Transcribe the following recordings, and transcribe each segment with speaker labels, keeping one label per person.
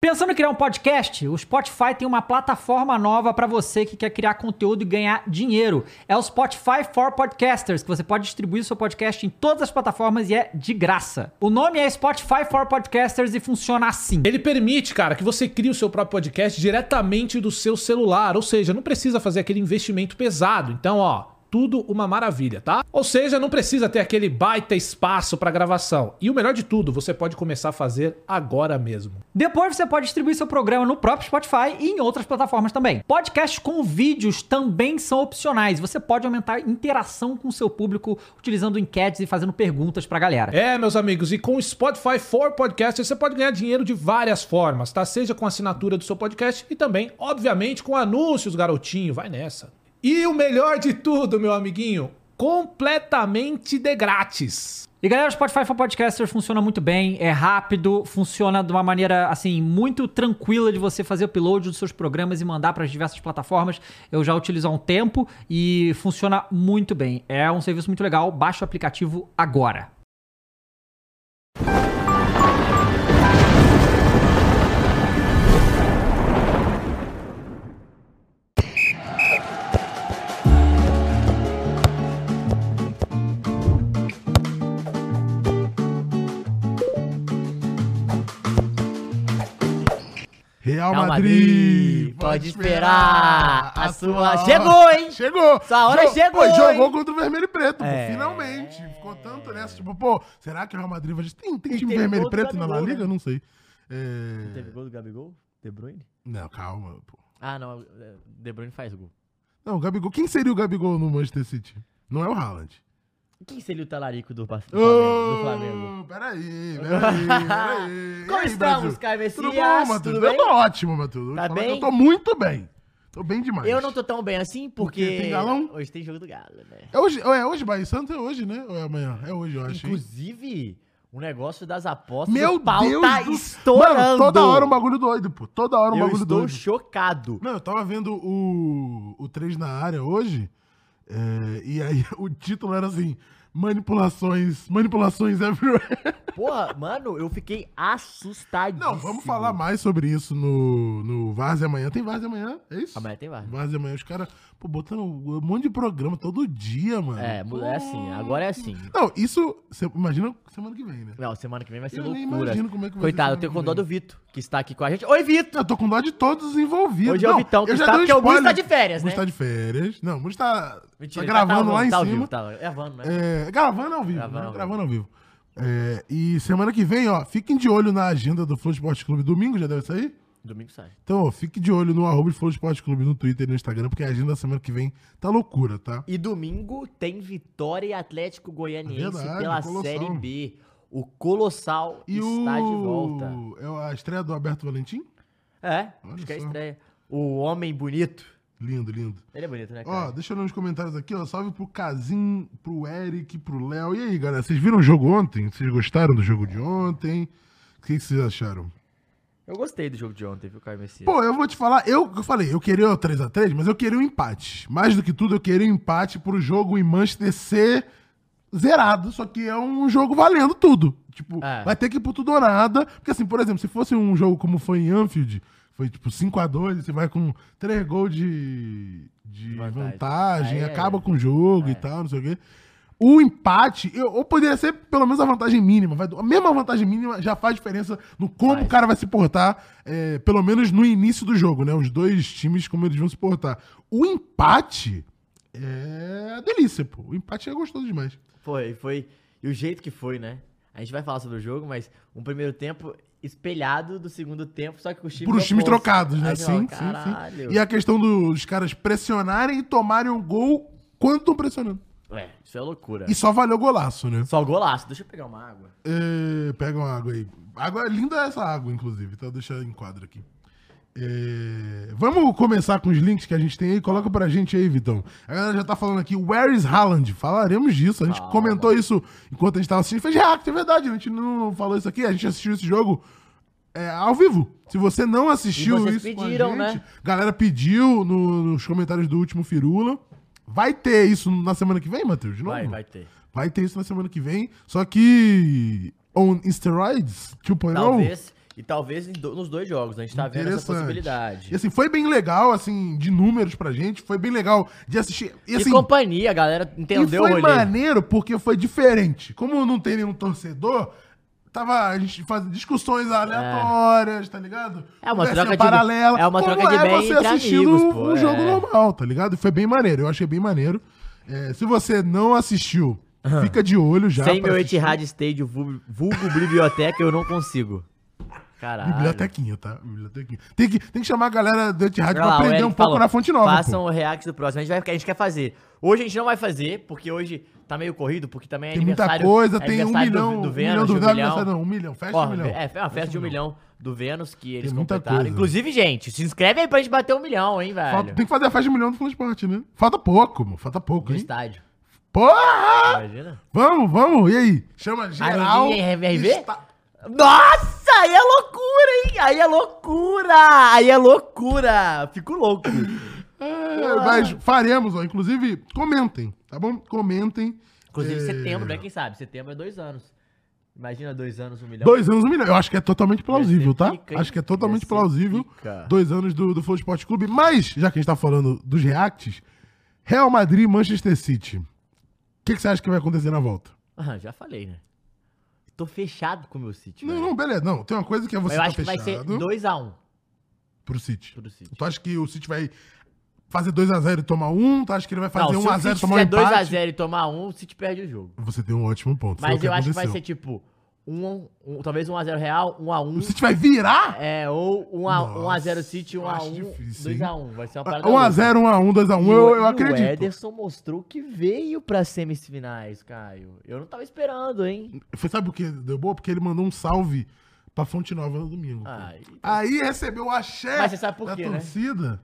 Speaker 1: Pensando em criar um podcast? O Spotify tem uma plataforma nova para você que quer criar conteúdo e ganhar dinheiro. É o Spotify for Podcasters, que você pode distribuir seu podcast em todas as plataformas e é de graça. O nome é Spotify for Podcasters e funciona assim.
Speaker 2: Ele permite, cara, que você crie o seu próprio podcast diretamente do seu celular, ou seja, não precisa fazer aquele investimento pesado. Então, ó, tudo uma maravilha, tá? Ou seja, não precisa ter aquele baita espaço para gravação. E o melhor de tudo, você pode começar a fazer agora mesmo.
Speaker 1: Depois você pode distribuir seu programa no próprio Spotify e em outras plataformas também. Podcasts com vídeos também são opcionais. Você pode aumentar a interação com seu público utilizando enquetes e fazendo perguntas pra galera.
Speaker 2: É, meus amigos, e com o Spotify for Podcasters você pode ganhar dinheiro de várias formas, tá? Seja com a assinatura do seu podcast e também, obviamente, com anúncios, garotinho, vai nessa. E o melhor de tudo, meu amiguinho, completamente de grátis.
Speaker 1: E galera, o Spotify for Podcasters funciona muito bem, é rápido, funciona de uma maneira assim muito tranquila de você fazer upload dos seus programas e mandar para as diversas plataformas. Eu já utilizo há um tempo e funciona muito bem. É um serviço muito legal, baixa o aplicativo agora.
Speaker 3: Real
Speaker 4: Calma,
Speaker 3: Madrid,
Speaker 4: Madrid, pode esperar a sua- Chegou, hein?
Speaker 3: Chegou!
Speaker 4: Sua hora
Speaker 3: Jo-
Speaker 4: chegou,
Speaker 3: Pô,
Speaker 4: hein? É.
Speaker 3: Jogou contra o vermelho e preto, pô, finalmente. Ficou tanto nessa, tipo, pô, será que o Real Madrid vai... Tem, tem time
Speaker 4: teve
Speaker 3: vermelho e
Speaker 4: gol do
Speaker 3: preto na La
Speaker 4: Gabigol,
Speaker 3: Liga?
Speaker 4: né?
Speaker 3: Eu Não sei. É,
Speaker 4: Teve gol do Gabigol? De Bruyne?
Speaker 3: Não, calma, pô.
Speaker 4: Ah, não. é, De Bruyne faz gol.
Speaker 3: Não, o Gabigol... Quem seria o Gabigol no Manchester City? Não é o Haaland.
Speaker 4: Quem seria o talarico do, Bar- do Flamengo? do Flamengo?
Speaker 3: Ô, Peraí, peraí, peraí. E
Speaker 4: Como
Speaker 3: aí, Brasil?
Speaker 4: estamos, Caio
Speaker 3: Tudo
Speaker 4: Messias?
Speaker 3: bom,
Speaker 4: Tudo,
Speaker 3: Matheus? Eu
Speaker 4: bem?
Speaker 3: tô ótimo, Matheus. Vou
Speaker 4: Tá
Speaker 3: te falar que
Speaker 4: bem?
Speaker 3: Eu tô muito bem. Tô bem demais.
Speaker 4: Eu não tô tão bem assim porque...
Speaker 3: Porque tem galão?
Speaker 4: Hoje tem jogo do Galo, né?
Speaker 3: É hoje, é hoje, Bahia e Santos é hoje, né? Ou é amanhã? É hoje, eu acho. hein?
Speaker 4: Inclusive, o negócio das apostas...
Speaker 3: Meu
Speaker 4: o pau
Speaker 3: Deus
Speaker 4: tá
Speaker 3: do-
Speaker 4: estourando.
Speaker 3: Mano, toda hora um bagulho doido, pô. Toda hora um
Speaker 4: Eu
Speaker 3: bagulho
Speaker 4: estou
Speaker 3: doido.
Speaker 4: chocado.
Speaker 3: Não, eu tava vendo o, o 3 na área hoje, é, e aí o título era assim, manipulações, manipulações everywhere.
Speaker 4: Porra, mano, eu fiquei assustadíssimo. Ah,
Speaker 3: Não, vamos falar mais sobre isso no, no Várzea Amanhã. Tem Várzea Amanhã? É isso?
Speaker 4: Amanhã tem VAR.
Speaker 3: Várzea Amanhã, os caras, pô, botando um monte de programa todo dia, mano.
Speaker 4: É, mu- é assim, agora é assim.
Speaker 3: Não, isso, você imagina semana que vem, né?
Speaker 4: Não, semana que vem vai ser
Speaker 3: Eu nem
Speaker 4: loucura.
Speaker 3: imagino como é que vai ser
Speaker 4: Coitado, eu
Speaker 3: semana
Speaker 4: tenho
Speaker 3: que
Speaker 4: com dó
Speaker 3: vem.
Speaker 4: do Vitor, que está aqui com a gente. Oi, Vitor!
Speaker 3: Eu tô com dó de todos os envolvidos.
Speaker 4: Hoje é o
Speaker 3: Não,
Speaker 4: Vitão que
Speaker 3: eu já
Speaker 4: está,
Speaker 3: dei um
Speaker 4: porque o Musto
Speaker 3: spoiler.
Speaker 4: tá de férias,
Speaker 3: O Musto
Speaker 4: né?
Speaker 3: tá de férias. Não, o Musto tá, tá
Speaker 4: ele
Speaker 3: gravando
Speaker 4: ao
Speaker 3: lá
Speaker 4: vivo,
Speaker 3: em
Speaker 4: tá ao
Speaker 3: cima.
Speaker 4: vivo, tá gravando, né?
Speaker 3: É, gravando ao vivo,
Speaker 4: Gravando
Speaker 3: né?
Speaker 4: ao
Speaker 3: Gravando ao vivo. É, e semana que vem, ó, fiquem de olho na agenda do Flow Esporte Clube. Domingo já deve sair?
Speaker 4: Domingo sai.
Speaker 3: Então, ó, fique de olho no arroba Flow Esporte Clube no Twitter e no Instagram, porque a agenda da semana que vem tá loucura, tá?
Speaker 4: E domingo tem Vitória e Atlético Goianiense
Speaker 3: Verdade,
Speaker 4: pela
Speaker 3: o Colossal.
Speaker 4: Série B. O Colossal
Speaker 3: E
Speaker 4: está
Speaker 3: o...
Speaker 4: de volta.
Speaker 3: É a estreia do Alberto Valentim?
Speaker 4: É,
Speaker 3: Olha
Speaker 4: acho que é a
Speaker 3: só.
Speaker 4: estreia. O Homem Bonito.
Speaker 3: Lindo, lindo.
Speaker 4: Ele é bonito, né,
Speaker 3: Ó,
Speaker 4: cara?
Speaker 3: deixa eu ler nos comentários aqui, ó. Salve pro Casim, pro Eric, pro Léo. E aí, galera, vocês viram o jogo ontem? Vocês gostaram do jogo de ontem? O que que vocês acharam?
Speaker 4: Eu gostei do jogo de ontem, viu, Caio Messias?
Speaker 3: Pô, eu vou te falar, eu, eu falei, eu queria o 3x3, mas eu queria o empate. Mais do que tudo, eu queria o empate pro jogo em Manchester ser zerado, só que é um jogo valendo tudo. Tipo,
Speaker 4: É.
Speaker 3: vai ter que ir pro tudo ou nada, porque assim, por exemplo, se fosse um jogo como foi em Anfield, foi tipo 5x2, você vai com 3 gols de, de
Speaker 4: Vantagem.
Speaker 3: vantagem,
Speaker 4: Aí é-
Speaker 3: acaba com o jogo
Speaker 4: É.
Speaker 3: e tal, não sei o quê. O empate, eu, ou poderia ser pelo menos a vantagem mínima. Vai, a mesma vantagem mínima já faz diferença no como
Speaker 4: Faz.
Speaker 3: o cara vai se portar, é, pelo menos no início do jogo, né? Os dois times, como eles vão se portar. O empate é a delícia, pô. O empate é gostoso demais.
Speaker 4: Foi, foi. E o jeito que foi, né? A gente vai falar sobre o jogo, mas um primeiro tempo espelhado do segundo tempo, só que com os times.
Speaker 3: Para os times
Speaker 4: opostos.
Speaker 3: trocados,
Speaker 4: é Aí
Speaker 3: né?
Speaker 4: você fala,
Speaker 3: Sim, sim,
Speaker 4: "Caralho".
Speaker 3: sim. E a questão dos caras pressionarem e tomarem o gol quando estão pressionando.
Speaker 4: É, isso é loucura.
Speaker 3: E só valeu golaço, né?
Speaker 4: Só golaço. Deixa eu pegar uma água.
Speaker 3: É, pega uma água aí. Água linda é essa água, inclusive, tá? Deixa eu enquadro aqui. É, vamos começar com os links que a gente tem aí. Coloca pra gente aí, Vitão. A galera já tá falando aqui, Where is Haaland? Falaremos disso. A gente
Speaker 4: Fala.
Speaker 3: comentou isso enquanto a gente tava assistindo. Fez react, é verdade. A gente não falou isso aqui. A gente assistiu esse jogo é, ao vivo. Se você não assistiu
Speaker 4: E vocês
Speaker 3: isso com a
Speaker 4: pediram,
Speaker 3: gente,
Speaker 4: né?
Speaker 3: galera pediu no- nos comentários do último Firula. Vai ter isso na semana que vem, Matheus? de
Speaker 4: Vai,
Speaker 3: novo?
Speaker 4: vai ter.
Speaker 3: Vai ter isso na semana que vem. Só que. On steroids tipo, 2.0?
Speaker 4: Talvez. E talvez em do- nos dois jogos, né? a gente tá vendo essa possibilidade.
Speaker 3: E assim, foi bem legal, assim, de números pra gente. Foi bem legal de assistir. E, assim,
Speaker 4: e companhia, a galera
Speaker 3: e
Speaker 4: entendeu o
Speaker 3: foi
Speaker 4: rolê.
Speaker 3: maneiro porque foi diferente. Como não tem nenhum torcedor, tava a gente fazendo discussões aleatórias, tá ligado?
Speaker 4: É uma
Speaker 3: Conversinha
Speaker 4: troca de-
Speaker 3: paralela.
Speaker 4: é uma
Speaker 3: como
Speaker 4: troca de
Speaker 3: é
Speaker 4: bem
Speaker 3: você
Speaker 4: entre
Speaker 3: assistindo
Speaker 4: amigos, pô,
Speaker 3: um jogo
Speaker 4: é.
Speaker 3: normal, tá ligado? E foi bem maneiro, eu achei bem maneiro. É, se você não assistiu, fica de olho já.
Speaker 4: 100
Speaker 3: pra
Speaker 4: mil
Speaker 3: assistir.
Speaker 4: Etihad Stadium, vulgo, vulgo biblioteca, eu não consigo. Caralho.
Speaker 3: Bibliotequinha, tá? Bibliotequinha. Tem que, tem que chamar a galera do Etihad
Speaker 4: Olha
Speaker 3: pra
Speaker 4: lá, o
Speaker 3: aprender
Speaker 4: Eric
Speaker 3: um pouco
Speaker 4: falou, um
Speaker 3: na fonte nova.
Speaker 4: Façam
Speaker 3: pô.
Speaker 4: o react do próximo. A gente, vai, a gente quer fazer. Hoje a gente não vai fazer, porque hoje tá meio corrido, porque também é
Speaker 3: Tem muita
Speaker 4: aniversário.
Speaker 3: coisa,
Speaker 4: é
Speaker 3: tem um
Speaker 4: aniversário
Speaker 3: milhão.
Speaker 4: do, do
Speaker 3: um
Speaker 4: Vênus,
Speaker 3: milhão
Speaker 4: de
Speaker 3: do
Speaker 4: um
Speaker 3: Vênus,
Speaker 4: milhão.
Speaker 3: não, um milhão, festa
Speaker 4: Ó,
Speaker 3: um milhão.
Speaker 4: É, é uma festa de um milhão do Vênus que eles
Speaker 3: muita
Speaker 4: completaram.
Speaker 3: coisa.
Speaker 4: Inclusive, gente, se inscreve aí pra gente bater um milhão, hein, velho.
Speaker 3: Falta- tem que fazer a festa de um milhão do Fã Esporte, né? Falta pouco, mano. Falta pouco,
Speaker 4: No
Speaker 3: hein? Ah!
Speaker 4: estádio.
Speaker 3: Porra!
Speaker 4: Imagina.
Speaker 3: Vamos, vamos, e aí? Chama geral.
Speaker 4: Arlindinho em RV?
Speaker 3: Está-
Speaker 4: Nossa, aí é loucura, hein? Aí é loucura! Aí é loucura! Fico louco.
Speaker 3: É, mas faremos, ó. Inclusive, comentem, tá bom? Comentem.
Speaker 4: Inclusive,
Speaker 3: É.
Speaker 4: setembro, né? Quem sabe? Setembro é dois anos. Imagina dois anos, um milhão.
Speaker 3: Dois anos, um milhão. Eu acho que é totalmente plausível,
Speaker 4: ser
Speaker 3: tá?
Speaker 4: pica, hein?
Speaker 3: acho que é totalmente
Speaker 4: Ia ser
Speaker 3: plausível.
Speaker 4: pica.
Speaker 3: Dois anos do, do Flow Esporte Clube. Mas, já que a gente tá falando dos reacts, Real Madrid e Manchester City. O que, que você acha que vai acontecer na volta?
Speaker 4: Ah, já falei, né? Tô fechado com o meu City.
Speaker 3: Não,
Speaker 4: velho.
Speaker 3: não, beleza. Não, tem uma coisa que é
Speaker 4: Mas
Speaker 3: você
Speaker 4: eu
Speaker 3: tá
Speaker 4: acho que vai
Speaker 3: fechado
Speaker 4: ser 2x1
Speaker 3: pro City.
Speaker 4: pro City.
Speaker 3: Tu acha que o City vai fazer 2x0 e tomar um? Tu acha que ele vai fazer
Speaker 4: não, se o
Speaker 3: 1x0
Speaker 4: City
Speaker 3: e tomar um
Speaker 4: fizer
Speaker 3: empate?
Speaker 4: 2x0 e tomar 1, o City perde o jogo.
Speaker 3: Você tem um ótimo ponto. foi o
Speaker 4: Mas eu acho que vai
Speaker 3: aconteceu.
Speaker 4: ser tipo, um, um, talvez 1x0 Real, 1x1.
Speaker 3: O City vai virar?
Speaker 4: É, ou 1x0
Speaker 3: Nossa,
Speaker 4: City,
Speaker 3: eu acho
Speaker 4: 1x1,
Speaker 3: difícil, hein? Ah,
Speaker 4: 2x1. Vai ser uma parada.
Speaker 3: 1x0, 1x1, 2x1,
Speaker 4: louca. E o-
Speaker 3: eu, eu
Speaker 4: e
Speaker 3: acredito.
Speaker 4: O Ederson mostrou que veio pras semifinais, Caio. Eu não tava esperando, hein?
Speaker 3: Foi, sabe o que deu boa? Porque ele mandou um salve pra Fonte Nova no domingo. pô.
Speaker 4: Ai,
Speaker 3: Aí recebeu o axé
Speaker 4: Ah, então. Mas você sabe por
Speaker 3: da
Speaker 4: quê, né?
Speaker 3: torcida.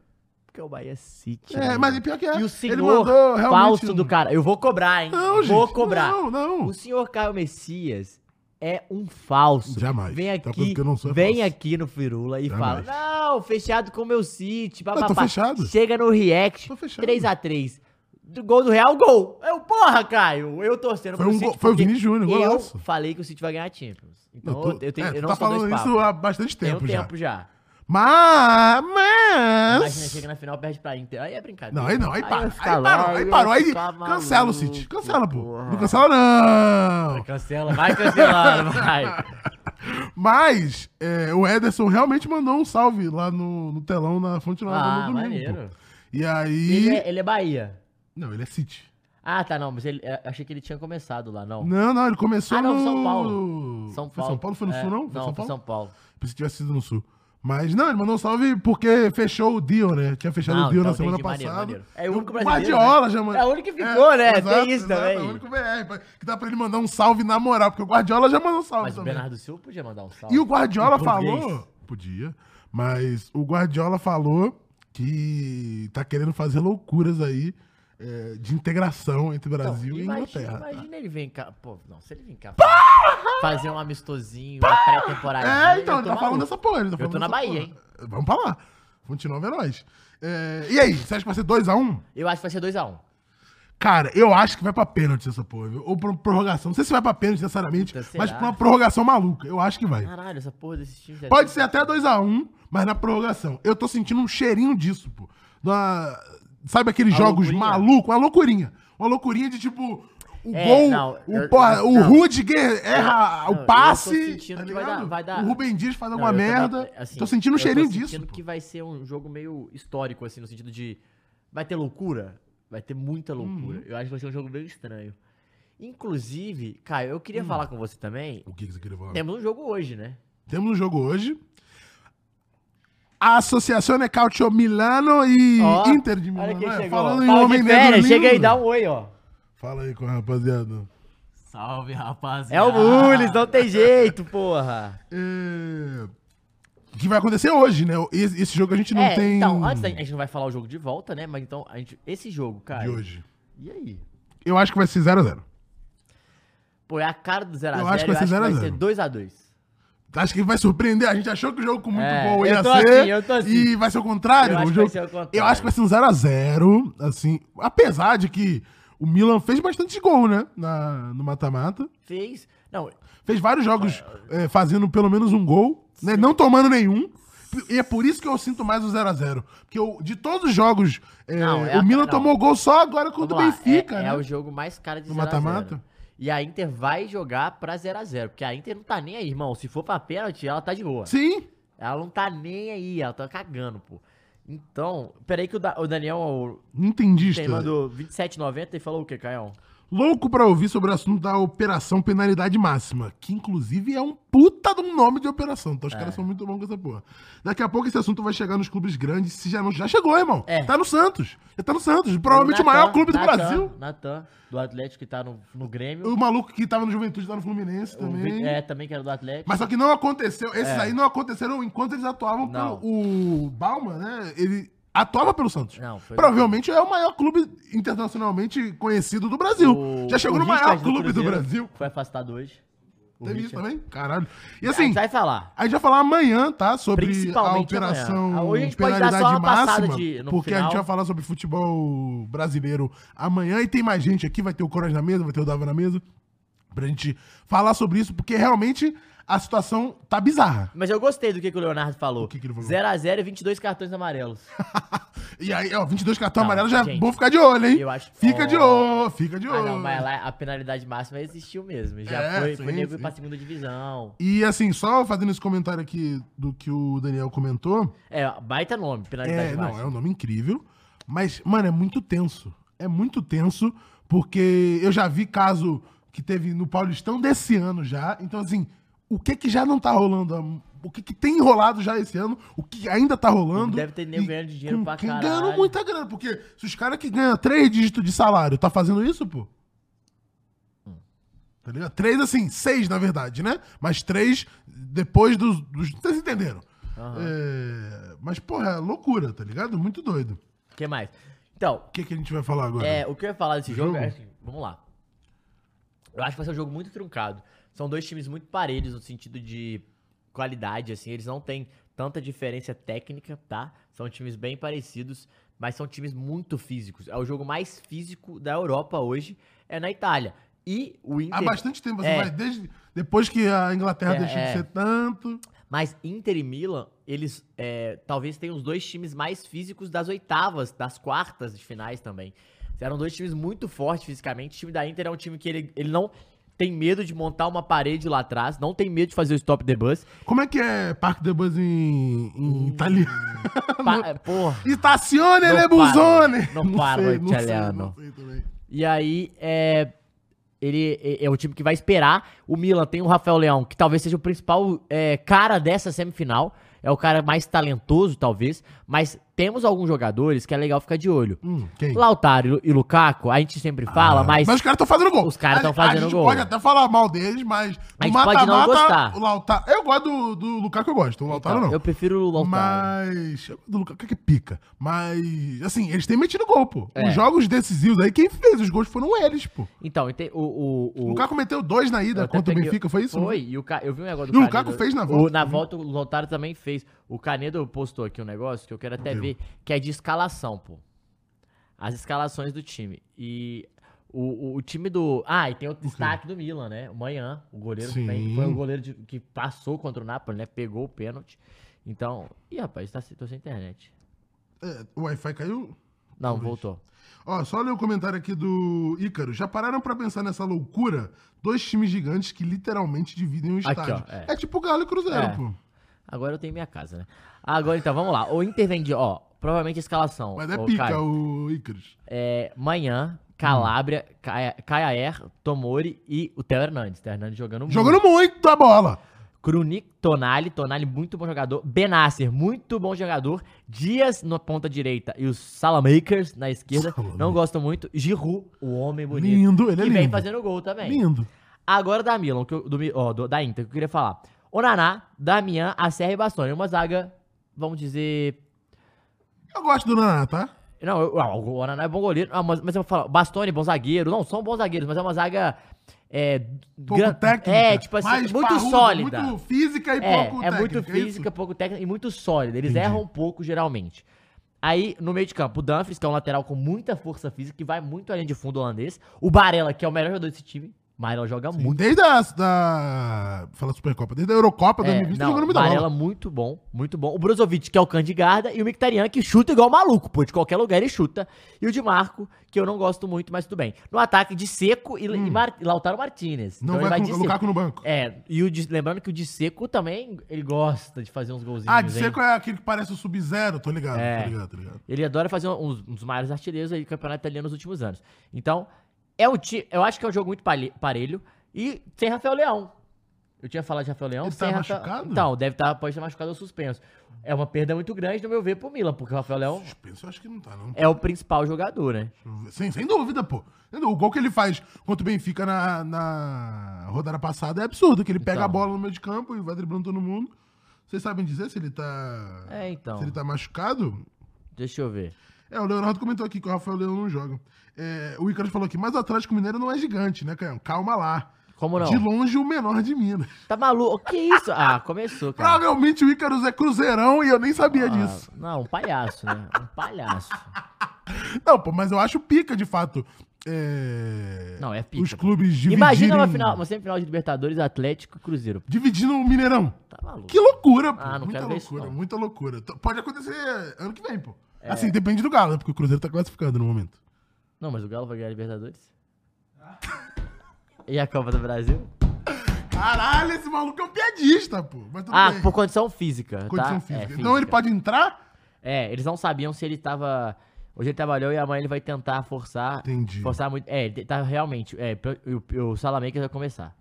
Speaker 4: porque o Bahia é City.
Speaker 3: tá É,
Speaker 4: né?
Speaker 3: mas pior que é.
Speaker 4: E o
Speaker 3: ele
Speaker 4: senhor
Speaker 3: mandou realmente...
Speaker 4: falso
Speaker 3: um-
Speaker 4: do cara. Eu vou cobrar, hein?
Speaker 3: Não, gente.
Speaker 4: vou cobrar.
Speaker 3: Não, não.
Speaker 4: O senhor Caio Messias é um falso.
Speaker 3: Jamais.
Speaker 4: Vem
Speaker 3: Tem uma coisa
Speaker 4: aqui,
Speaker 3: que eu não sou, é
Speaker 4: vem
Speaker 3: falso.
Speaker 4: aqui no Firula e
Speaker 3: Jamais.
Speaker 4: fala: Não, fechado com o meu City.
Speaker 3: tô
Speaker 4: Papapá.
Speaker 3: fechado.
Speaker 4: Chega no React.
Speaker 3: Tô fechado.
Speaker 4: 3x3. Do gol do Real, gol. Eu, porra, Caio. Eu torcendo
Speaker 3: Foi um gol- foi o
Speaker 4: porque
Speaker 3: Vini Júnior,
Speaker 4: Eu
Speaker 3: golaço.
Speaker 4: falei que o City vai ganhar a Champions. Então
Speaker 3: Eu é tô-
Speaker 4: eu, tenho,
Speaker 3: é,
Speaker 4: eu
Speaker 3: tu
Speaker 4: não
Speaker 3: tá
Speaker 4: sou dois
Speaker 3: falando
Speaker 4: papos.
Speaker 3: isso há bastante
Speaker 4: Tem um
Speaker 3: tempo já.
Speaker 4: tempo já.
Speaker 3: Mas...
Speaker 4: Imagina,
Speaker 3: mas...
Speaker 4: chega na final, perde pra Inter. Aí é brincadeira.
Speaker 3: Não, aí não, aí,
Speaker 4: eu
Speaker 3: para, aí
Speaker 4: ficar lá,
Speaker 3: parou,
Speaker 4: eu
Speaker 3: aí
Speaker 4: ia
Speaker 3: parou, aí
Speaker 4: ficar
Speaker 3: cancela o
Speaker 4: maluco,
Speaker 3: City, cancela, pô.
Speaker 4: porra.
Speaker 3: Não cancela, não.
Speaker 4: Cancela, vai cancelando, vai.
Speaker 3: Mas é, o Ederson realmente mandou um salve lá no, no telão na Fonte Nova
Speaker 4: Ah,
Speaker 3: no domingo.
Speaker 4: maneiro.
Speaker 3: pô. E aí.
Speaker 4: Ele é, ele é Bahia.
Speaker 3: Não, ele é City.
Speaker 4: Ah, tá, não, mas ele, eu achei que ele tinha começado lá, não.
Speaker 3: Não, não, ele começou
Speaker 4: Ah, não,
Speaker 3: no.
Speaker 4: São Paulo. São Paulo.
Speaker 3: Foi São Paulo? Foi no
Speaker 4: É,
Speaker 3: Sul, não? Foi
Speaker 4: Não,
Speaker 3: São
Speaker 4: foi
Speaker 3: Paulo?
Speaker 4: São Paulo.
Speaker 3: Pensei que tivesse sido no Sul. Mas não, ele mandou um salve porque fechou o deal, né? Tinha fechado
Speaker 4: Não,
Speaker 3: o deal
Speaker 4: então
Speaker 3: na semana
Speaker 4: entendi, maneiro,
Speaker 3: passada.
Speaker 4: maneiro. É o único brasileiro,
Speaker 3: Guardiola já mandou.
Speaker 4: É o único que ficou, né? Tem isso também.
Speaker 3: É o único BR. Que dá pra ele mandar um salve na moral, porque o Guardiola já mandou um salve
Speaker 4: Mas o
Speaker 3: também.
Speaker 4: Bernardo Silva podia mandar um salve.
Speaker 3: E o Guardiola
Speaker 4: Em português.
Speaker 3: falou. Podia. Mas o Guardiola falou que tá querendo fazer loucuras aí é, de integração entre
Speaker 4: Não,
Speaker 3: Brasil e
Speaker 4: Então, imagina-
Speaker 3: Inglaterra. tá?
Speaker 4: Imagina ele vir cá. Pô, não, se ele vir cá. fazer- Fazer um amistosinho, uma pré-temporada.
Speaker 3: É, então, ele tá falando
Speaker 4: um.
Speaker 3: dessa porra. Ele tá
Speaker 4: Eu
Speaker 3: falando
Speaker 4: tô na
Speaker 3: dessa
Speaker 4: Bahia,
Speaker 3: porra. Vamos pra lá. Continua é nós. É, e aí, você acha que vai ser 2x1?
Speaker 4: Eu acho que vai ser 2x1.
Speaker 3: Cara, eu acho que vai pra pênalti essa porra, viu? Ou pra uma prorrogação. Não sei se vai pra pênalti necessariamente,
Speaker 4: Puta,
Speaker 3: mas
Speaker 4: será?
Speaker 3: pra uma prorrogação maluca. Eu acho que vai.
Speaker 4: Caralho, essa porra desse time. já-
Speaker 3: Pode ser até 2x1, mas na prorrogação. Eu tô sentindo um cheirinho disso, pô. Da- Sabe aqueles
Speaker 4: A
Speaker 3: jogos
Speaker 4: loucurinha?
Speaker 3: malucos? Uma loucurinha. Uma loucurinha de tipo. O
Speaker 4: É,
Speaker 3: gol,
Speaker 4: não,
Speaker 3: o,
Speaker 4: eu-
Speaker 3: porra,
Speaker 4: eu-
Speaker 3: o
Speaker 4: não.
Speaker 3: Rudiger erra
Speaker 4: Não, eu
Speaker 3: o
Speaker 4: tô
Speaker 3: passe.
Speaker 4: sentindo
Speaker 3: tá
Speaker 4: que vai dar-
Speaker 3: ligado?
Speaker 4: vai dar-
Speaker 3: O Rubem Dias faz
Speaker 4: Não,
Speaker 3: alguma
Speaker 4: eu também,
Speaker 3: um, merda.
Speaker 4: assim,
Speaker 3: tô sentindo um
Speaker 4: eu
Speaker 3: cheirinho
Speaker 4: sentindo
Speaker 3: disso. pô.
Speaker 4: que vai ser um jogo meio histórico, assim, no sentido de. Vai ter loucura? Vai ter muita loucura.
Speaker 3: Uhum.
Speaker 4: Eu acho que vai ser um jogo meio estranho. Inclusive, Caio, eu
Speaker 3: Hum.
Speaker 4: queria falar com você também.
Speaker 3: O que que você queria falar?
Speaker 4: Temos um jogo hoje, né?
Speaker 3: Temos um jogo hoje. A Associazione Calcio Milano e
Speaker 4: Ó,
Speaker 3: Inter de Milano.
Speaker 4: Olha quem
Speaker 3: né?
Speaker 4: chegou.
Speaker 3: Falando em
Speaker 4: Paulo
Speaker 3: homem
Speaker 4: de
Speaker 3: negro
Speaker 4: férias,
Speaker 3: lindo.
Speaker 4: chega aí, dá um oi, ó.
Speaker 3: Fala aí com a rapaziada.
Speaker 5: Salve, rapaziada.
Speaker 4: É o Mules, não tem jeito, porra.
Speaker 3: É, que vai acontecer hoje, né? Esse, esse jogo a gente não
Speaker 4: é,
Speaker 3: tem
Speaker 4: então, antes da, a gente não vai falar o jogo de volta, né? Mas então, a gente, esse jogo,
Speaker 3: de
Speaker 4: Caio.
Speaker 3: hoje.
Speaker 4: E aí?
Speaker 3: Eu acho que vai ser 0x0.
Speaker 4: Pô, é a cara do 0x0.
Speaker 3: Eu acho que vai ser 0 a 0.
Speaker 4: 2x2.
Speaker 3: Acho que vai surpreender. A gente achou que o jogo com muito
Speaker 4: É,
Speaker 3: gol
Speaker 4: eu
Speaker 3: ia
Speaker 4: tô
Speaker 3: ser.
Speaker 4: assim, eu tô assim.
Speaker 3: E vai ser o contrário.
Speaker 4: Eu acho
Speaker 3: o
Speaker 4: que
Speaker 3: jogo-
Speaker 4: vai ser o contrário.
Speaker 3: Eu acho que vai ser um 0x0. Assim, apesar de que o Milan fez bastante gol, né? Na, no mata-mata.
Speaker 4: Fez. Não,
Speaker 3: Fez vários jogos eh, fazendo pelo menos um gol. né? Não tomando nenhum. E é por isso que eu sinto mais o 0x0. Porque eu- de todos os jogos, é,
Speaker 4: Não, é
Speaker 3: o
Speaker 4: a-
Speaker 3: Milan
Speaker 4: não.
Speaker 3: tomou gol só agora contra
Speaker 4: Vamos
Speaker 3: o
Speaker 4: lá,
Speaker 3: Benfica,
Speaker 4: é,
Speaker 3: né?
Speaker 4: é o jogo mais cara de
Speaker 3: No
Speaker 4: 0 a 0.
Speaker 3: mata-mata?
Speaker 4: E a Inter vai jogar pra 0x0. Porque a Inter não tá nem aí, irmão. Se for pra pênalti, ela tá de boa.
Speaker 3: Sim.
Speaker 4: Ela não tá nem aí, ela tá cagando, pô. Então, peraí que o, Da- o Daniel
Speaker 3: Não entendi
Speaker 4: tem,
Speaker 3: isso.
Speaker 4: mandou 27,90 e falou o quê, Caião?
Speaker 3: Louco pra ouvir sobre o assunto da Operação Penalidade Máxima, que inclusive é um puta de um nome de operação. Então
Speaker 4: É.
Speaker 3: os caras são muito bons com essa porra. Daqui a pouco esse assunto vai chegar nos clubes grandes, se já não. Já chegou, irmão.
Speaker 4: É.
Speaker 3: Tá no Santos. Já tá no Santos. Provavelmente o maior
Speaker 4: Natan,
Speaker 3: clube do
Speaker 4: Natan,
Speaker 3: Brasil.
Speaker 4: Natan, do Atlético que tá no, no Grêmio.
Speaker 3: O maluco que tava no Juventude tá no Fluminense
Speaker 4: O
Speaker 3: também.
Speaker 4: Vi- é, também que era do Atlético.
Speaker 3: Mas só que não aconteceu. Esses aí não aconteceram enquanto eles atuavam
Speaker 4: É. Não.
Speaker 3: pelo. O Bauman, né? Ele atuava pelo Santos.
Speaker 4: Não, foi-
Speaker 3: Provavelmente é o maior clube internacionalmente conhecido do Brasil.
Speaker 4: O-
Speaker 3: Já chegou
Speaker 4: o
Speaker 3: no maior
Speaker 4: Richard
Speaker 3: clube do
Speaker 4: Cruzeiro
Speaker 3: Brasil.
Speaker 4: Foi afastado hoje. O
Speaker 3: Teve isso
Speaker 4: Richard. É,
Speaker 3: também? Caralho. E
Speaker 4: A
Speaker 3: assim,
Speaker 4: gente vai falar.
Speaker 3: a gente vai falar amanhã, tá? Sobre a
Speaker 4: Principalmente
Speaker 3: operação
Speaker 4: amanhã. Ah, Hoje a gente pode dar
Speaker 3: penalidade
Speaker 4: só uma passada
Speaker 3: máxima.
Speaker 4: de- no
Speaker 3: porque a
Speaker 4: final.
Speaker 3: gente vai falar sobre futebol brasileiro amanhã. E tem mais gente aqui, vai ter o Coras na mesa, vai ter o Dava na mesa. Pra gente falar sobre isso, porque realmente a situação tá bizarra.
Speaker 4: Mas eu gostei do que, que o Leonardo falou.
Speaker 3: O que que ele falou?
Speaker 4: 0x0 e 22 cartões amarelos.
Speaker 3: E aí, ó, 22 cartão
Speaker 4: Não,
Speaker 3: amarelo já é
Speaker 4: gente,
Speaker 3: bom ficar de olho, hein?
Speaker 4: eu acho-
Speaker 3: Fica de olho, fica de
Speaker 4: ah,
Speaker 3: olho.
Speaker 4: não, mas lá a penalidade máxima existiu mesmo. Já
Speaker 3: É,
Speaker 4: foi, foi
Speaker 3: sim,
Speaker 4: nego
Speaker 3: sim.
Speaker 4: ir pra segunda divisão.
Speaker 3: E assim, só fazendo esse comentário aqui do que o Daniel comentou.
Speaker 4: É, baita nome, penalidade
Speaker 3: É, não,
Speaker 4: máxima.
Speaker 3: é um nome incrível. Mas, mano, é muito tenso. É muito tenso, porque eu já vi caso que teve no Paulistão desse ano já. Então, assim, o que que já não tá rolando? há- O que que tem rolado já esse ano? O que ainda tá rolando?
Speaker 4: Deve ter nego
Speaker 3: e
Speaker 4: ganhando dinheiro
Speaker 3: com
Speaker 4: pra
Speaker 3: quem
Speaker 4: caralho.
Speaker 3: Ganhando muita grana, porque se os caras que ganham três dígitos de salário tá fazendo isso, pô. Tá ligado? Três, assim, seis, na verdade, né? Mas três depois dos. dos vocês entenderam? É, mas, porra, é loucura, tá ligado? Muito doido.
Speaker 4: O que mais? Então,
Speaker 3: O que, que a gente vai falar agora?
Speaker 4: é, o que eu ia falar desse
Speaker 3: Do
Speaker 4: jogo,
Speaker 3: jogo?
Speaker 4: é assim, vamos lá. Eu acho que vai ser um jogo muito truncado. São dois times muito parelhos no sentido de qualidade, assim. Eles não têm tanta diferença técnica, tá? São times bem parecidos, mas são times muito físicos. É o jogo mais físico da Europa hoje, é na Itália. E o Inter...
Speaker 3: Há bastante tempo, assim,
Speaker 4: É.
Speaker 3: mas desde, depois que a Inglaterra
Speaker 4: É,
Speaker 3: deixou de
Speaker 4: é.
Speaker 3: ser tanto.
Speaker 4: Mas Inter e Milan, eles é, talvez tenham os dois times mais físicos das oitavas, das quartas de finais também. Eram dois times muito fortes fisicamente. O time da Inter é um time que ele, ele não tem medo de montar uma parede lá atrás, não tem medo de fazer o stop the bus.
Speaker 3: Como é que é Parque de Bus em, em italiano?
Speaker 4: Pa- é, porra.
Speaker 3: Estazione
Speaker 4: Hum. Não
Speaker 3: le
Speaker 4: parlo,
Speaker 3: busone!
Speaker 4: não parlo
Speaker 3: né,
Speaker 4: italiano.
Speaker 3: Sei, não sei também.
Speaker 4: E aí, é, ele é, é o time que vai esperar. O Milan tem o Rafael Leão, que talvez seja o principal é, cara dessa semifinal. É o cara mais talentoso, talvez. Mas temos alguns jogadores que é legal ficar de olho.
Speaker 3: Hum, quem? Ah,
Speaker 4: Lautaro e Lukaku, a gente sempre fala, mas,
Speaker 3: os caras estão fazendo gol.
Speaker 4: Os caras tão
Speaker 3: A-
Speaker 4: fazendo
Speaker 3: A gente
Speaker 4: gol.
Speaker 3: pode até falar mal deles, mas.
Speaker 4: A
Speaker 3: no
Speaker 4: gente pode não gostar.
Speaker 3: O Lautaro. Eu gosto do, do Lukaku, eu gosto. O Lautaro
Speaker 4: Então,
Speaker 3: não.
Speaker 4: eu prefiro o Lautaro.
Speaker 3: Mas. eu gosto Do Lukaku que pica. Mas. Assim, eles têm metido gol, pô.
Speaker 4: É.
Speaker 3: Os jogos decisivos aí, quem fez os gols foram eles, pô.
Speaker 4: Então, ente- o, o,
Speaker 3: O
Speaker 4: o,
Speaker 3: Lukaku meteu dois na
Speaker 4: eu
Speaker 3: ida
Speaker 4: até
Speaker 3: contra o
Speaker 4: peguei-
Speaker 3: Benfica, foi isso?
Speaker 4: Foi, e o, Ca- eu vi um negócio
Speaker 3: E o
Speaker 4: Canedo.
Speaker 3: Lukaku fez na
Speaker 4: O-
Speaker 3: volta né?
Speaker 4: na
Speaker 3: também.
Speaker 4: volta, o Lautaro também fez. O Canedo postou aqui um negócio que eu quero até
Speaker 3: Meu
Speaker 4: ver, que é de escalação, pô. As escalações do time. E o, o, o time do... Ah, e tem outro destaque do Milan, né? O Manhã, o goleiro
Speaker 3: Sim.
Speaker 4: também. Foi o goleiro de- que passou contra o Napoli, né? Pegou o pênalti. Então... Ih, rapaz, tá, sem- tô sem internet.
Speaker 3: É, o Wi-Fi caiu?
Speaker 4: Não, voltou.
Speaker 3: Ó, só ler o comentário aqui do Ícaro. Já pararam pra pensar nessa loucura? Dois times gigantes que literalmente dividem o
Speaker 4: Aqui,
Speaker 3: estádio.
Speaker 4: ó, é.
Speaker 3: é. tipo o Galo e Cruzeiro,
Speaker 4: É.
Speaker 3: pô.
Speaker 4: Agora eu tenho minha casa, né? Agora então, vamos lá. O Inter vem de, ó, provavelmente a escalação.
Speaker 3: Mas é
Speaker 4: Ô,
Speaker 3: pica
Speaker 4: Caio.
Speaker 3: o Icarus.
Speaker 4: É, manhã, Calabria, Caia- Caiaer, Tomori e o Theo Hernandes. Theo Hernandes jogando muito.
Speaker 3: Jogando muito a bola.
Speaker 4: Krunik, Tonali, Tonali, muito bom jogador. Benasser, muito bom jogador. Dias na ponta direita e os Salamakers na esquerda.
Speaker 3: Salamakers.
Speaker 4: Não gosto muito. Giroud, o homem bonito.
Speaker 3: Lindo, ele é
Speaker 4: E vem
Speaker 3: lindo.
Speaker 4: fazendo gol também.
Speaker 3: Lindo.
Speaker 4: Agora da Milan, que eu- do Mi- ó, do- da Inter, que eu queria falar. Onaná, Damian, Acerra e Bastoni. Uma zaga, vamos dizer...
Speaker 3: Eu gosto do Naná, tá?
Speaker 4: Não, eu- ah, o Onaná é bom goleiro, ah, mas, mas eu falo, Bastoni, bom zagueiro. Não, são bons zagueiros, mas é uma zaga... É,
Speaker 3: Pouco
Speaker 4: gran-
Speaker 3: técnica.
Speaker 4: É, tipo assim,
Speaker 3: mas
Speaker 4: muito
Speaker 3: parrudo,
Speaker 4: sólida.
Speaker 3: Muito física e
Speaker 4: é,
Speaker 3: pouco
Speaker 4: é
Speaker 3: técnica.
Speaker 4: muito
Speaker 3: isso?
Speaker 4: física, pouco técnica e muito sólida. Eles
Speaker 3: Entendi.
Speaker 4: erram um pouco, geralmente. Aí, no meio de campo, o Dumfries, que é um lateral com muita força física, que vai muito além de fundo holandês. O Barella, que é o melhor jogador desse time, Mairela joga muito.
Speaker 3: Sim, Desde a da, fala Supercopa, desde a Eurocopa
Speaker 4: É,
Speaker 3: 2020 tá
Speaker 4: não,
Speaker 3: jogando muita
Speaker 4: Varela
Speaker 3: bola.
Speaker 4: muito bom, muito bom. O Brozovic, que é o cão de guarda, e o Mictarian, que chuta igual maluco, pô, de qualquer lugar ele chuta. E o de Marco, que eu não gosto muito, mas tudo bem. No ataque de Seco e, e Mar- e Lautaro Martinez.
Speaker 3: Hum. Não
Speaker 4: Então ele
Speaker 3: vai
Speaker 4: de
Speaker 3: com o
Speaker 4: Seco.
Speaker 3: Lukaku no banco.
Speaker 4: É, e o de- lembrando que o de Seco também, ele gosta de fazer uns golzinhos.
Speaker 3: ah, de
Speaker 4: hein?
Speaker 3: seco é aquele que parece o Sub-Zero, tô ligado,
Speaker 4: É.
Speaker 3: tô ligado, tô ligado.
Speaker 4: Ele adora fazer um, uns, uns maiores artilheiros aí do campeonato italiano nos últimos anos. Então, é o ti, eu acho que é um jogo muito pale- parelho. E sem Rafael Leão. Eu tinha falado de Rafael Leão.
Speaker 3: Ele
Speaker 4: sem
Speaker 3: tá
Speaker 4: Rafael-
Speaker 3: machucado?
Speaker 4: Então, deve estar, pode estar machucado ou suspenso. É uma perda muito grande, no meu ver, pro Milan, porque o Rafael Leão
Speaker 3: Suspenso eu acho que não tá, não.
Speaker 4: é o principal jogador, né?
Speaker 3: Sem, sem dúvida, pô. O gol que ele faz contra o Benfica na, na rodada passada é absurdo, que ele pega
Speaker 4: Então.
Speaker 3: a bola no meio de campo e vai driblando todo mundo. Vocês sabem dizer se ele tá.
Speaker 4: É, então.
Speaker 3: Se ele tá machucado?
Speaker 4: Deixa eu ver.
Speaker 3: É, o Leonardo comentou aqui que o Rafael Leão não joga. É, o Icarus falou aqui, mas o Atlético Mineiro não é gigante, né, Caio? Calma lá.
Speaker 4: Como não?
Speaker 3: De longe, o menor de Minas.
Speaker 4: Tá maluco? Que isso? Ah, começou, cara.
Speaker 3: Provavelmente o Icarus é cruzeirão e eu nem sabia disso.
Speaker 4: Ah, não, um palhaço, né? Um palhaço.
Speaker 3: Não, pô, mas eu acho pica, de fato. É...
Speaker 4: Não, é pica,
Speaker 3: Os
Speaker 4: pô.
Speaker 3: clubes dividirem...
Speaker 4: Imagina uma, final, uma semifinal de Libertadores, Atlético e Cruzeiro.
Speaker 3: Dividindo o Mineirão.
Speaker 4: Tá maluco.
Speaker 3: Que loucura, pô.
Speaker 4: Ah, não
Speaker 3: muita
Speaker 4: quero ver isso,
Speaker 3: loucura,
Speaker 4: não. É.
Speaker 3: muita loucura. T- Pode acontecer ano que vem, pô. Assim, depende do Galo, né? porque o Cruzeiro tá classificando no momento.
Speaker 4: Não, mas o Galo vai ganhar a Libertadores?
Speaker 3: Ah.
Speaker 4: E a Copa do Brasil?
Speaker 3: Caralho, esse maluco é um piadista, pô. Mas tudo
Speaker 4: Ah,
Speaker 3: bem.
Speaker 4: por condição física.
Speaker 3: Condição
Speaker 4: tá?
Speaker 3: física.
Speaker 4: É,
Speaker 3: Então ele pode entrar?
Speaker 4: É, eles não sabiam se ele tava. Hoje ele trabalhou e amanhã ele vai tentar forçar.
Speaker 3: Entendi.
Speaker 4: Forçar muito. É, ele tá realmente. É, pro- e o, e o Salamakers vai começar.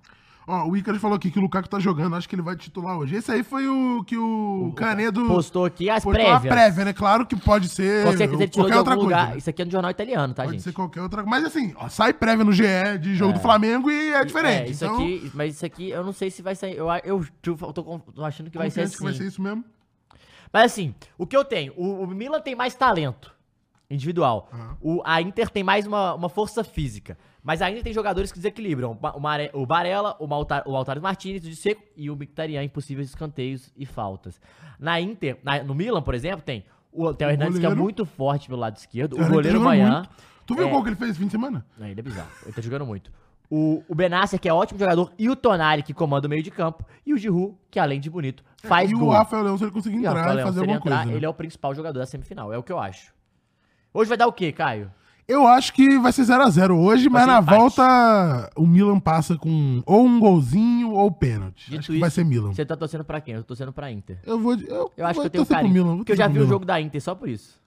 Speaker 3: Ó, o Icarus falou aqui que o Lukaku tá jogando, acho que ele vai titular hoje. Esse aí foi o que o, Canedo
Speaker 4: Postou aqui as
Speaker 3: Hum. postou
Speaker 4: prévias.
Speaker 3: uma prévia, né? Claro que pode ser
Speaker 4: Com certeza ele tirou de
Speaker 3: qualquer outra
Speaker 4: algum
Speaker 3: coisa.
Speaker 4: lugar.
Speaker 3: né?
Speaker 4: Isso aqui é no jornal italiano, tá,
Speaker 3: Pode
Speaker 4: gente?
Speaker 3: ser qualquer outra Mas assim, ó, sai prévia no GE de jogo do Flamengo e é diferente.
Speaker 4: É, isso
Speaker 3: então,
Speaker 4: aqui, mas isso aqui eu não sei se vai sair. Eu, eu tô, tô com- tô achando que vai ser
Speaker 3: confiante
Speaker 4: assim.
Speaker 3: que vai ser isso mesmo.
Speaker 4: Mas assim, o que eu tenho? O, o Milan tem mais talento individual. O, a Inter tem mais uma, uma força física. Mas ainda tem jogadores que desequilibram. O, Ba- o, Mare, o Barella, o, Malta, o Altaro Martinez, o de Seco e o Mictarian, impossíveis escanteios e faltas. Na Inter, na- no Milan, por exemplo, tem o Theo Hernandes, que é
Speaker 3: goleiro.
Speaker 4: muito forte pelo lado esquerdo.
Speaker 3: Cara,
Speaker 4: o
Speaker 3: ele tá
Speaker 4: goleiro
Speaker 3: jogando
Speaker 4: Manhã.
Speaker 3: muito. Tu viu
Speaker 4: É.
Speaker 3: o gol que ele fez esse fim de semana?
Speaker 4: Não, ele é bizarro. Ele tá jogando muito. O, o Benassi, que é ótimo jogador, e o Tonali, que comanda o meio de campo. E o Giroud, que além de bonito, faz
Speaker 3: e
Speaker 4: gol.
Speaker 3: o Rafael Leão, se ele conseguir
Speaker 4: E, ó,
Speaker 3: entrar
Speaker 4: Rafael
Speaker 3: e
Speaker 4: Leão,
Speaker 3: fazer
Speaker 4: se ele
Speaker 3: alguma coisa.
Speaker 4: entrar,
Speaker 3: né?
Speaker 4: ele é o principal jogador da semifinal, é o que eu acho. Hoje vai dar o quê, Caio?
Speaker 3: Eu acho que vai ser 0x0 hoje, mas
Speaker 4: ser
Speaker 3: na
Speaker 4: empate.
Speaker 3: volta o Milan passa com ou um golzinho ou pênalti.
Speaker 4: Dito
Speaker 3: acho que vai
Speaker 4: isso,
Speaker 3: ser Milan.
Speaker 4: Você tá torcendo pra quem? Eu tô torcendo pra Inter.
Speaker 3: Eu vou. de- Eu,
Speaker 4: Eu acho
Speaker 3: vou
Speaker 4: que eu tenho
Speaker 3: torcer pro
Speaker 4: carinho,
Speaker 3: Milan, vou
Speaker 4: porque eu
Speaker 3: torcer
Speaker 4: já
Speaker 3: pro
Speaker 4: vi o
Speaker 3: Milan.
Speaker 4: jogo da Inter só por isso.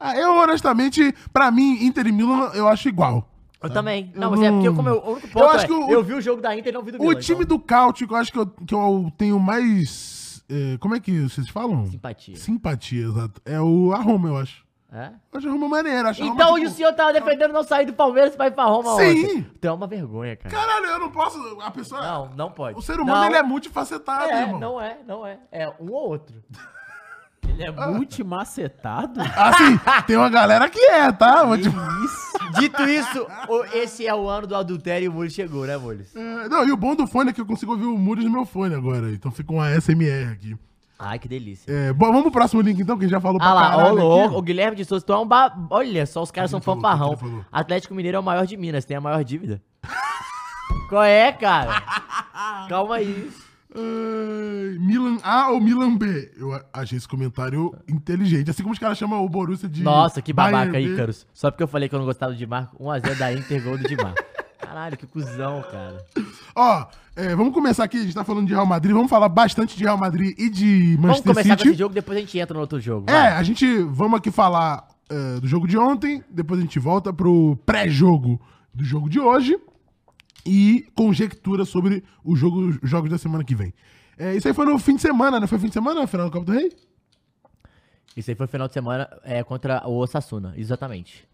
Speaker 3: Ah, eu, honestamente, pra mim, Inter e Milan, eu acho igual.
Speaker 4: Eu também.
Speaker 3: Eu
Speaker 4: não, mas é porque eu, como eu, o único ponto
Speaker 3: acho
Speaker 4: é,
Speaker 3: que o-
Speaker 4: eu vi o jogo da Inter e não vi do
Speaker 3: O
Speaker 4: Milan.
Speaker 3: time
Speaker 4: então.
Speaker 3: do Cáutico, eu acho que eu, que eu tenho mais. eh, como é que vocês falam?
Speaker 4: Simpatia.
Speaker 3: Simpatia, exato. É o a Roma, eu acho.
Speaker 4: É?
Speaker 3: Eu acho a Roma maneira. Acho a Roma,
Speaker 4: Então, e
Speaker 3: tipo,
Speaker 4: o senhor tava defendendo não sair do Palmeiras pra ir pra Roma
Speaker 3: Sim.
Speaker 4: ontem. Então é uma vergonha, cara.
Speaker 3: Caralho, eu não posso. A pessoa.
Speaker 4: Não, não pode.
Speaker 3: o ser humano,
Speaker 4: Não,
Speaker 3: ele é multifacetado,
Speaker 4: é,
Speaker 3: irmão.
Speaker 4: não é, não é. É um ou outro.
Speaker 5: Ele é
Speaker 3: Ah.
Speaker 5: multimacetado?
Speaker 3: Assim, tem uma galera que é, tá? Vou te-
Speaker 5: Isso.
Speaker 4: Dito isso, o- esse é o ano do adultério e o Mules chegou, né, Mules?
Speaker 3: É, Não, e o bom do fone é que eu consigo ouvir o Muros no meu fone agora. Então fica uma SMR aqui.
Speaker 4: Ai, que delícia.
Speaker 3: É, bom, vamos pro próximo link então, que a gente já falou
Speaker 4: Ah lá, ó,
Speaker 3: caralho
Speaker 4: louco,
Speaker 3: aqui.
Speaker 4: o Guilherme de Souza, tu é um ba... Olha só, os caras
Speaker 3: O que
Speaker 4: são
Speaker 3: ele falou?
Speaker 4: fanfarrão.
Speaker 3: O que ele falou?
Speaker 4: Atlético Mineiro é o maior de Minas, tem a maior dívida. Qual é, cara? Calma aí.
Speaker 3: Ai, Milan A ou Milan B? Eu a- achei esse comentário inteligente. Assim como os caras chamam o Borussia de.
Speaker 4: Nossa, que babaca,
Speaker 3: Bayern B.
Speaker 4: Ícaros. Só porque eu falei que eu não gostava do Dimarco, 1x0 da Inter, gol do Dimarco. Caralho, que cuzão, cara.
Speaker 3: Ó, é, vamos começar aqui, a gente tá falando de Real Madrid, vamos falar bastante de Real Madrid e de
Speaker 4: Vamos
Speaker 3: Manchester
Speaker 4: começar com
Speaker 3: City.
Speaker 4: esse jogo, depois a gente entra no outro jogo.
Speaker 3: É,
Speaker 4: vai.
Speaker 3: a gente vamos aqui falar é, do jogo de ontem, depois a gente volta pro pré-jogo do jogo de hoje e conjectura sobre o jogo, os jogos da semana que vem. É, isso aí foi no fim de semana, né? Foi fim de semana, final do Copa do Rei?
Speaker 4: Isso aí foi final de semana é, contra o Osasuna, exatamente.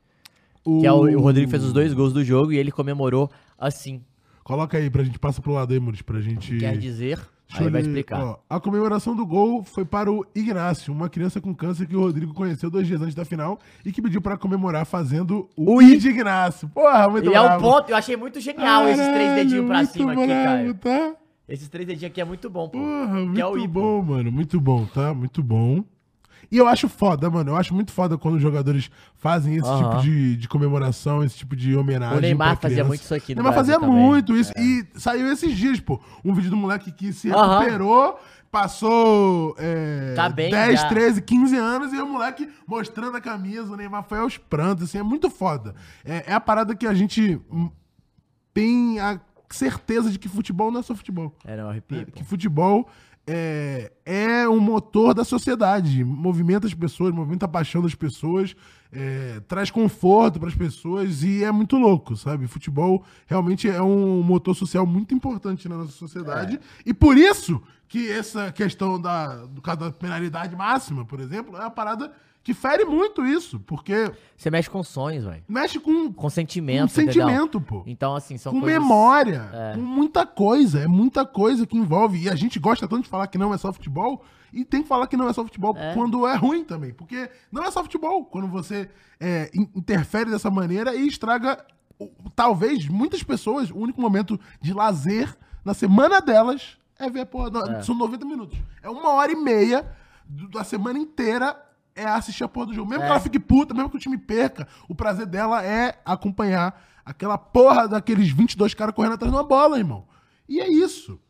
Speaker 3: O...
Speaker 4: Que é o, o Rodrigo fez
Speaker 3: Uh.
Speaker 4: os dois gols do jogo e ele comemorou assim.
Speaker 3: Coloca aí pra gente, passa pro lado aí, Muris, pra gente...
Speaker 4: Quer dizer,
Speaker 3: Deixa
Speaker 4: aí
Speaker 3: eu
Speaker 4: vai
Speaker 3: ler,
Speaker 4: explicar.
Speaker 3: ó. a comemoração do gol foi para o Ignácio, uma criança com câncer que o Rodrigo conheceu dois dias antes da final e que pediu pra comemorar fazendo o,
Speaker 4: Ui.
Speaker 3: I de Ignácio. Porra, muito
Speaker 4: E é um
Speaker 3: bravo.
Speaker 4: ponto, eu achei muito genial esses três dedinhos pra
Speaker 3: Caralho,
Speaker 4: cima aqui,
Speaker 3: muito
Speaker 4: cara.
Speaker 3: bravo, Tá?
Speaker 4: Esses três dedinhos aqui é muito bom, pô.
Speaker 3: Porra,
Speaker 4: que é o
Speaker 3: muito
Speaker 4: I, pô.
Speaker 3: bom, mano. Muito bom, tá? Muito bom. E eu acho foda, mano. Eu acho muito foda quando os jogadores fazem esse
Speaker 4: Aham.
Speaker 3: tipo de, de comemoração, esse tipo de homenagem.
Speaker 4: O Neymar
Speaker 3: pra criança.
Speaker 4: fazia muito isso aqui no
Speaker 3: Neymar
Speaker 4: Brasil
Speaker 3: fazia
Speaker 4: também. É.
Speaker 3: muito isso. E saiu esses dias, pô. Um vídeo do moleque que se
Speaker 4: Aham.
Speaker 3: recuperou, passou é,
Speaker 4: Tá bem
Speaker 3: 10,
Speaker 4: já.
Speaker 3: 13, 15 anos e o moleque mostrando a camisa. O Neymar foi aos prantos, assim. É muito foda. É, é a parada que a gente hum, tem a certeza de que futebol não é só futebol.
Speaker 4: Era um
Speaker 3: né?
Speaker 4: arrepio. pô.
Speaker 3: Que futebol é, é um motor da sociedade, movimenta as pessoas, movimenta a paixão das pessoas, é, traz conforto para as pessoas e é muito louco, sabe? Futebol realmente é um motor social muito importante na nossa sociedade e por isso que essa questão da, do caso da penalidade máxima, por exemplo, é uma parada que fere muito isso, porque
Speaker 4: Você mexe com sonhos, velho.
Speaker 3: mexe com,
Speaker 4: Com
Speaker 3: com
Speaker 4: sentimento, entendeu?
Speaker 3: sentimento, pô
Speaker 4: Então, assim, são
Speaker 3: com
Speaker 4: coisas...
Speaker 3: memória, com muita coisa, é muita coisa que envolve. E a gente gosta tanto de falar que não é só futebol, e tem que falar que não é só futebol quando é ruim também. Porque não é só futebol quando você é, in- interfere dessa maneira e estraga, o- talvez, muitas pessoas, o único momento de lazer na semana delas é ver, porra, da- são 90 minutos. É uma hora e meia do- da semana inteira é assistir a porra do jogo. Mesmo que ela fique puta, mesmo que o time perca, o prazer dela é acompanhar aquela porra daqueles 22 caras correndo atrás de uma bola, irmão. E é isso.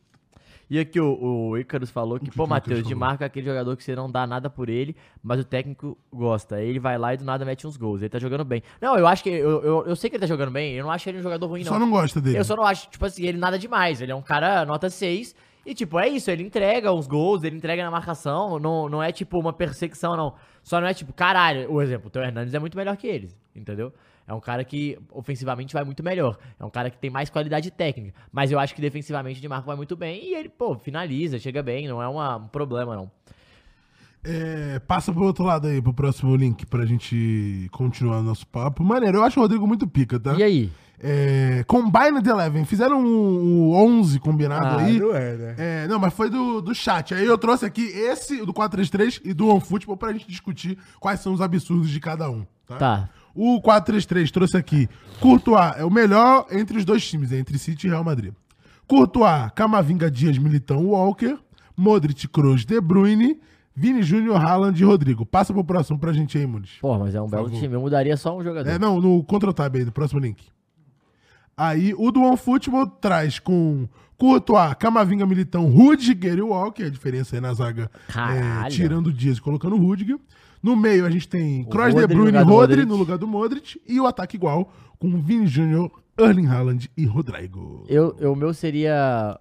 Speaker 4: E aqui o, o Ícaros falou que,
Speaker 3: que que o
Speaker 4: pô,
Speaker 3: Ícaros
Speaker 4: Matheus, de
Speaker 3: falou?
Speaker 4: marca é aquele jogador que você não dá nada por ele, mas o técnico gosta. Aí Ele vai lá e do nada mete uns gols. Ele tá jogando bem. Não, eu acho que. Eu, eu, eu sei que ele tá jogando bem, eu não acho ele um jogador ruim,
Speaker 3: Só não gosta dele.
Speaker 4: Eu só não acho, tipo assim, ele nada demais. Ele é um cara nota 6. E, tipo, é isso. Ele entrega uns gols, ele entrega na marcação. Não, não é, tipo, uma perseguição, não. Só não é, tipo, caralho. O exemplo, o Teo Hernandes é muito melhor que eles, entendeu? É um cara que ofensivamente vai muito melhor. É um cara que tem mais qualidade técnica. Mas eu acho que defensivamente o de Marco vai muito bem. E ele, pô, finaliza, chega bem. Não é uma- um problema, não.
Speaker 3: É, passa pro outro lado aí, pro próximo link, pra gente continuar nosso papo. Maneiro, eu acho o Rodrigo muito pica, tá?
Speaker 4: E aí?
Speaker 3: É, Combined Eleven, fizeram o o 11 combinado aí.
Speaker 2: é, né?
Speaker 3: É, não, mas foi do, do chat. Aí eu trouxe aqui esse do 433 e do OneFootball pra gente discutir quais são os absurdos de cada um. Tá.
Speaker 4: Tá.
Speaker 3: O 433 trouxe aqui. Courtois é o melhor entre os dois times, é entre City e Real Madrid. Courtois, Camavinga, Dias, Militão, Walker, Modric, Kroos, De Bruyne, Vini Júnior, Haaland e Rodrigo. Passa pro próximo pra gente aí, Muniz.
Speaker 4: Pô, mas é um belo
Speaker 3: favor.
Speaker 4: time. Eu mudaria só um jogador.
Speaker 3: É, não, no contra-tab aí, no próximo link. Aí o do OneFootball traz com Courtois, Camavinga, Militão, Rudiger e Walker, a diferença aí na zaga, é,
Speaker 4: Caralho.
Speaker 3: tirando o Dias e colocando o Rudiger. No meio a gente tem Kroos, De
Speaker 4: Rodri no
Speaker 3: Bruyne e
Speaker 4: lugar do
Speaker 3: Rodri
Speaker 4: Modric.
Speaker 3: no lugar do Modric e o ataque igual com Vini Júnior, Erling Haaland e Rodrigo.
Speaker 4: Eu, eu- o meu seria.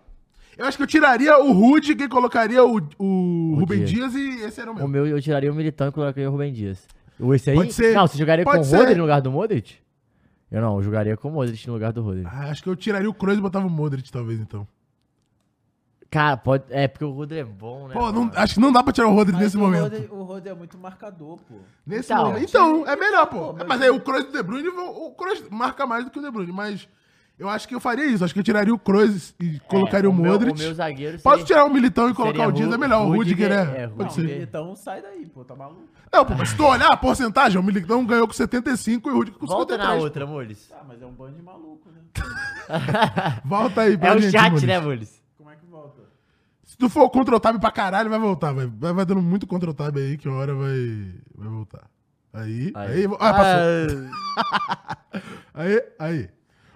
Speaker 3: Eu acho que eu tiraria o Rudiger e colocaria o, o,
Speaker 4: O
Speaker 3: Rubem
Speaker 4: Dias.
Speaker 3: Dias. e esse era o meu.
Speaker 4: O meu, eu tiraria o Militão e colocaria o Rubem Dias. Ou esse aí?
Speaker 3: Pode ser.
Speaker 4: Não, você jogaria
Speaker 3: Pode
Speaker 4: com
Speaker 3: ser.
Speaker 4: o Rodri no lugar do Modric? Eu não, eu jogaria com o Modric no lugar do Rodri.
Speaker 3: Ah, acho que eu tiraria o Kroos e botava o Modric talvez então.
Speaker 4: Cara, pode... É, porque o Rodri é bom, né?
Speaker 3: Pô, não-
Speaker 4: mano?
Speaker 3: acho que não dá pra tirar o Rodri nesse
Speaker 5: o
Speaker 3: momento.
Speaker 5: Rodri- o Rodri é muito marcador, pô.
Speaker 3: Nesse
Speaker 4: Então.
Speaker 3: momento. Então, é melhor,
Speaker 5: Pô,
Speaker 3: pô.
Speaker 5: mas-
Speaker 3: Mas aí o Kroos e o De Bruyne, vão- o Kroos marca mais do que o De Bruyne, mas eu acho que eu faria isso. Acho que eu tiraria o Kroos e colocaria
Speaker 4: É,
Speaker 3: o
Speaker 4: meu-
Speaker 3: Modric.
Speaker 4: o meu zagueiro
Speaker 3: Posso
Speaker 4: seria-
Speaker 3: tirar o Militão e colocar
Speaker 4: seria
Speaker 3: o Dias,
Speaker 4: Ru-
Speaker 3: é melhor. O Rudiger,
Speaker 4: Rudiger,
Speaker 3: é.
Speaker 4: é,
Speaker 3: Pode
Speaker 4: Rudiger.
Speaker 3: ser.
Speaker 5: Então sai daí, pô, tá maluco.
Speaker 3: Não, pô, mas se tu olhar a porcentagem, o Militão ganhou com 75 e o Rudiger com
Speaker 4: Volta
Speaker 3: 53.
Speaker 4: na outra, Mules.
Speaker 5: Tá, mas é um bando de maluco, né?
Speaker 3: Volta aí pra
Speaker 4: É o
Speaker 3: gente,
Speaker 4: chat,
Speaker 3: Muniz.
Speaker 4: né, Mules?
Speaker 5: Como é que volta?
Speaker 3: Se tu for contra o Tab pra caralho, vai voltar, vai. Vai, vai dando muito contra o Tab aí, que uma hora vai, vai voltar. Aí, aí, ah, passou. Aí, aí.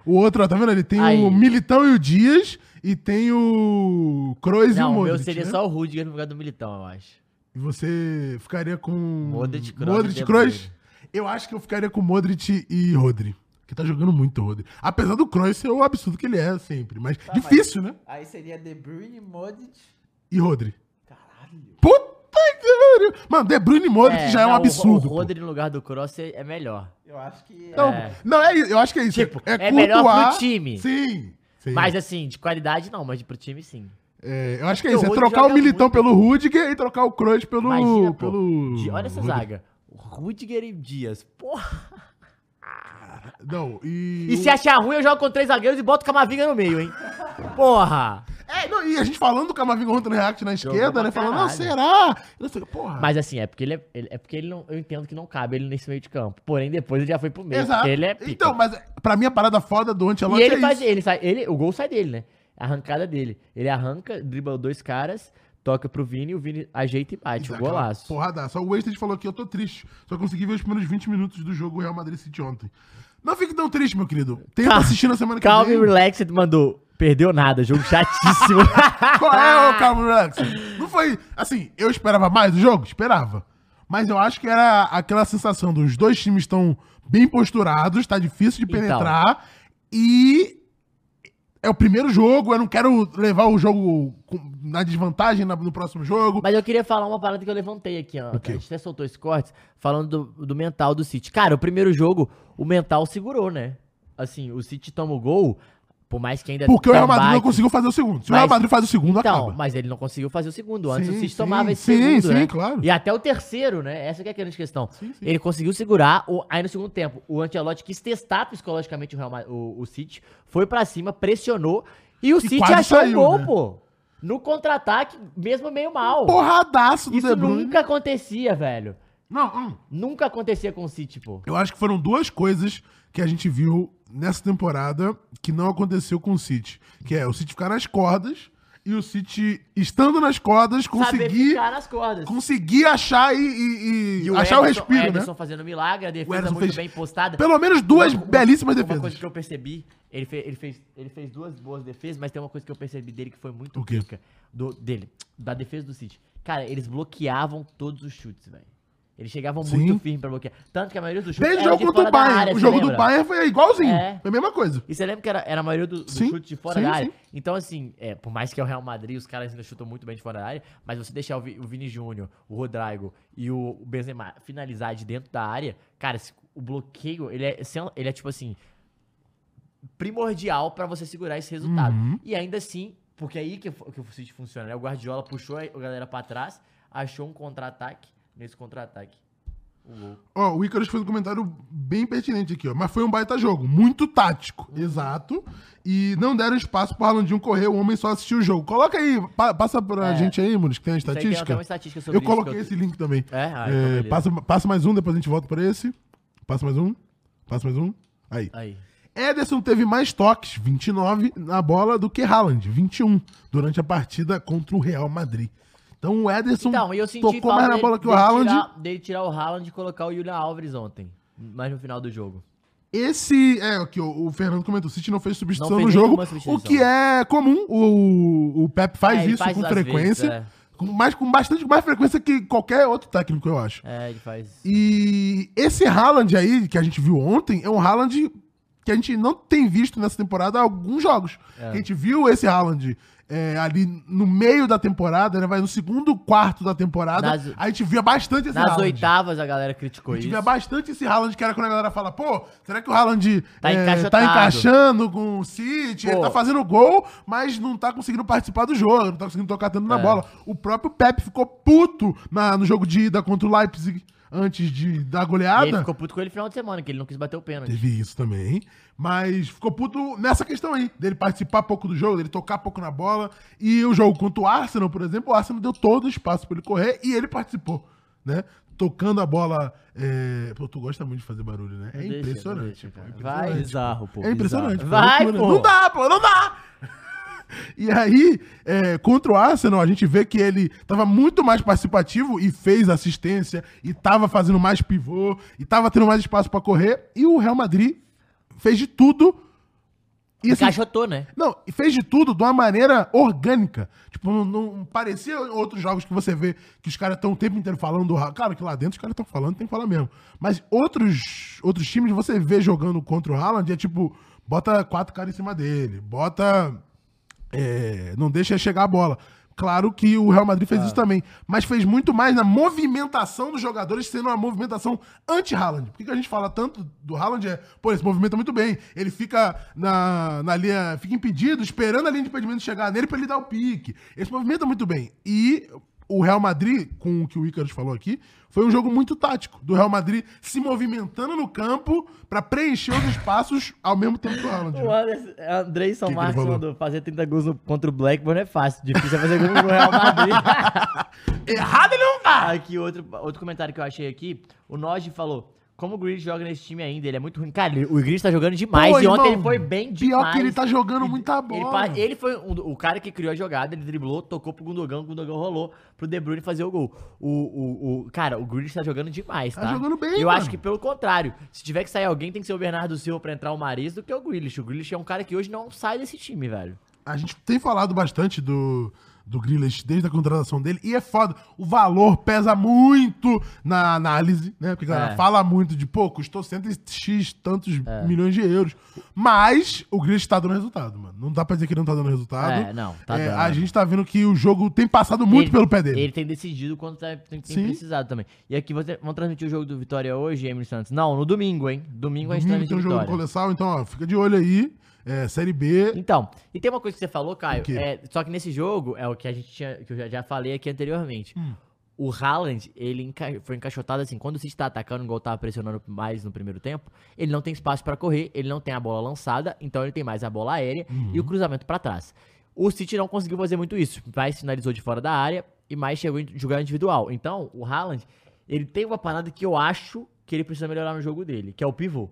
Speaker 3: O outro, ó, tá vendo? Ele tem
Speaker 4: Aí.
Speaker 3: o Militão e o Dias e tem o Kroos e o
Speaker 4: não, o
Speaker 3: Modric.
Speaker 4: meu seria
Speaker 3: né?
Speaker 4: só o Rudiger no lugar do Militão, eu acho.
Speaker 3: E você ficaria com.
Speaker 4: Modric, Kroos e
Speaker 3: Modric
Speaker 4: De
Speaker 3: Kroos?
Speaker 4: Bruyne.
Speaker 3: Eu acho que eu ficaria com Modric e Rodri. Que tá jogando muito, Rodri. Apesar do Kroos ser o absurdo que ele é sempre. Mas
Speaker 5: Tá,
Speaker 3: difícil, né?
Speaker 5: Aí seria De Bruyne, Modric.
Speaker 3: E Rodri.
Speaker 5: Caralho.
Speaker 3: Puta que pariu! Mano, De Bruyne e Modric já é um
Speaker 4: não, o-
Speaker 3: absurdo.
Speaker 4: O
Speaker 3: pô.
Speaker 4: Rodri no lugar do Cross é é melhor.
Speaker 5: Eu acho que.
Speaker 3: Não,
Speaker 5: é.
Speaker 3: não, é isso. Eu acho que é isso.
Speaker 4: Tipo, é melhor pro time.
Speaker 3: Sim. sim.
Speaker 4: Mas assim, de qualidade não, mas de- pro time sim.
Speaker 3: É, eu acho que é
Speaker 4: Porque
Speaker 3: isso.
Speaker 4: o
Speaker 3: É
Speaker 4: Rodri
Speaker 3: trocar o
Speaker 4: joga
Speaker 3: Militão
Speaker 4: muito.
Speaker 3: pelo Rudiger e trocar o Kroos pelo.
Speaker 4: Imagina, pô.
Speaker 3: pelo...
Speaker 4: De- olha essa
Speaker 3: Rodri.
Speaker 4: zaga. Rudiger e Dias. Porra.
Speaker 3: Não, e.
Speaker 4: E se achar ruim, eu jogo com três zagueiros e boto Camavinga no meio, hein? Porra!
Speaker 3: É, não, e a gente falando do Camavinga ontem no React na esquerda,
Speaker 4: pra
Speaker 3: né? Falando, não,
Speaker 4: caralho.
Speaker 3: será? Não sei, porra.
Speaker 4: Mas assim, é porque ele é. ele- é porque ele não. Eu entendo que não cabe ele nesse meio de campo. Porém, depois ele já foi pro meio.
Speaker 3: Exato.
Speaker 4: porque Ele é. pica.
Speaker 3: Então, mas pra mim a parada foda do
Speaker 4: e
Speaker 3: Antelote
Speaker 4: ele
Speaker 3: é
Speaker 4: faz.
Speaker 3: isso.
Speaker 4: Ele sai, ele, o gol sai dele, né? A arrancada dele. Ele arranca, dribla dois caras, toca pro Vini, o Vini ajeita e bate. Um
Speaker 3: Aquela
Speaker 4: golaço.
Speaker 3: Porradaça. O Wasted falou aqui, eu tô triste. Só consegui ver os primeiros 20 minutos do jogo Real Madrid City ontem. Não fique tão triste, meu querido. Tenta
Speaker 4: Calma.
Speaker 3: assistir na semana que
Speaker 4: Tá. Calma e
Speaker 3: vem.
Speaker 4: relax, ele mandou. Perdeu nada, jogo chatíssimo.
Speaker 3: Qual é o Calvin Relax? Não foi. Assim, eu esperava mais do jogo? Esperava. Mas eu acho que era aquela sensação dos dois times estão bem posturados, tá difícil de
Speaker 4: Então.
Speaker 3: penetrar. E. É o primeiro jogo, eu não quero levar o jogo com- na desvantagem na- no próximo jogo.
Speaker 4: Mas eu queria falar uma parada que eu levantei aqui, Ana.
Speaker 3: quê?
Speaker 4: A gente até soltou esse corte falando do, do mental do City. Cara, o primeiro jogo, o mental segurou, né? Assim, o City toma o gol, por mais que ainda.
Speaker 3: Porque o Real
Speaker 4: tambaqui-
Speaker 3: Madrid não conseguiu fazer o segundo. Se o
Speaker 4: é Mas-
Speaker 3: Real Madrid faz o segundo,
Speaker 4: Então,
Speaker 3: acaba.
Speaker 4: mas ele não conseguiu fazer o segundo. Antes
Speaker 3: Sim,
Speaker 4: o City
Speaker 3: sim,
Speaker 4: tomava esse
Speaker 3: sim,
Speaker 4: segundo,
Speaker 3: sim,
Speaker 4: né?
Speaker 3: claro.
Speaker 4: E até o terceiro, né? Essa que é a grande questão.
Speaker 3: Sim, sim.
Speaker 4: Ele conseguiu segurar, o- aí no segundo tempo, o Ancelotti quis testar psicologicamente o, Real, Ma- o, o City, foi pra cima, pressionou, e o City
Speaker 3: quase
Speaker 4: achou o
Speaker 3: saiu,
Speaker 4: gol,
Speaker 3: né?
Speaker 4: pô. No contra-ataque, mesmo meio mal.
Speaker 3: Porradaço do
Speaker 4: Isso
Speaker 3: De Bruyne.
Speaker 4: nunca acontecia, velho.
Speaker 3: Não, hum.
Speaker 4: Nunca acontecia com o tipo. City, pô.
Speaker 3: Eu acho que foram duas coisas que a gente viu nessa temporada que não aconteceu com o City. Que é o City ficar nas cordas e o City, estando nas cordas,
Speaker 4: Saber
Speaker 3: conseguir,
Speaker 4: ficar nas cordas.
Speaker 3: conseguir achar e, e- e achar
Speaker 4: Ederson-
Speaker 3: o respiro,
Speaker 4: Ederson
Speaker 3: né?
Speaker 4: fazendo milagre, a defesa
Speaker 3: Ederson
Speaker 4: muito
Speaker 3: fez
Speaker 4: bem postada.
Speaker 3: Pelo menos duas
Speaker 4: Uma- uma-
Speaker 3: belíssimas
Speaker 4: Uma
Speaker 3: defesas.
Speaker 4: coisa que eu percebi, ele fez, ele, fez, ele fez duas boas defesas, mas tem uma coisa que eu percebi dele que foi muito
Speaker 3: O quê?
Speaker 4: pica. Do, dele, da defesa do City. Cara, eles bloqueavam todos os chutes, velho. Eles chegavam
Speaker 3: Sim.
Speaker 4: muito firme pra bloquear. Tanto que a maioria dos chutes
Speaker 3: Desde o
Speaker 4: era
Speaker 3: jogo
Speaker 4: é de
Speaker 3: contra o
Speaker 4: fora da
Speaker 3: Bayern.
Speaker 4: área,
Speaker 3: o
Speaker 4: você
Speaker 3: jogo do
Speaker 4: lembra?
Speaker 3: Bayern foi igualzinho.
Speaker 4: É.
Speaker 3: Foi a mesma coisa.
Speaker 4: E você lembra que era, era a maioria do- dos
Speaker 3: Sim,
Speaker 4: chutes de fora
Speaker 3: sim,
Speaker 4: da área?
Speaker 3: sim.
Speaker 4: Então, assim, é, por mais que é o Real Madrid, os caras ainda chutam muito bem de fora da área, mas você deixar o, Vi- o Vini Júnior, o Rodrigo e o Benzema finalizar de dentro da área, cara, esse- o bloqueio, ele é, sen- ele é tipo assim, primordial pra você segurar esse resultado.
Speaker 3: Uhum.
Speaker 4: E ainda assim, porque aí que, que o City funciona, né? O Guardiola puxou a a galera pra trás, achou um contra-ataque, nesse contra-ataque, o gol.
Speaker 3: Ó, o Icarus fez um comentário bem pertinente aqui, ó. Mas foi um baita jogo, muito tático. Exato. E não deram espaço pro Ralandinho correr, o homem só assistiu o jogo. Coloca aí, pa- passa pra gente aí, Muniz, que tem a
Speaker 4: É. Isso aí tem até
Speaker 3: estatística.
Speaker 4: uma estatística sobre
Speaker 3: Eu
Speaker 4: isso que
Speaker 3: coloquei esse link também.
Speaker 4: É, ah, então
Speaker 3: É,
Speaker 4: beleza.
Speaker 3: passa, passa mais um, depois a gente volta pra esse. Passa mais um. Passa mais um. Aí.
Speaker 4: Aí.
Speaker 3: Ederson teve mais toques, 29, na bola do que Haaland, 21, durante a partida contra o Real Madrid. Então o Ederson
Speaker 4: Então, e eu senti
Speaker 3: tocou
Speaker 4: falta
Speaker 3: mais na
Speaker 4: dele-
Speaker 3: bola que o
Speaker 4: dele
Speaker 3: Haaland.
Speaker 4: Tirar, dele tirar o Haaland e colocar o Julian Alves ontem. Mas no final do jogo.
Speaker 3: Esse é o que o, o Fernando comentou. O City não fez substituição
Speaker 4: Não fez
Speaker 3: no jogo,
Speaker 4: nenhuma
Speaker 3: o
Speaker 4: substituição.
Speaker 3: que é comum. O, o Pep faz
Speaker 4: É, ele
Speaker 3: isso
Speaker 4: faz
Speaker 3: com
Speaker 4: às
Speaker 3: frequência,
Speaker 4: vezes, é.
Speaker 3: com, mais, com bastante mais frequência que qualquer outro técnico, eu acho.
Speaker 4: É, ele faz.
Speaker 3: E esse Haaland aí, que a gente viu ontem, é um Haaland que a gente não tem visto nessa temporada há alguns jogos.
Speaker 4: É.
Speaker 3: A gente viu esse Haaland é, ali no meio da temporada, né, vai no segundo quarto da temporada,
Speaker 4: Nas-
Speaker 3: a gente via bastante esse
Speaker 4: Nas
Speaker 3: Haaland.
Speaker 4: oitavas a galera
Speaker 3: A
Speaker 4: criticou
Speaker 3: gente
Speaker 4: é isso.
Speaker 3: via bastante esse Haaland, que era quando a galera fala, pô, será que o Haaland
Speaker 4: Tá
Speaker 3: eh,
Speaker 4: encaixotado.
Speaker 3: tá encaixando com o City? Ele
Speaker 4: Pô.
Speaker 3: tá fazendo gol, mas não tá conseguindo participar do jogo, não tá conseguindo tocar tanto na
Speaker 4: É.
Speaker 3: bola. O próprio Pepe ficou puto na- no jogo de ida contra o Leipzig antes de, da
Speaker 4: E ele
Speaker 3: goleada.
Speaker 4: ficou puto com ele no final de semana, que ele não quis bater o pênalti.
Speaker 3: Teve isso também, mas ficou puto nessa questão aí, dele participar pouco do jogo, dele tocar pouco na bola. E o jogo contra o Arsenal, por exemplo, o Arsenal deu todo o espaço pra ele correr e ele participou, né? Tocando a bola. É... Pô, tu gosta muito de fazer barulho, né? É
Speaker 4: Não deixa,
Speaker 3: impressionante.
Speaker 4: não deixa,
Speaker 3: pô,
Speaker 4: cara.
Speaker 3: é
Speaker 4: Vai,
Speaker 3: impressionante.
Speaker 4: bizarro, pô.
Speaker 3: É impressionante.
Speaker 4: bizarro.
Speaker 3: pô, é
Speaker 4: Vai,
Speaker 3: loucura.
Speaker 4: pô.
Speaker 3: Não dá, pô, não dá! E aí, é, contra o Arsenal, a gente vê que ele tava muito mais participativo e fez assistência, e tava fazendo mais pivô, e tava tendo mais espaço pra correr. E o Real Madrid fez de tudo. E assim,
Speaker 4: Encaixotou, né?
Speaker 3: não, e fez de tudo de uma maneira orgânica. Tipo, não, não parecia outros jogos que você vê que os caras estão o tempo inteiro falando. Claro que lá dentro os caras estão falando, tem que falar mesmo. Mas outros, outros times você vê jogando contra o Haaland é tipo, bota quatro caras em cima dele, bota. é, não deixa chegar a bola. Claro que o Real Madrid fez isso também, mas fez muito mais na movimentação dos jogadores, sendo uma movimentação anti-Haaland. Por que que a gente fala tanto do Haaland? É, pô, ele se movimenta muito bem. Ele fica na, na linha, fica impedido, esperando a linha de impedimento chegar nele pra ele dar o pique. Ele se movimenta muito bem. E o Real Madrid, com o que o Icarus falou aqui, foi um jogo muito tático. Do Real Madrid se movimentando no campo pra preencher os espaços ao mesmo tempo do Haaland. né? Que
Speaker 4: Andreyson
Speaker 3: que ele Marques falou? mandou,
Speaker 4: fazer 30 gols contra o Blackburn é fácil. Difícil é fazer gol no Real Madrid.
Speaker 3: Errado ele não tá!
Speaker 4: Aqui, outro, outro comentário que eu achei aqui. O Noji falou: como o Grealish joga nesse time ainda, ele é muito ruim. Cara, ele- o Grealish tá jogando demais
Speaker 3: Pô,
Speaker 4: e ontem
Speaker 3: irmão,
Speaker 4: ele foi bem demais.
Speaker 3: Pior que ele tá jogando muita
Speaker 4: Ele,
Speaker 3: bola.
Speaker 4: pa- ele foi um do- o cara que criou a jogada, ele driblou, tocou pro Gundogan, o Gundogan rolou pro De Bruyne fazer o gol. O, o, o- cara, o Grealish tá jogando demais, tá?
Speaker 3: Tá jogando bem,
Speaker 4: Eu
Speaker 3: mano.
Speaker 4: acho que pelo contrário, se tiver que sair alguém, tem que ser o Bernardo Silva pra entrar o Maris do que o Grealish. O Grealish é um cara que hoje não sai desse time, velho.
Speaker 3: A gente tem falado bastante do, do Grealish desde a contratação dele, e é foda. O valor pesa muito na análise, né? Porque a galera
Speaker 4: É.
Speaker 3: fala muito de, pô, custou 100x tantos milhões de euros. Mas o Grealish tá dando resultado, mano. Não dá pra dizer que ele não tá dando resultado.
Speaker 4: É, não, tá
Speaker 3: É,
Speaker 4: dando.
Speaker 3: A gente tá vendo que o jogo tem passado muito
Speaker 4: Ele-
Speaker 3: pelo pé dele.
Speaker 4: Ele tem decidido quando tá, tem, tem
Speaker 3: Sim.
Speaker 4: precisado também. E aqui você- vão transmitir o jogo do Vitória hoje, Emily Santos? Não, no domingo, hein? Domingo, a gente
Speaker 3: Domingo
Speaker 4: transmite
Speaker 3: tem
Speaker 4: o
Speaker 3: um jogo
Speaker 4: Vitória.
Speaker 3: do Coleçal, então, ó, fica de olho aí. É, série B.
Speaker 4: Então, e tem uma coisa que você falou, Caio.
Speaker 3: O quê?
Speaker 4: é, só que nesse jogo, é o que a gente tinha, que eu já, já falei aqui anteriormente.
Speaker 3: Hum.
Speaker 4: O Haaland, ele enca- foi encaixotado assim, quando o City tá atacando, igual tava pressionando mais no primeiro tempo, ele não tem espaço pra correr, ele não tem a bola lançada, então ele tem mais a bola aérea
Speaker 3: Uhum.
Speaker 4: e o cruzamento pra trás. O City não conseguiu fazer muito isso, mais finalizou de fora da área e mais chegou em jogar individual. Então, o Haaland, ele tem uma parada que eu acho que ele precisa melhorar no jogo dele, que é o pivô.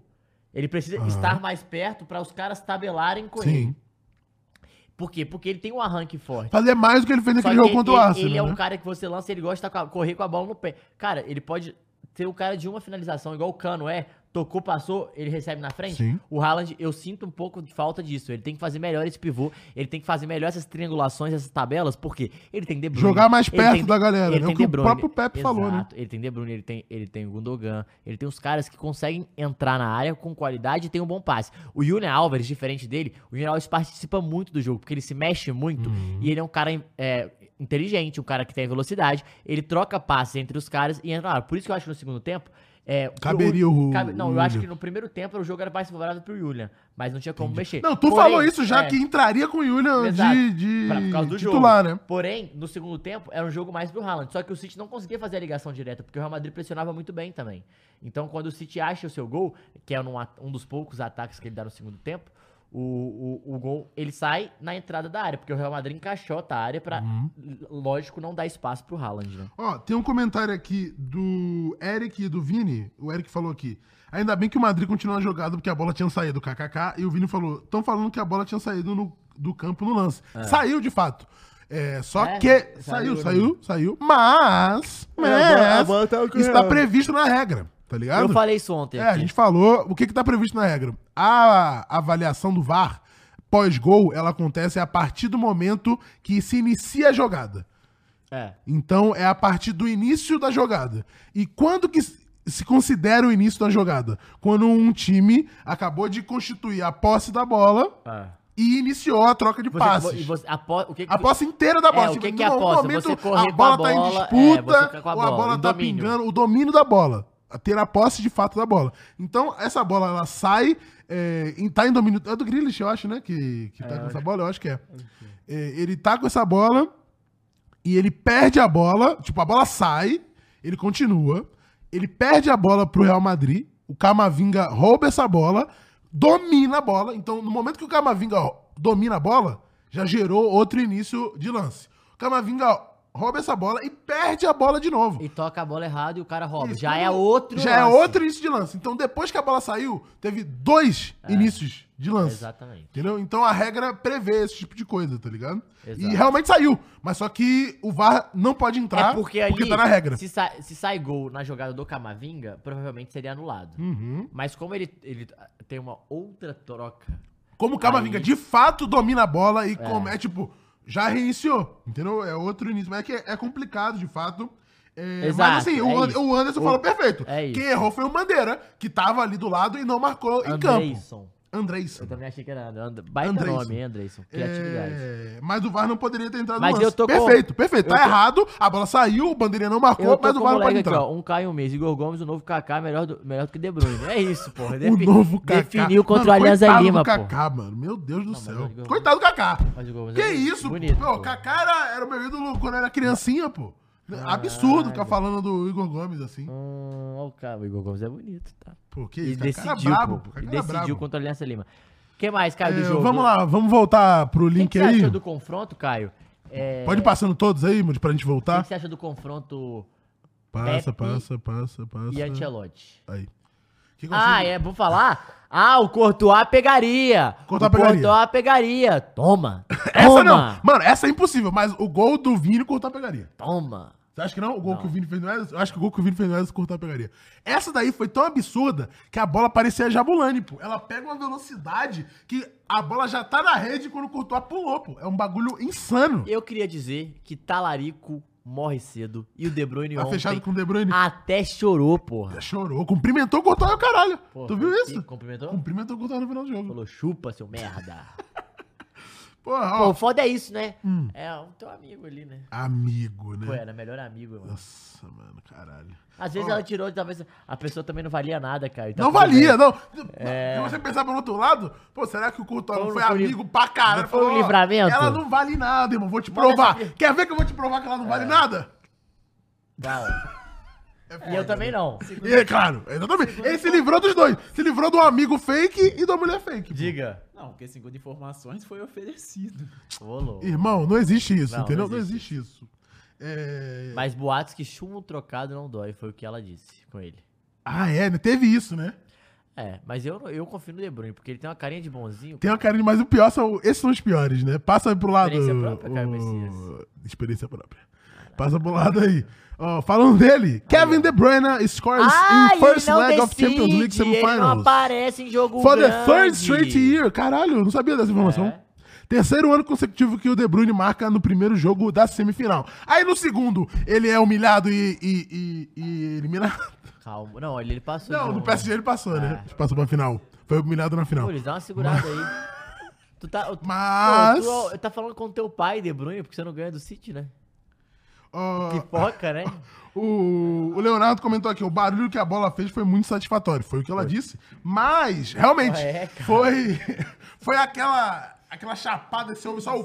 Speaker 4: Ele precisa
Speaker 3: Aham.
Speaker 4: estar mais perto pra os caras tabelarem com ele.
Speaker 3: Sim.
Speaker 4: Por quê? Porque ele tem um arranque forte.
Speaker 3: Fazer mais do que ele fez
Speaker 4: Só
Speaker 3: naquele
Speaker 4: que
Speaker 3: jogo
Speaker 4: ele,
Speaker 3: contra o
Speaker 4: ele-
Speaker 3: Arsenal.
Speaker 4: ele é um
Speaker 3: né?
Speaker 4: cara que você lança, ele gosta de tá com a- correr com a bola no pé. Cara, ele pode ter um cara de uma finalização, igual o Cano é. Tocou, passou, ele recebe na frente.
Speaker 3: Sim.
Speaker 4: O Haaland, eu sinto um pouco de falta disso. Ele tem que fazer melhor esse pivô, ele tem que fazer melhor essas triangulações, essas tabelas, porque ele tem De Bruyne.
Speaker 3: Jogar mais
Speaker 4: ele
Speaker 3: perto
Speaker 4: tem-
Speaker 3: da galera, né? O que o próprio Pepe
Speaker 4: Exato.
Speaker 3: falou, né?
Speaker 4: Ele tem De Bruyne, ele tem, ele tem o Gundogan, ele tem os caras que conseguem entrar na área com qualidade e tem um bom passe. O Yuna Álvares, diferente dele, o Yuna Álvares participa muito do jogo, porque ele se mexe muito
Speaker 3: Uhum.
Speaker 4: e ele é um cara é, inteligente, um cara que tem velocidade, ele troca passes entre os caras e entra na área. Por isso que eu acho que no segundo tempo... É,
Speaker 3: Caberia o-
Speaker 4: cabe- não,
Speaker 3: o
Speaker 4: eu acho
Speaker 3: Julian.
Speaker 4: que no primeiro tempo o jogo era mais favorável pro Julian, mas não tinha como mexer.
Speaker 3: Não, tu
Speaker 4: Porém,
Speaker 3: falou isso já
Speaker 4: é,
Speaker 3: que entraria com o Julian
Speaker 4: Exato.
Speaker 3: de, de
Speaker 4: Pra- por causa do
Speaker 3: titular,
Speaker 4: jogo.
Speaker 3: né?
Speaker 4: Porém, no segundo tempo, era um jogo mais pro Haaland. Só que o City não conseguia fazer a ligação direta, porque o Real Madrid pressionava muito bem também. Então, quando o City acha o seu gol, que é num a- um dos poucos ataques que ele dá no segundo tempo, o, o, o gol, ele sai na entrada da área, porque o Real Madrid encaixota a área pra,
Speaker 3: Uhum.
Speaker 4: l- lógico, não dar espaço pro Haaland, né?
Speaker 3: Ó, tem um comentário aqui do Eric e do Vini. O Eric falou aqui. Ainda bem que o Madrid continua jogado porque a bola tinha saído, kkk. E o Vini falou: estão falando que a bola tinha saído no- do campo no lance. Saiu de fato. É, só
Speaker 4: É,
Speaker 3: que. Saiu,
Speaker 4: saiu, né?
Speaker 3: saiu, saiu. Mas.
Speaker 4: bola- a
Speaker 3: Mas.
Speaker 4: bola tava com o
Speaker 3: Isso tá
Speaker 4: Real.
Speaker 3: previsto na regra, tá ligado?
Speaker 4: Eu falei isso ontem.
Speaker 3: É, a
Speaker 4: aqui.
Speaker 3: gente falou. O que que tá previsto na regra? A avaliação do VAR pós-gol, ela acontece a partir do momento que se inicia a jogada.
Speaker 4: É.
Speaker 3: Então é a partir do início da jogada. E quando que se considera o início da jogada? Quando um time acabou de constituir a posse da bola e iniciou a troca de
Speaker 4: Você-
Speaker 3: Ah. passes.
Speaker 4: e você- apo- o que que
Speaker 3: A
Speaker 4: tu-
Speaker 3: posse inteira da bola.
Speaker 4: É, o
Speaker 3: Tipo,
Speaker 4: que que é
Speaker 3: no
Speaker 4: a posse? Você correr
Speaker 3: a bola
Speaker 4: com a
Speaker 3: tá em
Speaker 4: bola, é, você
Speaker 3: disputa,
Speaker 4: ficar com a
Speaker 3: ou a
Speaker 4: bola,
Speaker 3: bola
Speaker 4: em
Speaker 3: tá
Speaker 4: domínio.
Speaker 3: pingando, o domínio da bola. A Ter a posse de fato da bola. Então, essa bola, ela sai, é, em- tá em domínio. É do Grealish, eu acho, né? Que, que tá com essa bola, eu acho que é. É, Ele tá com essa bola e ele perde a bola. Tipo, a bola sai, ele continua. Ele perde a bola pro Real Madrid. O Camavinga rouba essa bola, domina a bola. Então, no momento que o Camavinga rou- domina a bola, já gerou outro início de lance. O Camavinga rouba essa bola e perde a bola de novo.
Speaker 4: E toca a bola errado e o cara rouba.
Speaker 3: Isso,
Speaker 4: Já é
Speaker 3: quando-
Speaker 4: outro
Speaker 3: Já é
Speaker 4: lance.
Speaker 3: outro início de lance. Então, depois que a bola saiu, teve dois
Speaker 4: É.
Speaker 3: inícios de lance.
Speaker 4: Exatamente.
Speaker 3: Entendeu? Então a regra prevê esse tipo de coisa, tá ligado?
Speaker 4: Exato.
Speaker 3: E realmente saiu. Mas só que o VAR não pode entrar
Speaker 4: é porque, aí,
Speaker 3: tá na regra.
Speaker 4: Se, sa- se sai gol na jogada do Camavinga, provavelmente seria anulado.
Speaker 3: Uhum.
Speaker 4: Mas como ele, ele tem uma outra troca.
Speaker 3: Como o Camavinga
Speaker 4: Aí- É.
Speaker 3: de fato domina a bola e comete, tipo, já reiniciou. Entendeu? É outro início. Mas é que é complicado, de fato. É,
Speaker 4: Exato,
Speaker 3: mas assim,
Speaker 4: é
Speaker 3: o,
Speaker 4: isso.
Speaker 3: An- o Anderson
Speaker 4: O-
Speaker 3: falou perfeito.
Speaker 4: é isso.
Speaker 3: Quem errou foi o Bandeira, que tava ali do lado e não marcou em campo.
Speaker 4: Andreisson.
Speaker 3: Andreisson.
Speaker 4: Eu também achei que era And- And- baita
Speaker 3: Andreisson.
Speaker 4: nome, Andreisson. Criatividade.
Speaker 3: É, mas o VAR não poderia ter entrado
Speaker 4: Mas eu tô com-
Speaker 3: perfeito, perfeito. Tá
Speaker 4: eu tô-
Speaker 3: errado, a bola saiu, o bandeirinha não marcou,
Speaker 4: Eu tô
Speaker 3: mas
Speaker 4: com
Speaker 3: o
Speaker 4: o
Speaker 3: VAR não
Speaker 4: moleque
Speaker 3: pode
Speaker 4: aqui,
Speaker 3: entrar.
Speaker 4: ó. Um Caio, um mês. Igor Gomes, o novo Kaká, melhor do, melhor do que De Bruyne. É isso, porra.
Speaker 3: O novo Kaká.
Speaker 4: Definiu contra o
Speaker 3: Mano,
Speaker 4: Alianza
Speaker 3: coitado do
Speaker 4: Lima, pô.
Speaker 3: Kaká, mano. Meu Deus do
Speaker 4: mas o
Speaker 3: céu.
Speaker 4: Igor-
Speaker 3: Coitado do Kaká.
Speaker 4: Mas o Gomes
Speaker 3: Que
Speaker 4: é
Speaker 3: isso?
Speaker 4: bonito,
Speaker 3: pô,
Speaker 4: pô.
Speaker 3: o Kaká era, era o meu ídolo quando eu era criancinha, pô. Absurdo ficar falando do Igor Gomes assim.
Speaker 4: Hum, ó, o Caio. O Igor Gomes é bonito, tá?
Speaker 3: Pô, que
Speaker 4: E
Speaker 3: isso? Kaká era
Speaker 4: decidiu,
Speaker 3: brabo, pô.
Speaker 4: pô. E
Speaker 3: Kaká era
Speaker 4: decidiu
Speaker 3: brabo.
Speaker 4: contra o Aliança Lima. O que mais, Caio,
Speaker 3: É,
Speaker 4: do jogo?
Speaker 3: vamos lá, vamos voltar pro
Speaker 4: O que,
Speaker 3: link
Speaker 4: que você
Speaker 3: aí.
Speaker 4: achou do confronto, Caio? É,
Speaker 3: Pode tá. ir passando todos aí, Mude, pra gente
Speaker 4: O que
Speaker 3: voltar.
Speaker 4: que você acha do confronto
Speaker 3: Passa,
Speaker 4: Pepe
Speaker 3: passa, passa, passa.
Speaker 4: e Ancelotti?
Speaker 3: Aí. Que
Speaker 4: Ah,
Speaker 3: consegue-
Speaker 4: é, vou falar? Ah, o Courtois pegaria.
Speaker 3: Courtois
Speaker 4: o
Speaker 3: pegaria.
Speaker 4: Courtois pegaria. Toma.
Speaker 3: Essa
Speaker 4: Toma.
Speaker 3: não. Mano, essa é impossível, mas o gol do Vini o Courtois pegaria.
Speaker 4: Toma.
Speaker 3: Você acha que não? O gol que o Vini fez no Edson? Eu acho que o gol que o Vini fez no Edson, o Courtois pegaria. Essa daí foi tão absurda que a bola parecia a Jabulani, pô. Ela pega uma velocidade que a bola já tá na rede quando o Courtois pulou, pô. É um bagulho insano.
Speaker 4: Eu queria dizer que Talarico morre cedo e o De Bruyne
Speaker 3: Tá
Speaker 4: ontem Ah.
Speaker 3: fechado com o De Bruyne.
Speaker 4: até chorou, porra.
Speaker 3: Chorou. Cumprimentou o Courtois e o caralho.
Speaker 4: Porra,
Speaker 3: tu viu
Speaker 4: que-
Speaker 3: isso?
Speaker 4: Cumprimentou?
Speaker 3: Cumprimentou o Courtois no final do jogo.
Speaker 4: Falou, chupa, seu merda.
Speaker 3: Porra,
Speaker 4: Pô,
Speaker 3: ó. Hum.
Speaker 4: o foda é isso, né? É o teu amigo ali, né?
Speaker 3: Amigo, né?
Speaker 4: Pô, era melhor amigo, mano.
Speaker 3: Nossa, mano, caralho.
Speaker 4: Às vezes
Speaker 3: Ó.
Speaker 4: ela tirou, talvez a pessoa também não valia nada, cara. e tá
Speaker 3: não
Speaker 4: tudo
Speaker 3: valia,
Speaker 4: bem. É.
Speaker 3: não. Se você pensar pelo outro lado, pô, será que o Courtois não
Speaker 4: Foi- um
Speaker 3: foi
Speaker 4: foi li-
Speaker 3: amigo pra caralho?
Speaker 4: não foi um
Speaker 3: né? Falou, ó,
Speaker 4: livramento?
Speaker 3: Ela não vale nada, irmão. Vou te
Speaker 4: Mas é
Speaker 3: provar.
Speaker 4: essa-
Speaker 3: Quer ver que eu vou te provar que ela não vale nada?
Speaker 4: Não.
Speaker 3: É
Speaker 4: E eu também não.
Speaker 3: E é claro, exatamente. Ele se livrou dos dois. Se livrou do amigo fake e da mulher fake. pô.
Speaker 4: Diga.
Speaker 5: Não, porque segundo informações foi oferecido.
Speaker 4: Ô, louco.
Speaker 3: Irmão, não existe isso,
Speaker 4: Não,
Speaker 3: entendeu?
Speaker 4: não
Speaker 3: Não
Speaker 4: existe
Speaker 3: existe, isso. É...
Speaker 4: Mas boatos que chumbo trocado não dói, foi o que ela disse com ele.
Speaker 3: Ah, é, né? Teve isso, né?
Speaker 4: É, mas eu, eu confio no De Bruyne, porque ele tem uma carinha de bonzinho.
Speaker 3: Tem uma carinha, mas o pior são. Esses são os piores, né? Passa pro lado.
Speaker 4: Experiência própria, Caio
Speaker 3: o-
Speaker 4: Messias.
Speaker 3: Experiência própria. Passa pro lado aí. Ó, falando dele, Kevin De Bruyne scores in first leg of Champions League
Speaker 4: ele não
Speaker 3: semifinals.
Speaker 4: aparece em jogo
Speaker 3: For the
Speaker 4: grande.
Speaker 3: third straight year. Caralho, eu não sabia dessa informação.
Speaker 4: É.
Speaker 3: Terceiro ano consecutivo que o De Bruyne marca no primeiro jogo da semifinal. Aí no segundo, ele é humilhado e, e- e- e eliminado.
Speaker 4: Calma, não, ele, ele passou.
Speaker 3: Não,
Speaker 4: de
Speaker 3: no
Speaker 4: um-
Speaker 3: PSG ele passou, né?
Speaker 4: É.
Speaker 3: Passou pra final. Foi humilhado na final.
Speaker 4: Pô, eles dá uma segurada aí. Tu tá, tu-
Speaker 3: Mas-
Speaker 4: pô, tu tá falando com teu pai, De Bruyne, porque você não ganha do City, né?
Speaker 3: Ó,
Speaker 4: Pipoca, né?
Speaker 3: O, o Leonardo comentou aqui, o barulho que a bola fez foi muito satisfatório. Foi o que ela disse. Mas, realmente,
Speaker 4: Ah, é, cara.
Speaker 3: foi, foi aquela, aquela chapada que você ouve só o...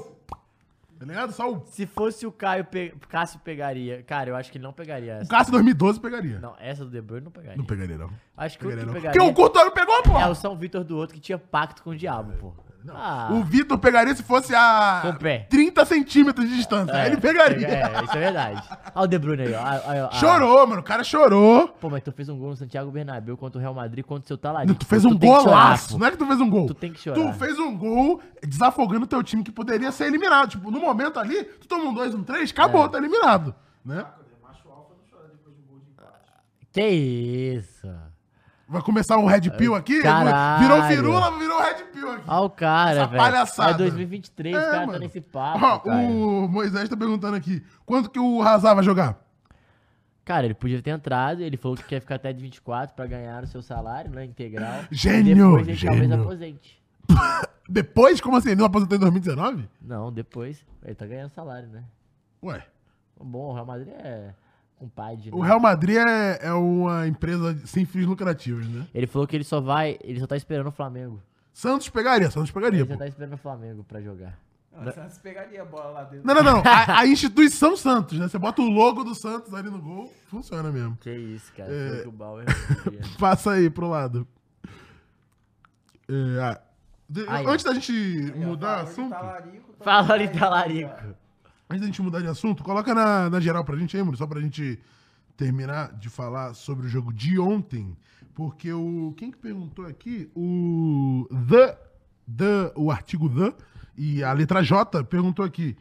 Speaker 3: Tá ligado? Só o...
Speaker 4: Se fosse o Caio, pe... Cássio pegaria. Cara, eu acho que ele não pegaria
Speaker 3: O
Speaker 4: essa.
Speaker 3: Cássio 2012 pegaria. Não,
Speaker 4: Não, essa do De Bruyne não pegaria.
Speaker 3: pegaria, não.
Speaker 4: Acho que o
Speaker 3: Pegaria,
Speaker 4: que
Speaker 3: não.
Speaker 4: pegaria
Speaker 3: Porque o Couto não pegou, pô!
Speaker 4: é o São Vitor do outro que tinha pacto com o diabo, pô. Ah,
Speaker 3: O Vitor pegaria se fosse a
Speaker 4: Com o pé.
Speaker 3: 30 centímetros de distância. Aí ele pegaria.
Speaker 4: É, isso é verdade. Olha o De Bruyne aí, ó. Ah, ah, ah.
Speaker 3: Chorou, mano. O cara chorou.
Speaker 4: Pô, mas tu fez um gol no Santiago Bernabéu contra o Real Madrid, contra o seu
Speaker 3: Não,
Speaker 4: Talarico.
Speaker 3: tu fez um
Speaker 4: tem que chorar,
Speaker 3: golaço.
Speaker 4: pô.
Speaker 3: Não é que tu fez um gol.
Speaker 4: Tu tem que chorar.
Speaker 3: Tu fez um gol desafogando teu time que poderia ser eliminado. Tipo, no momento ali, tu toma um dois, um três,
Speaker 4: É.
Speaker 3: acabou, tá eliminado. Né?
Speaker 4: Que isso?
Speaker 3: Vai começar um Red Pill aqui?
Speaker 4: Caralho.
Speaker 3: Virou firula, virou Red Pill aqui.
Speaker 4: Olha o cara,
Speaker 3: Essa
Speaker 4: velho.
Speaker 3: palhaçada.
Speaker 4: É 2023, o
Speaker 3: É,
Speaker 4: cara tá
Speaker 3: mano.
Speaker 4: nesse
Speaker 3: Ó,
Speaker 4: papo, cara.
Speaker 3: o Moisés tá perguntando aqui, quanto que o Hazard vai jogar?
Speaker 4: Cara, ele podia ter entrado, ele falou que quer ficar até de 24 pra ganhar o seu salário, né, integral.
Speaker 3: Gênio,
Speaker 4: Depois ele talvez
Speaker 3: gênio.
Speaker 4: aposente.
Speaker 3: Depois? Como assim? Ele não aposentou em 2019?
Speaker 4: Não, depois. Ele tá ganhando salário, né?
Speaker 3: Ué,
Speaker 4: Bom, o Real Madrid é compadre, né?
Speaker 3: o Real Madrid é, é uma empresa sem fins lucrativos, né?
Speaker 4: Ele falou que ele só vai, ele só tá esperando o Flamengo.
Speaker 3: Santos pegaria, Santos pegaria,
Speaker 4: Ele só
Speaker 3: pô.
Speaker 4: tá esperando o Flamengo pra jogar.
Speaker 5: Não, o Santos pegaria a bola lá dentro.
Speaker 3: Né? Não, não, não. A, a instituição Santos, né? Você bota o logo do Santos ali no gol, funciona mesmo.
Speaker 4: Que isso, cara.
Speaker 3: É.
Speaker 4: Foi o que o Bauer queria.
Speaker 3: Passa aí pro lado. É, ah, de-
Speaker 4: Aí, ó.
Speaker 3: antes da gente
Speaker 5: Aí, ó,
Speaker 3: mudar
Speaker 5: falou de
Speaker 3: assunto,
Speaker 5: talarico, tá
Speaker 4: Fala ali,
Speaker 5: ligado, cara.
Speaker 4: talarico.
Speaker 3: antes da gente mudar de assunto, coloca na, na geral pra gente aí, Muro, só pra gente terminar de falar sobre o jogo de ontem, porque o quem que perguntou aqui, o the the o artigo the e a letra J perguntou aqui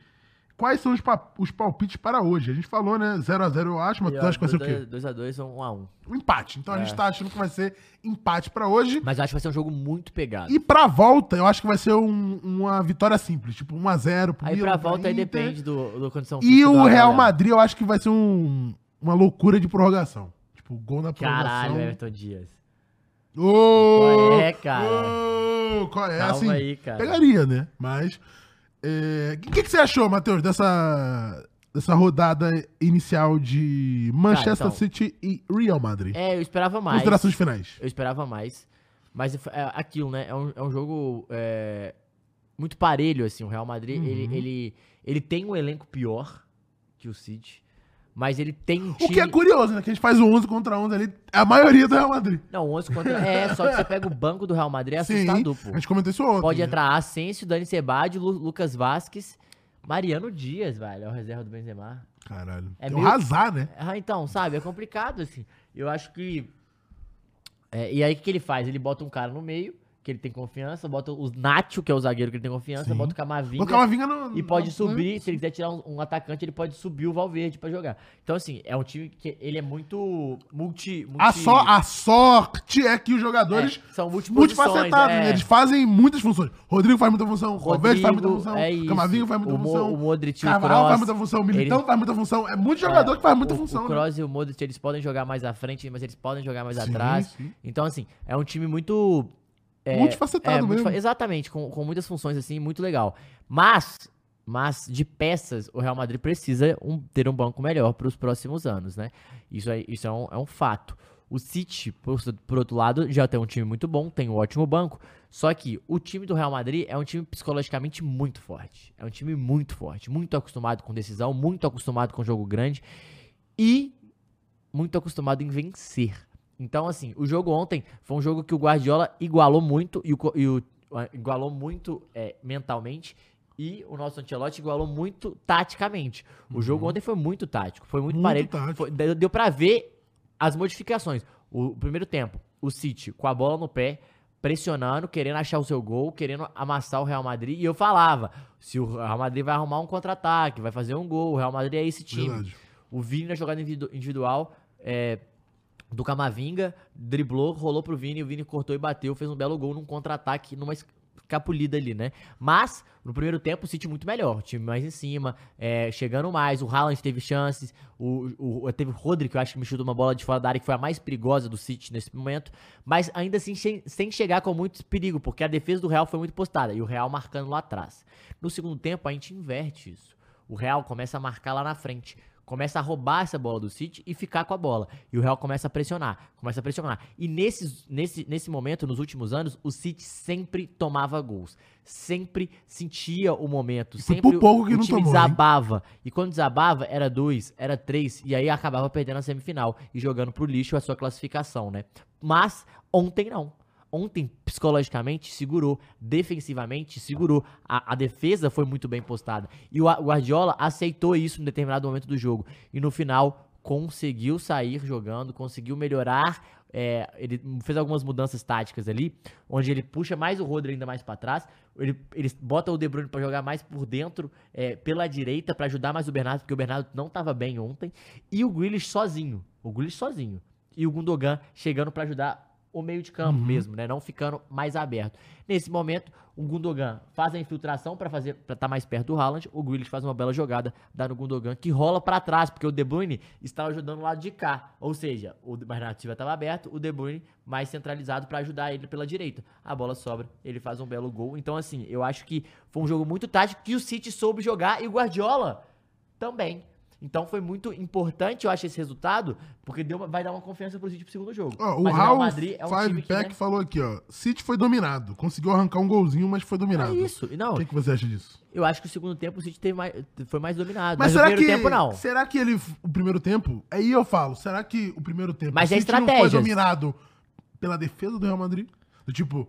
Speaker 3: Quais são os, pa- os palpites para hoje? A gente falou, né? 0x0 eu acho, mas tu acha que vai ser o quê?
Speaker 4: 2x2 ou 1x1.
Speaker 3: um empate. Então
Speaker 4: É.
Speaker 3: a gente tá achando que vai ser empate pra hoje.
Speaker 4: Mas eu acho que vai ser um jogo muito pegado.
Speaker 3: E pra volta, eu acho que vai ser um- uma vitória simples, tipo 1x0 pro
Speaker 4: Aí
Speaker 3: Milan,
Speaker 4: pra
Speaker 3: pro
Speaker 4: volta aí
Speaker 3: Inter.
Speaker 4: depende do, do condição
Speaker 3: E
Speaker 4: física
Speaker 3: o Real
Speaker 4: da galera.
Speaker 3: Madrid, eu acho que vai ser um- uma loucura de prorrogação. Tipo, gol na prorrogação.
Speaker 4: Caralho, Everton Dias.
Speaker 3: Ô,
Speaker 4: Qual é, cara?
Speaker 3: ô, qual é?
Speaker 4: Calma
Speaker 3: assim,
Speaker 4: aí, cara.
Speaker 3: pegaria, né? Mas... é, O que, que você achou, Matheus, dessa, dessa rodada inicial de Manchester
Speaker 4: então,
Speaker 3: City e Real Madrid?
Speaker 4: É, eu esperava mais.
Speaker 3: Considerações finais.
Speaker 4: Eu esperava mais. Mas é é aquilo, né? É um, é um jogo é, muito parelho, assim. O Real Madrid,
Speaker 3: Uhum.
Speaker 4: ele, ele, ele tem um elenco pior que o City. Mas ele tem um
Speaker 3: O que é
Speaker 4: time...
Speaker 3: curioso, né? Que a gente faz o 11 contra 11 ali, a maioria do Real Madrid.
Speaker 4: Não, 11 contra... É, só que você pega o banco do Real Madrid, é
Speaker 3: Sim,
Speaker 4: assustador, pô.
Speaker 3: a gente comentou isso ontem.
Speaker 4: Pode
Speaker 3: né?
Speaker 4: entrar Asensio, Dani Sebade, Lu- Lucas Vasquez, Mariano Dias, velho. É o reserva do Benzema.
Speaker 3: Caralho.
Speaker 4: É
Speaker 3: É Tem o
Speaker 4: meio-
Speaker 3: Hazard, né?
Speaker 4: Ah, então, sabe? É complicado, assim. Eu acho que É, e aí o que que ele faz? Ele bota um cara no meio, que ele tem confiança, bota o Nacho, que é o zagueiro que ele tem confiança,
Speaker 3: Sim.
Speaker 4: bota o Camavinga.
Speaker 3: Colocar uma vinga no.
Speaker 4: é E pode
Speaker 3: no-
Speaker 4: subir, se ele quiser tirar um, um atacante, ele pode subir o Valverde pra jogar. Então, assim, é um time que ele é muito multi... multi
Speaker 3: A, Ah, só, a sorte é que os jogadores
Speaker 4: é, são multiposições,
Speaker 3: multifacetados,
Speaker 4: é.
Speaker 3: né? eles fazem muitas funções. Rodrigo faz muita função, Roberto faz muita
Speaker 4: Rodrigo,
Speaker 3: função,
Speaker 4: é isso.
Speaker 3: Camavinho faz muita
Speaker 4: O Mo-
Speaker 3: função,
Speaker 4: o Modric e o
Speaker 3: Carvalho faz
Speaker 4: Kroos,
Speaker 3: muita função, Militão
Speaker 4: eles-
Speaker 3: faz muita função. É muito jogador que faz muita
Speaker 4: o,
Speaker 3: função.
Speaker 4: O
Speaker 3: né?
Speaker 4: Kroos e o Modric, eles podem jogar mais à frente, mas eles podem jogar mais
Speaker 3: Sim,
Speaker 4: atrás.
Speaker 3: sim.
Speaker 4: Então, assim, é um time muito... é,
Speaker 3: Multifacetado
Speaker 4: é, multifa-
Speaker 3: mesmo.
Speaker 4: Exatamente, com, com muitas funções, assim, muito legal. Mas, mas de peças, o Real Madrid precisa um- ter um banco melhor para os próximos anos, né? Isso, é, isso é, um, é um fato. O City, por, por outro lado, já tem um time muito bom, tem um ótimo banco. Só que o time do Real Madrid é um time psicologicamente muito forte. É um time muito forte, muito acostumado com decisão, muito acostumado com jogo grande e muito acostumado em vencer. Então, assim, o jogo ontem foi um jogo que o Guardiola igualou muito e o, co- e o- a- igualou muito é, mentalmente e o nosso Ancelotti igualou muito taticamente. O jogo ontem foi muito tático, foi é muito,
Speaker 3: Uhum. Muito
Speaker 4: parelho.
Speaker 3: tático.
Speaker 4: foi- deu deu para ver as modificações. O primeiro tempo, o City com a bola no pé, pressionando, querendo achar o seu gol, querendo amassar o Real Madrid. E eu falava, se o Real Madrid vai arrumar um contra-ataque, vai fazer um gol, o Real Madrid é esse time.
Speaker 3: Verdade.
Speaker 4: O Vini na jogada individu- individual é, do Camavinga, driblou, rolou pro Vini, o Vini cortou e bateu, fez um belo gol num contra-ataque, numa es- escapulida ali, né? Mas, no primeiro tempo, o City muito melhor, o time mais em cima, é, chegando mais, o Haaland teve chances, o, o- teve o Rodri, que eu acho que me chutou uma bola de fora da área, que foi a mais perigosa do City nesse momento, mas ainda assim sem, sem chegar com muito perigo, porque a defesa do Real foi muito postada, e o Real marcando lá atrás. No segundo tempo, a gente inverte isso. O Real começa a marcar lá na frente. Começa a roubar essa bola do City e ficar com a bola. E o Real começa a pressionar. Começa a pressionar. E nesses, nesse, nesse momento, nos últimos anos, o City sempre tomava gols. Sempre sentia o momento.
Speaker 3: E foi
Speaker 4: sempre
Speaker 3: por pouco que
Speaker 4: o
Speaker 3: não
Speaker 4: time
Speaker 3: tomou, hein?
Speaker 4: desabava. E quando desabava, era dois, era três. E aí acabava perdendo a semifinal e jogando pro lixo a sua classificação, né? Mas ontem não. Ontem, psicologicamente, segurou. Defensivamente, segurou. A, a defesa foi muito bem postada. E o A- o Guardiola aceitou isso em determinado momento do jogo. E no final, conseguiu sair jogando, conseguiu melhorar. é, ele fez algumas mudanças táticas ali, onde ele puxa mais o Rodri ainda mais pra trás. Ele, ele bota o De Bruyne pra jogar mais por dentro, é, pela direita, pra ajudar mais o Bernardo, porque o Bernardo não tava bem ontem. E o Grealish sozinho. O Grealish sozinho. E o Gundogan chegando pra ajudar o meio de campo mesmo, né? Não ficando mais aberto. Nesse momento, o Gundogan faz a infiltração pra fazer para estar mais perto do Haaland, o Grealish faz uma bela jogada, dá no Gundogan que rola pra trás, porque o De Bruyne estava ajudando o lado de cá, ou seja, o Bernardo Silva estava aberto, o De Bruyne mais centralizado pra ajudar ele pela direita. A bola sobra, ele faz um belo gol. Então assim, eu acho que foi um jogo muito tático que o City soube jogar e o Guardiola também. Então foi muito importante, eu acho, esse resultado, porque deu, uma- vai dar uma confiança pro City pro segundo jogo.
Speaker 3: Ó, o
Speaker 4: Mas Real
Speaker 3: Ralph
Speaker 4: Madrid é um time
Speaker 3: Five
Speaker 4: que,
Speaker 3: Pack
Speaker 4: né,
Speaker 3: falou aqui, ó. City foi dominado. Conseguiu arrancar um golzinho, mas foi
Speaker 4: é
Speaker 3: dominado.
Speaker 4: isso. E Não,
Speaker 3: O que, que você acha disso?
Speaker 4: eu acho que o segundo tempo o City teve mais, foi mais dominado. Mas, o primeiro tempo não.
Speaker 3: Será que ele. O primeiro tempo. Aí eu falo, será que o primeiro tempo.
Speaker 4: Mas
Speaker 3: o
Speaker 4: é
Speaker 3: City não foi
Speaker 4: estratégias.
Speaker 3: dominado pela defesa do Real Madrid? Do tipo.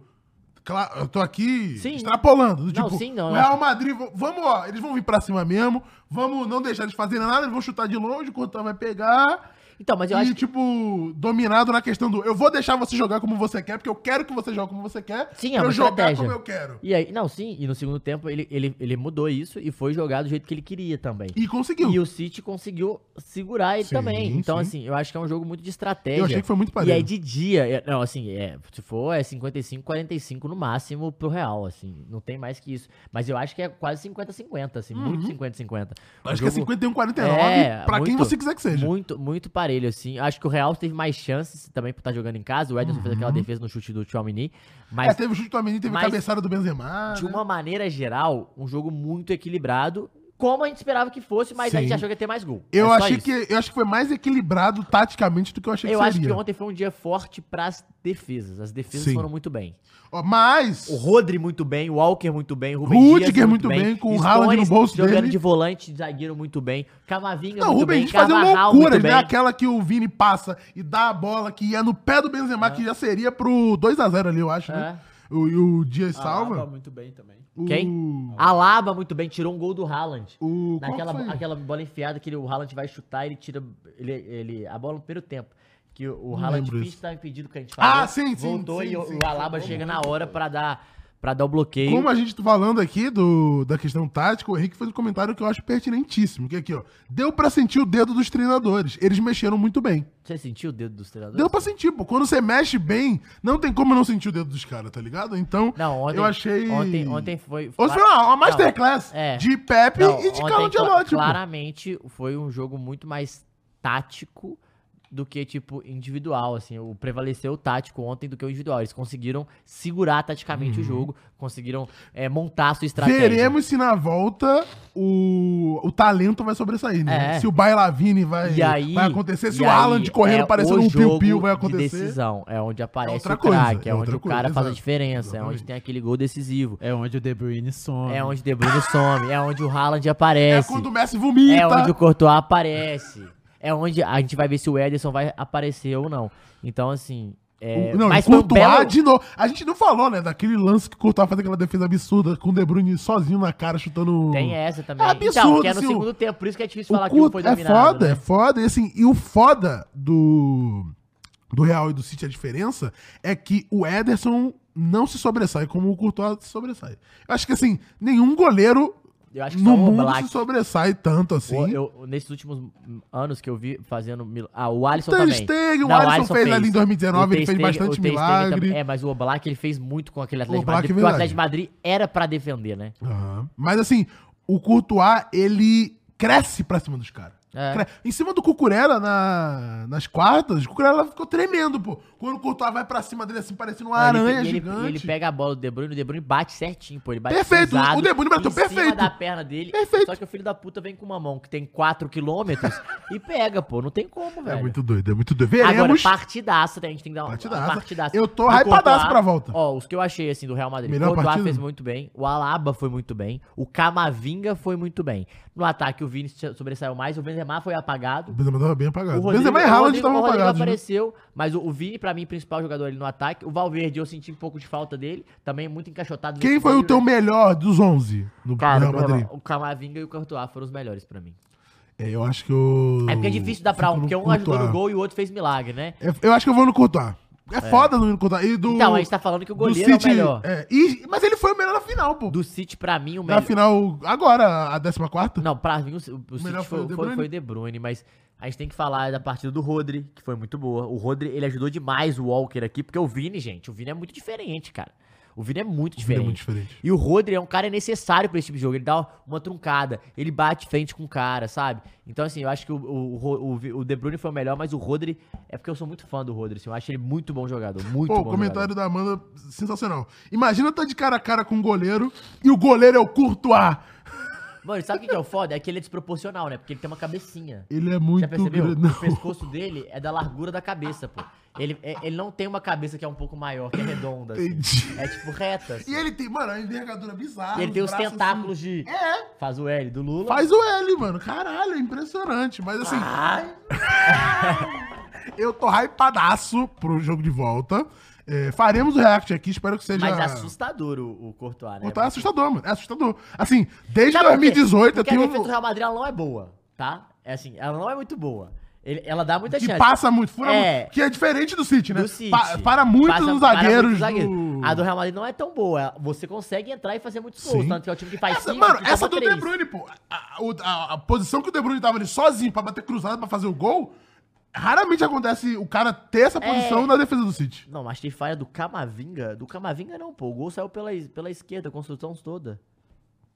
Speaker 3: Claro, eu tô aqui
Speaker 4: Sim.
Speaker 3: extrapolando. Do
Speaker 4: Não,
Speaker 3: tipo,
Speaker 4: sim, não, é.
Speaker 3: o
Speaker 4: eu
Speaker 3: Real Madrid, vo- vamos, ó, eles vão vir pra cima mesmo, vamos não deixar eles fazerem nada, eles vão chutar de longe, o Cortão vai pegar.
Speaker 4: Então, mas eu
Speaker 3: e,
Speaker 4: acho que.
Speaker 3: tipo, dominado na questão do eu vou deixar você jogar como você quer, porque eu quero que você jogue como você quer,
Speaker 4: Sim, é
Speaker 3: pra
Speaker 4: uma
Speaker 3: eu jogar
Speaker 4: estratégia.
Speaker 3: como eu quero.
Speaker 4: E aí, não, sim, e no segundo tempo ele, ele, ele mudou isso e foi jogar do jeito que ele queria também.
Speaker 3: E conseguiu.
Speaker 4: E o City conseguiu segurar ele
Speaker 3: Sim,
Speaker 4: também. Então,
Speaker 3: sim.
Speaker 4: assim, eu acho que é um jogo muito de estratégia.
Speaker 3: eu achei que foi muito
Speaker 4: E
Speaker 3: parecido.
Speaker 4: aí de dia, é- não, assim, é, se for é 55, 45 no máximo pro Real, assim, não tem mais que isso. Mas eu acho que é quase 50-50, assim,
Speaker 3: Uhum.
Speaker 4: muito 50-50.
Speaker 3: Acho
Speaker 4: O
Speaker 3: que é
Speaker 4: jogo-
Speaker 3: 51, 49,
Speaker 4: É,
Speaker 3: pra quem
Speaker 4: muito,
Speaker 3: você quiser que seja.
Speaker 4: Muito, muito parelho, assim. Acho que o Real teve mais chances também por estar jogando em casa. O Edson fez
Speaker 3: Uhum.
Speaker 4: aquela defesa no chute do Chomini.
Speaker 3: É,
Speaker 4: Mas,
Speaker 3: teve o chute do Amini, teve
Speaker 4: mas-
Speaker 3: a cabeçada do Benzema.
Speaker 4: de
Speaker 3: né?
Speaker 4: uma maneira geral, um jogo muito equilibrado. Como a gente esperava que fosse, mas a
Speaker 3: Sim.
Speaker 4: gente achou que ia ter mais gol.
Speaker 3: Eu,
Speaker 4: É só
Speaker 3: achei
Speaker 4: isso.
Speaker 3: que, eu acho que foi mais equilibrado taticamente do que eu achei que
Speaker 4: Eu
Speaker 3: seria.
Speaker 4: acho que ontem foi um dia forte pras defesas. As defesas
Speaker 3: Sim.
Speaker 4: foram muito bem.
Speaker 3: Ó, Mas,
Speaker 4: O Rodri muito bem, o Walker muito bem, o Rubem
Speaker 3: Rudiger
Speaker 4: Dias
Speaker 3: muito bem, com o
Speaker 4: Stones
Speaker 3: Haaland no bolso
Speaker 4: jogando
Speaker 3: dele.
Speaker 4: de volante, zagueiro muito bem, Camavinga
Speaker 3: não, o
Speaker 4: muito
Speaker 3: Rubem
Speaker 4: bem,
Speaker 3: Dias fazendo
Speaker 4: Carvajal
Speaker 3: loucuras,
Speaker 4: muito
Speaker 3: né?
Speaker 4: bem.
Speaker 3: Aquela que o Vini passa e dá a bola, que é no pé do Benzema, que já seria pro 2x0 ali, eu acho, né?
Speaker 4: É. Ah,
Speaker 3: O, e o Dias
Speaker 5: Alaba
Speaker 3: salva.
Speaker 5: Ah, muito bem também.
Speaker 3: O,
Speaker 4: Quem? Alaba muito bem, tirou um gol do Haaland.
Speaker 3: O, qual
Speaker 4: Naquela
Speaker 3: que foi?
Speaker 4: aquela bola enfiada que ele- o Haaland vai chutar, ele tira ele, ele, a bola no primeiro tempo. Que o Haaland
Speaker 3: lembro
Speaker 4: Pitch
Speaker 3: isso.
Speaker 4: estava impedido que a gente
Speaker 3: Ah, sim, sim,
Speaker 4: Voltou
Speaker 3: sim,
Speaker 4: e o-
Speaker 3: sim. tá
Speaker 4: o Alaba chega na hora pra dar, pra dar o bloqueio.
Speaker 3: Como a gente tá falando aqui do, da questão tática, o Henrique fez um comentário que eu acho pertinentíssimo, que é aqui, ó. Deu pra sentir o dedo dos treinadores. Eles mexeram muito bem.
Speaker 4: Você sentiu o dedo dos treinadores?
Speaker 3: Deu pra sentir, pô. Quando você mexe bem, não tem como não sentir o dedo dos caras, tá ligado? Então,
Speaker 4: Não, ontem.
Speaker 3: eu achei...
Speaker 4: Ontem, ontem foi.
Speaker 3: Hoje foi uma, uma masterclass
Speaker 4: Não, é.
Speaker 3: de Pepe
Speaker 4: Não,
Speaker 3: e de
Speaker 4: ontem,
Speaker 3: Carlos
Speaker 4: cla-
Speaker 3: Ancelotti, pô.
Speaker 4: Claramente foi um jogo muito mais tático do que, tipo, individual, assim, o prevaleceu o tático ontem do que o individual, eles conseguiram segurar taticamente o jogo, conseguiram é, montar a sua estratégia.
Speaker 3: Uhum. Veremos se na volta o, o talento vai sobressair, né?
Speaker 4: É.
Speaker 3: Se o Bailavini vai,
Speaker 4: E aí,
Speaker 3: vai acontecer, se
Speaker 4: e
Speaker 3: o Haaland
Speaker 4: aí
Speaker 3: correndo
Speaker 4: é
Speaker 3: parecendo
Speaker 4: o
Speaker 3: um
Speaker 4: jogo
Speaker 3: piu-piu vai
Speaker 4: De
Speaker 3: acontecer.
Speaker 4: decisão, é onde aparece
Speaker 3: outra
Speaker 4: o craque,
Speaker 3: coisa,
Speaker 4: é,
Speaker 3: é
Speaker 4: onde
Speaker 3: outra
Speaker 4: o cara
Speaker 3: coisa,
Speaker 4: faz a
Speaker 3: exato.
Speaker 4: diferença, é onde
Speaker 3: Exatamente.
Speaker 4: tem aquele gol decisivo,
Speaker 5: É onde o De Bruyne some.
Speaker 4: é onde o De Bruyne some, é onde o Haaland
Speaker 3: É
Speaker 4: aparece.
Speaker 3: quando o Messi vomita.
Speaker 4: É onde o Courtois aparece. É onde a gente vai ver se o Ederson vai aparecer ou não. Então, assim. É...
Speaker 3: O- não, mas
Speaker 4: foi um
Speaker 3: Courtois
Speaker 4: belo-
Speaker 3: de novo. A gente não falou, né, daquele lance que o Courtois faz aquela defesa absurda com o De Bruyne sozinho na cara chutando...
Speaker 4: Tem essa também.
Speaker 3: É absurdo,
Speaker 4: então, que é no
Speaker 3: assim, o-
Speaker 4: segundo tempo, por isso que é difícil
Speaker 3: O
Speaker 4: falar que
Speaker 3: Courtois-
Speaker 4: foi
Speaker 3: é
Speaker 4: dominado.
Speaker 3: foda,
Speaker 4: né?
Speaker 3: é foda. E, assim, e o foda do, do Real e do City, a diferença, é que o Ederson não se sobressai como o Courtois se sobressai. Eu acho que, assim, nenhum goleiro
Speaker 4: Eu acho que
Speaker 3: no
Speaker 4: só o
Speaker 3: mundo
Speaker 4: Black.
Speaker 3: se sobressai tanto assim.
Speaker 4: o- eu- nesses últimos anos que eu vi fazendo. mil- Ah, o Alisson
Speaker 3: Ter
Speaker 4: também.
Speaker 3: Stegen, o
Speaker 4: Não,
Speaker 3: Alisson fez ali em 2019,
Speaker 4: O
Speaker 3: ele
Speaker 4: Ter
Speaker 3: fez
Speaker 4: Stegen-
Speaker 3: bastante
Speaker 4: o Ter Stegen também-
Speaker 3: milagre.
Speaker 4: É, mas o Oblak ele fez muito com aquele Atlético de
Speaker 3: Oblak
Speaker 4: Madrid,
Speaker 3: é
Speaker 4: porque o
Speaker 3: verdade.
Speaker 4: Atlético de Madrid era pra defender, né?
Speaker 3: Aham. Mas assim, o Courtois, ele cresce pra cima dos caras.
Speaker 4: É.
Speaker 3: Cre- Em cima do Cucurella, na- nas quartas, o Cucurella ficou tremendo, pô. Quando o Courtois vai pra cima dele, assim, parecendo uma
Speaker 4: Não,
Speaker 3: aranha
Speaker 4: É, ele, Então, ele-
Speaker 3: gigante.
Speaker 4: ele pega a bola do De Bruyne, o De Bruyne bate certinho, pô. Ele bate
Speaker 3: Perfeito,
Speaker 4: cruzado
Speaker 3: o De Bruyne bateu
Speaker 4: em cima
Speaker 3: perfeito.
Speaker 4: da perna dele.
Speaker 3: Perfeito.
Speaker 4: Só que o filho da puta vem com uma mão que tem 4 quilômetros e pega, pô. Não tem como,
Speaker 3: É
Speaker 4: velho.
Speaker 3: muito doido, é muito doido.
Speaker 4: Agora,
Speaker 3: Veremos.
Speaker 4: partidaça, né? a gente tem que dar uma
Speaker 3: Partidaça.
Speaker 4: partidaça.
Speaker 3: Eu tô
Speaker 4: Do
Speaker 3: hypadaço
Speaker 4: Courtois,
Speaker 3: pra volta.
Speaker 4: Ó, os que eu achei, assim, do Real Madrid.
Speaker 3: Melhor
Speaker 4: O Courtois
Speaker 3: partida.
Speaker 4: fez muito bem, o Alaba foi muito bem, o Camavinga foi muito bem. No ataque, o Vini se- sobressaiu mais, o Benzema foi apagado.
Speaker 3: O Benzema tava bem apagado. O
Speaker 4: Rodrigo-
Speaker 3: É, Benzema e
Speaker 4: o
Speaker 3: Haaland
Speaker 4: Rodrigo-
Speaker 3: estavam
Speaker 4: o Rodrigo
Speaker 3: apagados. né?
Speaker 4: apareceu, mas o, o Vini, pra mim, principal jogador ali no ataque. O Valverde, eu senti um pouco de falta dele. Também muito encaixotado.
Speaker 3: Quem foi o teu melhor dos 11 no
Speaker 4: Cara,
Speaker 3: Real Madrid?
Speaker 4: o Camavinga e o Courtois foram os melhores pra mim.
Speaker 3: É, eu acho que o.
Speaker 4: É porque é difícil dar pra
Speaker 3: fico no
Speaker 4: um, porque um ajudou no
Speaker 3: Courtois.
Speaker 4: gol e o outro fez milagre, né?
Speaker 3: É, eu acho que eu vou no Courtois. É, foda não ir no Courtois. E do,
Speaker 4: Então, a gente tá falando que o
Speaker 3: do
Speaker 4: goleiro
Speaker 3: City,
Speaker 4: é o melhor.
Speaker 3: é, e- mas ele foi o melhor na final, pô.
Speaker 4: Do City, pra mim, o
Speaker 3: na
Speaker 4: melhor.
Speaker 3: final, agora, a 14?
Speaker 4: Não, pra mim, o, o- o City
Speaker 3: melhor foi o
Speaker 4: foi,
Speaker 3: De
Speaker 4: foi,
Speaker 3: Bruyne?
Speaker 4: foi o De Bruyne, mas a gente tem que falar da partida do Rodri, que foi muito boa. O Rodri, ele ajudou demais o Walker aqui, porque o Vini, gente, o Vini é muito diferente, cara. O Vini é muito
Speaker 3: Ele é muito
Speaker 4: diferente.
Speaker 3: diferente.
Speaker 4: E o Rodri é um cara necessário pra esse tipo de jogo. Ele dá uma truncada, ele bate frente com o cara, sabe? Então, assim, eu acho que o, o, Ro- o Vi- o De Bruyne foi o melhor, mas o Rodri. É porque eu sou muito fã do Rodri, assim, eu acho ele muito bom jogador. Muito
Speaker 3: Pô, o
Speaker 4: bom.
Speaker 3: comentário da Amanda, sensacional. Imagina tá de cara a cara com um goleiro e o goleiro é o Courtois.
Speaker 4: jogador. Mano, sabe o que que é o foda? É que ele é desproporcional, né? Porque ele tem uma cabecinha.
Speaker 3: Ele é muito
Speaker 4: Já percebeu?
Speaker 3: grande.
Speaker 4: O pescoço dele é da largura da cabeça, pô. Ele, é- ele não tem uma cabeça que é um pouco maior, que é redonda, assim.
Speaker 3: Entendi.
Speaker 4: É tipo reta. assim.
Speaker 3: E ele tem, mano, a envergadura bizarra.
Speaker 4: Ele, tem os
Speaker 3: braços
Speaker 4: tentáculos de.
Speaker 3: assim. É,
Speaker 4: Faz o L do Lula.
Speaker 3: faz o L, mano. Caralho, é impressionante. Mas assim,
Speaker 4: Ai,
Speaker 3: eu tô hypadaço pro jogo de volta. É, faremos o react aqui, espero que seja.
Speaker 4: mas é assustador o, o Courtois, né?
Speaker 3: Pô, tá assustador, mano. É assustador. Assim, desde
Speaker 4: Sabe por quê?
Speaker 3: 2018 eu
Speaker 4: Porque a
Speaker 3: tenho.
Speaker 4: defesa do Real Madrid ela não é boa, tá? É assim, ela não é muito boa. Ele- ela dá muita
Speaker 3: Que
Speaker 4: chance.
Speaker 3: passa muito, fura
Speaker 4: É.
Speaker 3: muito. Que é diferente do City, né?
Speaker 4: do City.
Speaker 3: Pa- para muito
Speaker 4: Passa-
Speaker 3: nos
Speaker 4: para
Speaker 3: zagueiros.
Speaker 4: muito zagueiro.
Speaker 3: do-
Speaker 4: A do Real Madrid não é tão boa. Você consegue entrar e fazer muitos
Speaker 3: Sim.
Speaker 4: gols, tanto que é o time que faz
Speaker 3: Essa,
Speaker 4: cinco,
Speaker 3: mano,
Speaker 4: que
Speaker 3: essa do
Speaker 4: toma
Speaker 3: De
Speaker 4: três.
Speaker 3: Bruyne, pô. A, a- o- a- a posição que o De Bruyne tava ali sozinho pra bater cruzado pra fazer o gol, raramente acontece o cara ter essa
Speaker 4: É.
Speaker 3: posição na defesa do City.
Speaker 4: Não, mas tem falha do Camavinga. Do Camavinga não, pô. O gol saiu pela, es- pela esquerda, a construção toda.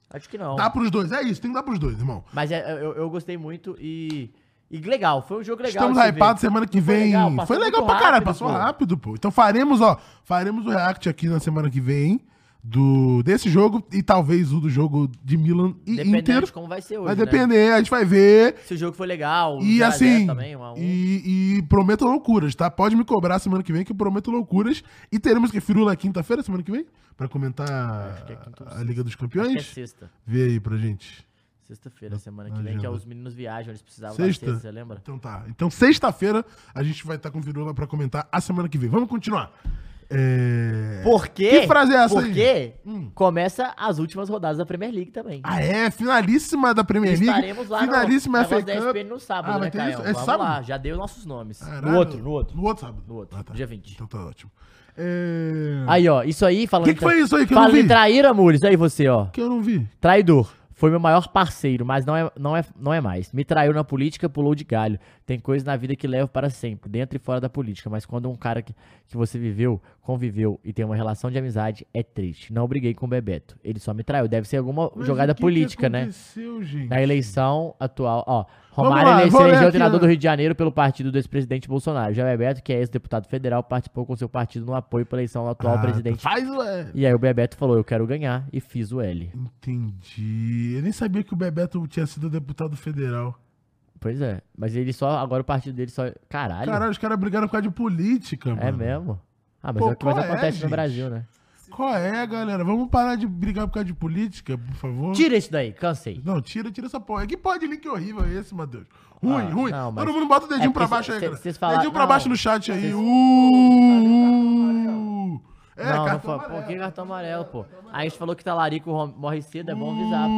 Speaker 4: Acho que não.
Speaker 3: Dá pros dois, é isso, tem que dar pros dois, irmão.
Speaker 4: Mas é- eu, eu gostei muito e. E legal, foi um jogo legal. de
Speaker 3: Estamos
Speaker 4: se ver.
Speaker 3: hypados semana que
Speaker 4: Foi
Speaker 3: vem.
Speaker 4: legal, passou
Speaker 3: Foi legal
Speaker 4: muito
Speaker 3: pra caralho,
Speaker 4: rápido,
Speaker 3: passou
Speaker 4: pô.
Speaker 3: rápido, pô. Então faremos, ó, faremos o react aqui na semana que vem do desse jogo e talvez o do jogo de Milan e
Speaker 4: Dependendo
Speaker 3: Inter.
Speaker 4: de como vai ser hoje.
Speaker 3: Vai
Speaker 4: né?
Speaker 3: depender, a gente vai ver.
Speaker 4: Se o jogo foi legal,
Speaker 3: E
Speaker 4: 0 a 0
Speaker 3: assim,
Speaker 4: Tipo, Também, 1 a 1.
Speaker 3: e, e prometo loucuras, tá? Pode me cobrar semana que vem que eu prometo loucuras. E teremos que firula quinta-feira, semana que vem? Pra comentar
Speaker 4: que é quinta ou
Speaker 3: a Liga dos
Speaker 4: Acho que é
Speaker 3: Campeões?
Speaker 4: sexta.
Speaker 3: Vê aí pra gente.
Speaker 4: Sexta-feira, semana
Speaker 3: na
Speaker 4: que vem, que é
Speaker 3: agenda.
Speaker 4: os meninos viajam, eles precisavam
Speaker 3: Sexta?
Speaker 4: da sexta, você lembra?
Speaker 3: tá Então tá. Então sexta-feira a gente vai estar com firula pra comentar a semana que vem. Vamos continuar. É...
Speaker 4: Porque,
Speaker 3: Que frase é essa aí?
Speaker 4: Porque
Speaker 3: Hum.
Speaker 4: começa as últimas rodadas da Premier League também.
Speaker 3: Ah, é? Finalíssima da Premier League.
Speaker 4: Estaremos lá
Speaker 3: finalíssima
Speaker 4: no
Speaker 3: FA
Speaker 4: negócio da
Speaker 3: Cup.
Speaker 4: SPN no sábado,
Speaker 3: Ah, vai
Speaker 4: né,
Speaker 3: ter
Speaker 4: Caio?
Speaker 3: isso? É
Speaker 4: Vamos
Speaker 3: sábado?
Speaker 4: lá, já dei os nossos nomes.
Speaker 3: Caralho.
Speaker 4: No outro, no outro.
Speaker 3: No outro sábado.
Speaker 4: No outro,
Speaker 3: Ah, tá.
Speaker 4: dia 20.
Speaker 3: Então tá ótimo. É...
Speaker 4: Aí, ó, isso aí,
Speaker 3: O
Speaker 4: falando...
Speaker 3: que, que foi isso aí que eu não
Speaker 4: então, Fala
Speaker 3: vi?
Speaker 4: em traíra, Mules, aí você, ó.
Speaker 3: Que eu não vi.
Speaker 4: Traidor. Foi meu maior parceiro, mas não é, não, é, não é mais. Me traiu na política, pulou de galho. Tem coisas na vida que levo para sempre, dentro e fora da política. Mas quando um cara que, que você viveu, conviveu e tem uma relação de amizade, é triste. Não briguei com o Bebeto. Ele só me traiu. Deve ser alguma
Speaker 3: Mas
Speaker 4: jogada
Speaker 3: o que
Speaker 4: política,
Speaker 3: que
Speaker 4: né?
Speaker 3: aconteceu, gente?
Speaker 4: Na eleição atual, ó.
Speaker 3: Vamos
Speaker 4: Romário
Speaker 3: lá,
Speaker 4: ele se
Speaker 3: vou ler
Speaker 4: elegeu
Speaker 3: aqui,
Speaker 4: treinador
Speaker 3: ó.
Speaker 4: do Rio de Janeiro pelo partido do ex-presidente Bolsonaro. Já Bebeto, que é ex-deputado federal, participou com seu partido no apoio para a eleição do atual
Speaker 3: Ah,
Speaker 4: presidente.
Speaker 3: Faz o L.
Speaker 4: E aí o Bebeto falou, eu quero ganhar, e fiz o L.
Speaker 3: Entendi. Eu nem sabia que o Bebeto tinha sido deputado federal.
Speaker 4: Pois é, mas ele só, agora o partido dele só... Caralho,
Speaker 3: Caralho, os caras brigaram por causa de política, mano.
Speaker 4: é mesmo? Ah, mas
Speaker 3: Pô,
Speaker 4: é o que mais
Speaker 3: qual é,
Speaker 4: acontece no
Speaker 3: gente?
Speaker 4: Brasil, né?
Speaker 3: Qual é, galera? Vamos parar de brigar por causa de política, por favor?
Speaker 4: Tira isso daí, cansei.
Speaker 3: Não, tira, tira essa porra. Que porra de link horrível é esse, Matheus? Ruim,
Speaker 4: Ah,
Speaker 3: ruim.
Speaker 4: não, mas-
Speaker 3: Todo mundo bota o dedinho
Speaker 4: É
Speaker 3: pra
Speaker 4: porque
Speaker 3: baixo aí,
Speaker 4: cê-
Speaker 3: cara.
Speaker 4: cês falaram-
Speaker 3: Dedinho pra
Speaker 4: não.
Speaker 3: baixo no chat aí. Uh! É,
Speaker 4: não, não
Speaker 3: cartão
Speaker 4: foi,
Speaker 3: amarelo.
Speaker 4: pô, que cartão amarelo, pô. Aí a gente falou que talarico rom- morre cedo, é bom avisar, pô.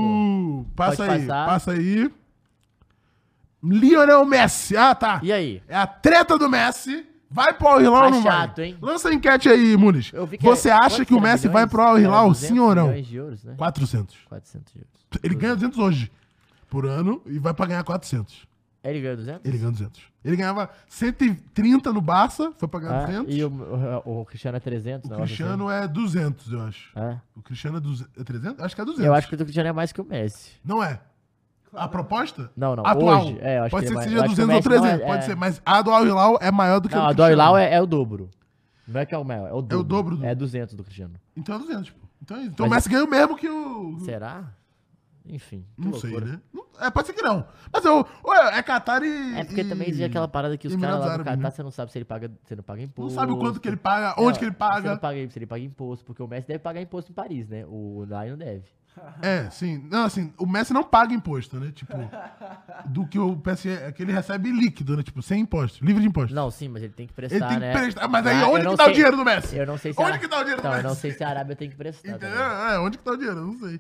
Speaker 3: Uh, Passa
Speaker 4: Pode
Speaker 3: aí,
Speaker 4: passar.
Speaker 3: passa aí. Lionel Messi. Ah, tá.
Speaker 4: E aí?
Speaker 3: É a treta do Messi. Vai pro Al Hilal
Speaker 4: Tá
Speaker 3: ou não
Speaker 4: chato,
Speaker 3: vai?
Speaker 4: hein?
Speaker 3: Lança a enquete aí, Muniz.
Speaker 4: Eu vi que
Speaker 3: Você
Speaker 4: é-
Speaker 3: acha
Speaker 4: quantos
Speaker 3: que o
Speaker 4: era?
Speaker 3: Messi
Speaker 4: Milhões?
Speaker 3: vai pro Al Hilal,
Speaker 4: Era
Speaker 3: sim ou não?
Speaker 4: 200 milhões de euros, né?
Speaker 3: 400.
Speaker 4: 400 de euros.
Speaker 3: Ele ganha 200 hoje por ano e vai pra ganhar 400.
Speaker 4: Ele ganhou 200?
Speaker 3: Ele ganhou 200. Ele ganhava 130 no Barça, foi pra ganhar
Speaker 4: Ah,
Speaker 3: 200.
Speaker 4: E o, o- o Cristiano é 300,
Speaker 3: O
Speaker 4: não
Speaker 3: Cristiano é 200, eu acho. O Cristiano é, 200, é 300? Acho que é 200.
Speaker 4: Eu assim. acho que o Cristiano é mais que o Messi.
Speaker 3: Não é. A proposta?
Speaker 4: Não, não,
Speaker 3: Atual.
Speaker 4: hoje, é, eu acho
Speaker 3: pode ser
Speaker 4: que é
Speaker 3: que
Speaker 4: mais-
Speaker 3: seja
Speaker 4: eu acho que o
Speaker 3: 200 ou
Speaker 4: Messi não
Speaker 3: 300,
Speaker 4: é-
Speaker 3: pode
Speaker 4: é.
Speaker 3: ser. Mas a do Al Hilal é maior do que
Speaker 4: Não,
Speaker 3: a
Speaker 4: a
Speaker 3: do
Speaker 4: do Al
Speaker 3: Cristiano.
Speaker 4: Hilal é, é o dobro. Não é que é o maior, é o dobro.
Speaker 3: dobro do-
Speaker 4: É 200 do Cristiano.
Speaker 3: Então é 200, pô. Então, é isso. então o
Speaker 4: Mas-
Speaker 3: Messi ganhou mesmo que o...
Speaker 4: Será? Enfim. que
Speaker 3: Uhum. Não sei,
Speaker 4: loucura.
Speaker 3: né? Não- É, pode ser que não. Mas eu, ué, é Qatar e.
Speaker 4: É porque
Speaker 3: e-
Speaker 4: também tem aquela parada que os
Speaker 3: Emirados
Speaker 4: caras lá no
Speaker 3: Árabes,
Speaker 4: Catar,
Speaker 3: né?
Speaker 4: você não sabe se ele paga, você não paga
Speaker 3: Não
Speaker 4: imposto.
Speaker 3: sabe o quanto que ele paga, onde
Speaker 4: Não, tá
Speaker 3: que ele
Speaker 4: Você
Speaker 3: paga.
Speaker 4: não paga, se ele paga imposto, porque o Messi deve pagar imposto em Paris, né? O Lai não deve.
Speaker 3: É, sim. Não, assim, o Messi não paga imposto, né? Tipo, do que o PSG. É que ele recebe líquido, né? Tipo, sem imposto, livre de imposto.
Speaker 4: Não, sim, mas ele tem que prestar,
Speaker 3: ele tem
Speaker 4: né?
Speaker 3: que prestar. Mas aí,
Speaker 4: Ah, eu
Speaker 3: onde
Speaker 4: não
Speaker 3: que tá
Speaker 4: sei-
Speaker 3: o dinheiro do Messi?
Speaker 4: Eu não sei se
Speaker 3: Onde
Speaker 4: a-
Speaker 3: que tá o dinheiro do
Speaker 4: Então, eu não
Speaker 3: Messi?
Speaker 4: sei se a Arábia tem que prestar.
Speaker 3: Entendeu?
Speaker 4: também.
Speaker 3: É, onde que tá o dinheiro? Eu Não sei.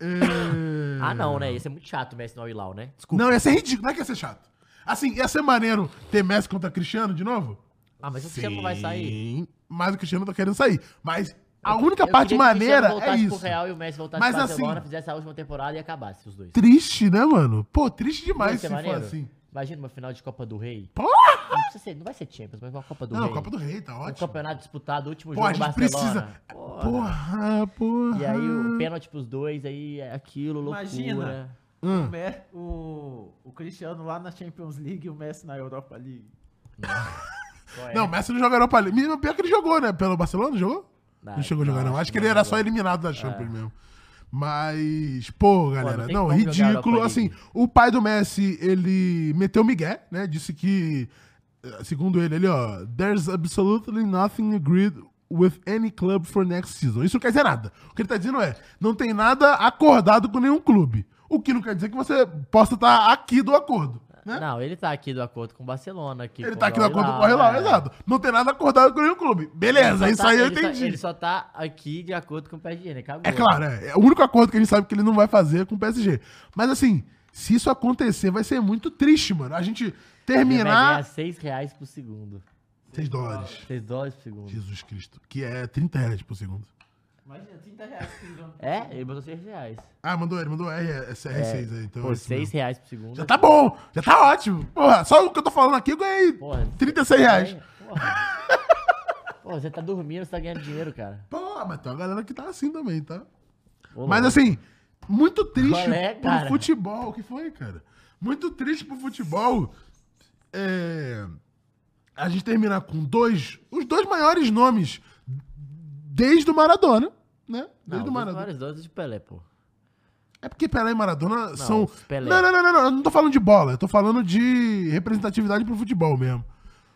Speaker 3: É...
Speaker 4: Ah, não, né? Ia ser muito chato o Messi no Al Hilal, né?
Speaker 3: Não, ia ser ridículo. Não é que ia ser chato. Assim, ia ser maneiro ter Messi contra Cristiano de novo?
Speaker 4: Ah, mas o Cristiano não vai sair.
Speaker 3: Sim, Mas o Cristiano tá querendo sair. Mas a única
Speaker 4: Eu
Speaker 3: é parte
Speaker 4: queria que o Cristiano
Speaker 3: maneira é
Speaker 4: voltasse pro
Speaker 3: isso.
Speaker 4: Real e o Messi voltasse
Speaker 3: Mas
Speaker 4: pro Barcelona,
Speaker 3: assim-
Speaker 4: fizesse a última temporada e acabasse os dois.
Speaker 3: Triste, né, mano? Pô, triste demais
Speaker 4: Vai
Speaker 3: se
Speaker 4: ser
Speaker 3: for
Speaker 4: maneiro?
Speaker 3: assim.
Speaker 4: Imagina uma final de Copa do Rei.
Speaker 3: Porra!
Speaker 4: Não, precisa ser, não vai ser Champions, mas uma Copa do
Speaker 3: Não,
Speaker 4: Rei.
Speaker 3: Copa do Rei, tá
Speaker 4: Um
Speaker 3: ótimo.
Speaker 4: campeonato disputado, último
Speaker 3: Pô,
Speaker 4: jogo
Speaker 3: a gente
Speaker 4: Barcelona.
Speaker 3: precisa.
Speaker 4: Porra.
Speaker 3: Porra, porra.
Speaker 4: E aí o pênalti pros dois, aí é aquilo, loucura.
Speaker 5: Imagina. O,
Speaker 3: Hum.
Speaker 5: Me- o, o Cristiano lá na Champions League e o Messi na Europa League.
Speaker 4: Qual é?
Speaker 3: Não, o Messi não joga Europa League. Mesmo Pior que ele jogou, né? Pelo Barcelona, jogou?
Speaker 4: Não,
Speaker 3: não chegou a jogar, não. Acho que ele
Speaker 4: não
Speaker 3: era
Speaker 4: jogou. É.
Speaker 3: só eliminado da Champions mesmo. Mas, pô, galera,
Speaker 4: tem
Speaker 3: não,
Speaker 4: como jogar
Speaker 3: ridículo.
Speaker 4: Europa
Speaker 3: Assim,
Speaker 4: League.
Speaker 3: o pai do Messi, ele meteu migué, né? Disse que, eh, segundo ele, ele, ó, there's absolutely nothing agreed with any club for next season. Isso não quer dizer nada. O que ele tá dizendo é, não tem nada acordado com nenhum clube. O que não quer dizer que você possa estar aqui do acordo, né?
Speaker 4: Não, ele tá aqui do acordo com o Barcelona. Aqui
Speaker 3: ele
Speaker 4: com
Speaker 3: tá
Speaker 4: o
Speaker 3: aqui do
Speaker 4: Al
Speaker 3: acordo
Speaker 4: Hilal,
Speaker 3: com o Real,
Speaker 4: é.
Speaker 3: exato. Não tem nada acordado com nenhum clube. Beleza,
Speaker 4: Ele
Speaker 3: isso
Speaker 4: só tá-
Speaker 3: aí eu
Speaker 4: ele só-
Speaker 3: entendi.
Speaker 4: ele só tá aqui de acordo com o PSG, né? Acabou.
Speaker 3: É claro, é. É O único acordo que a gente sabe que ele não vai fazer é com o PSG. Mas assim, se isso acontecer, vai ser muito triste, mano. A gente
Speaker 4: Ele vai ganhar
Speaker 3: terminar.
Speaker 4: 6 reais por segundo.
Speaker 3: 6 dólares.
Speaker 4: 6 dólares por segundo.
Speaker 3: Jesus Cristo. Que é 30 reais por segundo.
Speaker 5: Imagina, 30 reais por jogo.
Speaker 4: É, ele botou 6 reais.
Speaker 3: Ah, mandou ele, mandou R, é CR6 aí. Então
Speaker 4: Pô,
Speaker 3: é isso
Speaker 4: 6
Speaker 3: mesmo.
Speaker 4: reais por segundo.
Speaker 3: Já tá bom, já tá ótimo. Porra, só o que eu tô falando aqui eu ganhei
Speaker 4: Porra,
Speaker 3: 36 reais.
Speaker 4: Porra. Pô, você tá dormindo, você tá ganhando dinheiro, cara.
Speaker 3: Pô, mas tem uma galera que tá assim também, tá?
Speaker 4: Ô,
Speaker 3: Mas
Speaker 4: louco.
Speaker 3: assim, muito triste
Speaker 4: Qual é,
Speaker 3: pro
Speaker 4: cara?
Speaker 3: futebol. O que foi, cara? Muito triste pro futebol. É, a gente terminar com dois. Os dois maiores nomes desde o Maradona, né?
Speaker 4: Não,
Speaker 3: Desde o
Speaker 4: os
Speaker 3: Maradona.
Speaker 4: maiores doses de Pelé, pô.
Speaker 3: É porque Pelé e Maradona são.
Speaker 4: Pelé.
Speaker 3: Não, não, não, não, não. Eu não tô falando de bola. Eu tô falando de representatividade pro futebol mesmo.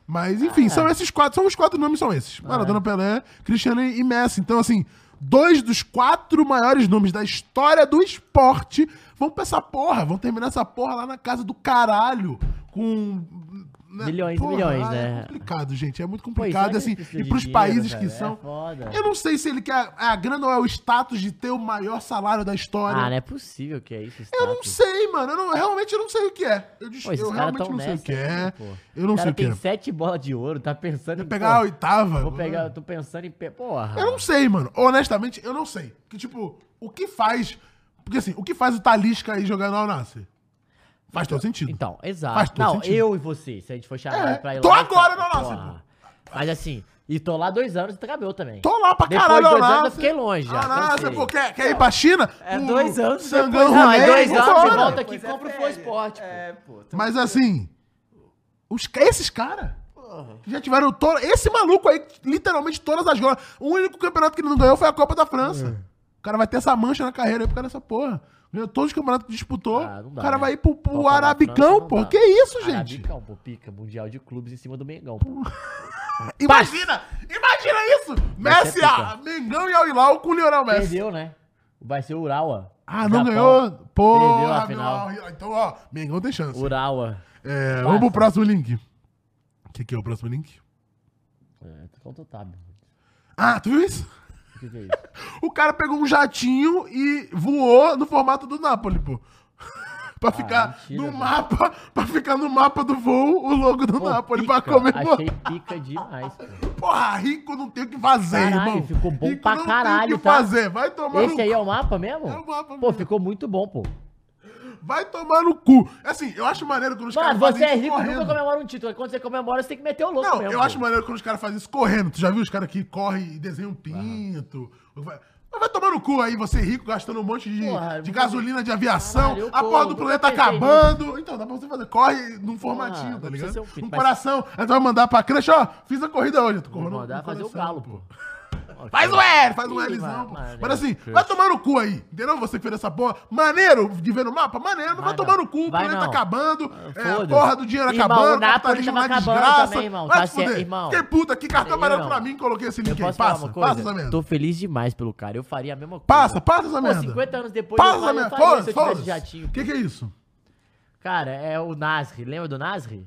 Speaker 3: Mas,
Speaker 4: Ah.
Speaker 3: enfim, são esses quatro. São os quatro nomes, são esses. Maradona,
Speaker 4: é.
Speaker 3: Pelé, Cristiano e Messi. Então, assim, dois dos quatro maiores nomes da história do esporte vão pra essa porra. Vão terminar essa porra lá na casa do caralho. Com né?
Speaker 4: Milhões e milhões, né?
Speaker 3: É complicado, gente. É muito
Speaker 4: Pois,
Speaker 3: complicado,
Speaker 4: será que
Speaker 3: assim.
Speaker 4: precisa
Speaker 3: E
Speaker 4: de
Speaker 3: pros
Speaker 4: dinheiro,
Speaker 3: países
Speaker 4: cara?
Speaker 3: que
Speaker 4: É
Speaker 3: são.
Speaker 4: foda.
Speaker 3: Eu não sei se ele quer a a grana ou é o status de ter o maior salário da história.
Speaker 4: Ah, não é possível que é isso.
Speaker 3: Eu não sei, mano. Eu não- realmente eu não sei o que é. Eu, des-
Speaker 4: Pô, esses
Speaker 3: eu
Speaker 4: caras
Speaker 3: realmente
Speaker 4: tão
Speaker 3: não sei o
Speaker 4: nessa.
Speaker 3: que é.
Speaker 4: né, pô?
Speaker 3: Eu não
Speaker 4: O cara
Speaker 3: sei o que
Speaker 4: tem
Speaker 3: é.
Speaker 4: sete bolas de ouro, tá pensando
Speaker 3: Vou
Speaker 4: em.
Speaker 3: pegar a
Speaker 4: pô,
Speaker 3: oitava.
Speaker 4: Vou pegar, tô pensando em. pe- Porra.
Speaker 3: Eu não sei, mano. Honestamente, eu não sei. Que tipo, o que faz. Porque assim, o que faz o Talisca aí jogar no Alnasser? Faz todo sentido.
Speaker 4: Então, exato.
Speaker 3: Faz todo
Speaker 4: não,
Speaker 3: sentido.
Speaker 4: eu e você, se a gente for chamado
Speaker 3: É,
Speaker 4: pra ir
Speaker 3: tô
Speaker 4: lá.
Speaker 3: agora
Speaker 4: tá-
Speaker 3: no Alnasser,
Speaker 4: porra. Mas assim, e tô lá dois anos e tá acabou também.
Speaker 3: Tô lá pra
Speaker 4: Depois
Speaker 3: caralho,
Speaker 4: de dois
Speaker 3: Alnasser.
Speaker 4: anos eu fiquei longe já. então,
Speaker 3: Alnasser,
Speaker 4: cansei.
Speaker 3: pô, quer, quer ir pra China?
Speaker 5: É
Speaker 3: O
Speaker 5: dois anos
Speaker 3: Sangão
Speaker 5: depois- Não, é
Speaker 3: Rumen,
Speaker 5: dois
Speaker 3: um vambora.
Speaker 5: anos
Speaker 4: de volta. aqui,
Speaker 5: Pois é,
Speaker 4: compra o
Speaker 5: pega.
Speaker 4: Flow Sport, pô.
Speaker 5: É, pô. Então,
Speaker 3: Mas assim, os, ca- esses caras já tiveram todo. Esse maluco aí, literalmente todas as golas. O único campeonato que ele não ganhou foi a Copa da França. O cara vai ter essa mancha na carreira aí por causa dessa porra. Ganhou todos os campeonatos que disputou.
Speaker 4: Ah, não dá,
Speaker 3: o cara
Speaker 4: né?
Speaker 3: vai ir pro, pro
Speaker 4: Copa da França
Speaker 3: Arabicão,
Speaker 4: não
Speaker 3: pô.
Speaker 4: dá.
Speaker 3: Que isso, gente?
Speaker 4: Arabicão, pô, pica. Mundial de clubes em cima do Mengão, pô.
Speaker 3: Imagina! Imagina isso!
Speaker 4: Vai
Speaker 3: Messi,
Speaker 4: ser
Speaker 3: ah, Mengão e Al-Hilal com o Lionel Messi.
Speaker 4: Perdeu, né? Vai ser o Urawa.
Speaker 3: Ah, não
Speaker 4: Japão.
Speaker 3: ganhou?
Speaker 4: Perdeu
Speaker 3: Porra,
Speaker 4: a
Speaker 3: meu.
Speaker 4: final.
Speaker 3: Al-Hilal. Então, ó, Mengão tem chance.
Speaker 4: Urawa.
Speaker 3: É,
Speaker 4: Passa.
Speaker 3: vamos pro próximo link. O que, que é o próximo link?
Speaker 4: É, tô com o Totab.
Speaker 3: Ah, tu viu isso?
Speaker 4: O que, que é isso?
Speaker 3: O cara pegou um jatinho e voou no formato do Napoli, pô. pra ficar
Speaker 4: Ah, mentira,
Speaker 3: no
Speaker 4: velho.
Speaker 3: mapa, pra ficar no mapa do voo o logo do
Speaker 4: Pô,
Speaker 3: Napoli pra
Speaker 4: pica.
Speaker 3: comemorar.
Speaker 4: Achei pica demais, pô.
Speaker 3: Porra, rico não tem o que fazer,
Speaker 4: Caralho,
Speaker 3: irmão.
Speaker 4: ficou bom
Speaker 3: rico
Speaker 4: pra
Speaker 3: não tem
Speaker 4: caralho,
Speaker 3: o que
Speaker 4: tá?
Speaker 3: fazer. Vai tomar no
Speaker 4: Esse aí é o mapa mesmo?
Speaker 3: É o mapa
Speaker 4: Pô,
Speaker 3: mesmo.
Speaker 4: ficou muito bom, pô.
Speaker 3: Vai tomar no cu. Assim, eu acho maneiro quando os
Speaker 4: Mano,
Speaker 3: caras
Speaker 4: você
Speaker 3: fazem
Speaker 4: é
Speaker 3: isso
Speaker 4: rico e nunca
Speaker 3: correndo.
Speaker 4: comemora um título. Quando você comemora, você tem que meter o louco
Speaker 3: Não,
Speaker 4: mesmo.
Speaker 3: eu
Speaker 4: pô.
Speaker 3: acho maneiro quando os caras fazem isso correndo. Tu já viu os caras que correm e desenham um pinto? Vai- Mas vai tomar no cu aí, você rico, gastando um monte de,
Speaker 4: Porra,
Speaker 3: de
Speaker 4: eu-
Speaker 3: gasolina, de aviação.
Speaker 4: Caralho, eu
Speaker 3: a porra do
Speaker 4: como,
Speaker 3: planeta
Speaker 4: nunca pensei
Speaker 3: acabando. Então, dá pra você fazer. Corre num formatinho,
Speaker 4: não
Speaker 3: tá ligado?
Speaker 4: precisa ser um
Speaker 3: Um,
Speaker 4: pinto, mas-
Speaker 3: coração. Aí tu vai mandar pra creche, ó, fiz a corrida hoje. Tu
Speaker 4: Vou
Speaker 3: correu no-
Speaker 4: mandar
Speaker 3: no
Speaker 4: fazer o
Speaker 3: coração,
Speaker 4: galo, pô.
Speaker 3: Faz o L, faz um
Speaker 4: Ih,
Speaker 3: Lzão,
Speaker 4: mano,
Speaker 3: pô.
Speaker 4: mano,
Speaker 3: Mas
Speaker 4: é,
Speaker 3: assim,
Speaker 4: Cristo.
Speaker 3: vai tomar no cu aí, entendeu? Você que fez essa porra. Maneiro de ver no mapa? Maneiro, mas vai,
Speaker 4: Vai
Speaker 3: tomar
Speaker 4: não,
Speaker 3: no cu, o
Speaker 4: vai
Speaker 3: planeta
Speaker 4: não. Ah,
Speaker 3: acabando, é, a
Speaker 4: foda-se.
Speaker 3: porra do dinheiro
Speaker 4: Irmão,
Speaker 3: acabando,
Speaker 4: o Napoli tava acabando também, irmão,
Speaker 3: Vai
Speaker 4: tá
Speaker 3: se fuder.
Speaker 4: certo, irmão.
Speaker 3: Fiquei puta aqui, cartão
Speaker 4: Eu
Speaker 3: amarelo
Speaker 4: não.
Speaker 3: pra mim, coloquei esse
Speaker 4: Eu
Speaker 3: link aí.
Speaker 4: posso falar
Speaker 3: Passa,
Speaker 4: uma coisa?
Speaker 3: passa essa merda.
Speaker 4: Tô feliz demais pelo cara. Eu faria a mesma coisa.
Speaker 3: Passa, passa essa
Speaker 4: Pô,
Speaker 3: merda.
Speaker 4: 50 anos depois
Speaker 3: Passa
Speaker 4: eu
Speaker 3: essa
Speaker 4: faria, eu
Speaker 3: merda,
Speaker 4: faria se
Speaker 3: foda-se,
Speaker 4: eu tivesse
Speaker 3: foda-se.
Speaker 4: jatinho.
Speaker 3: O que que é isso?
Speaker 4: Cara, é o Nasri. Lembra do Nasri?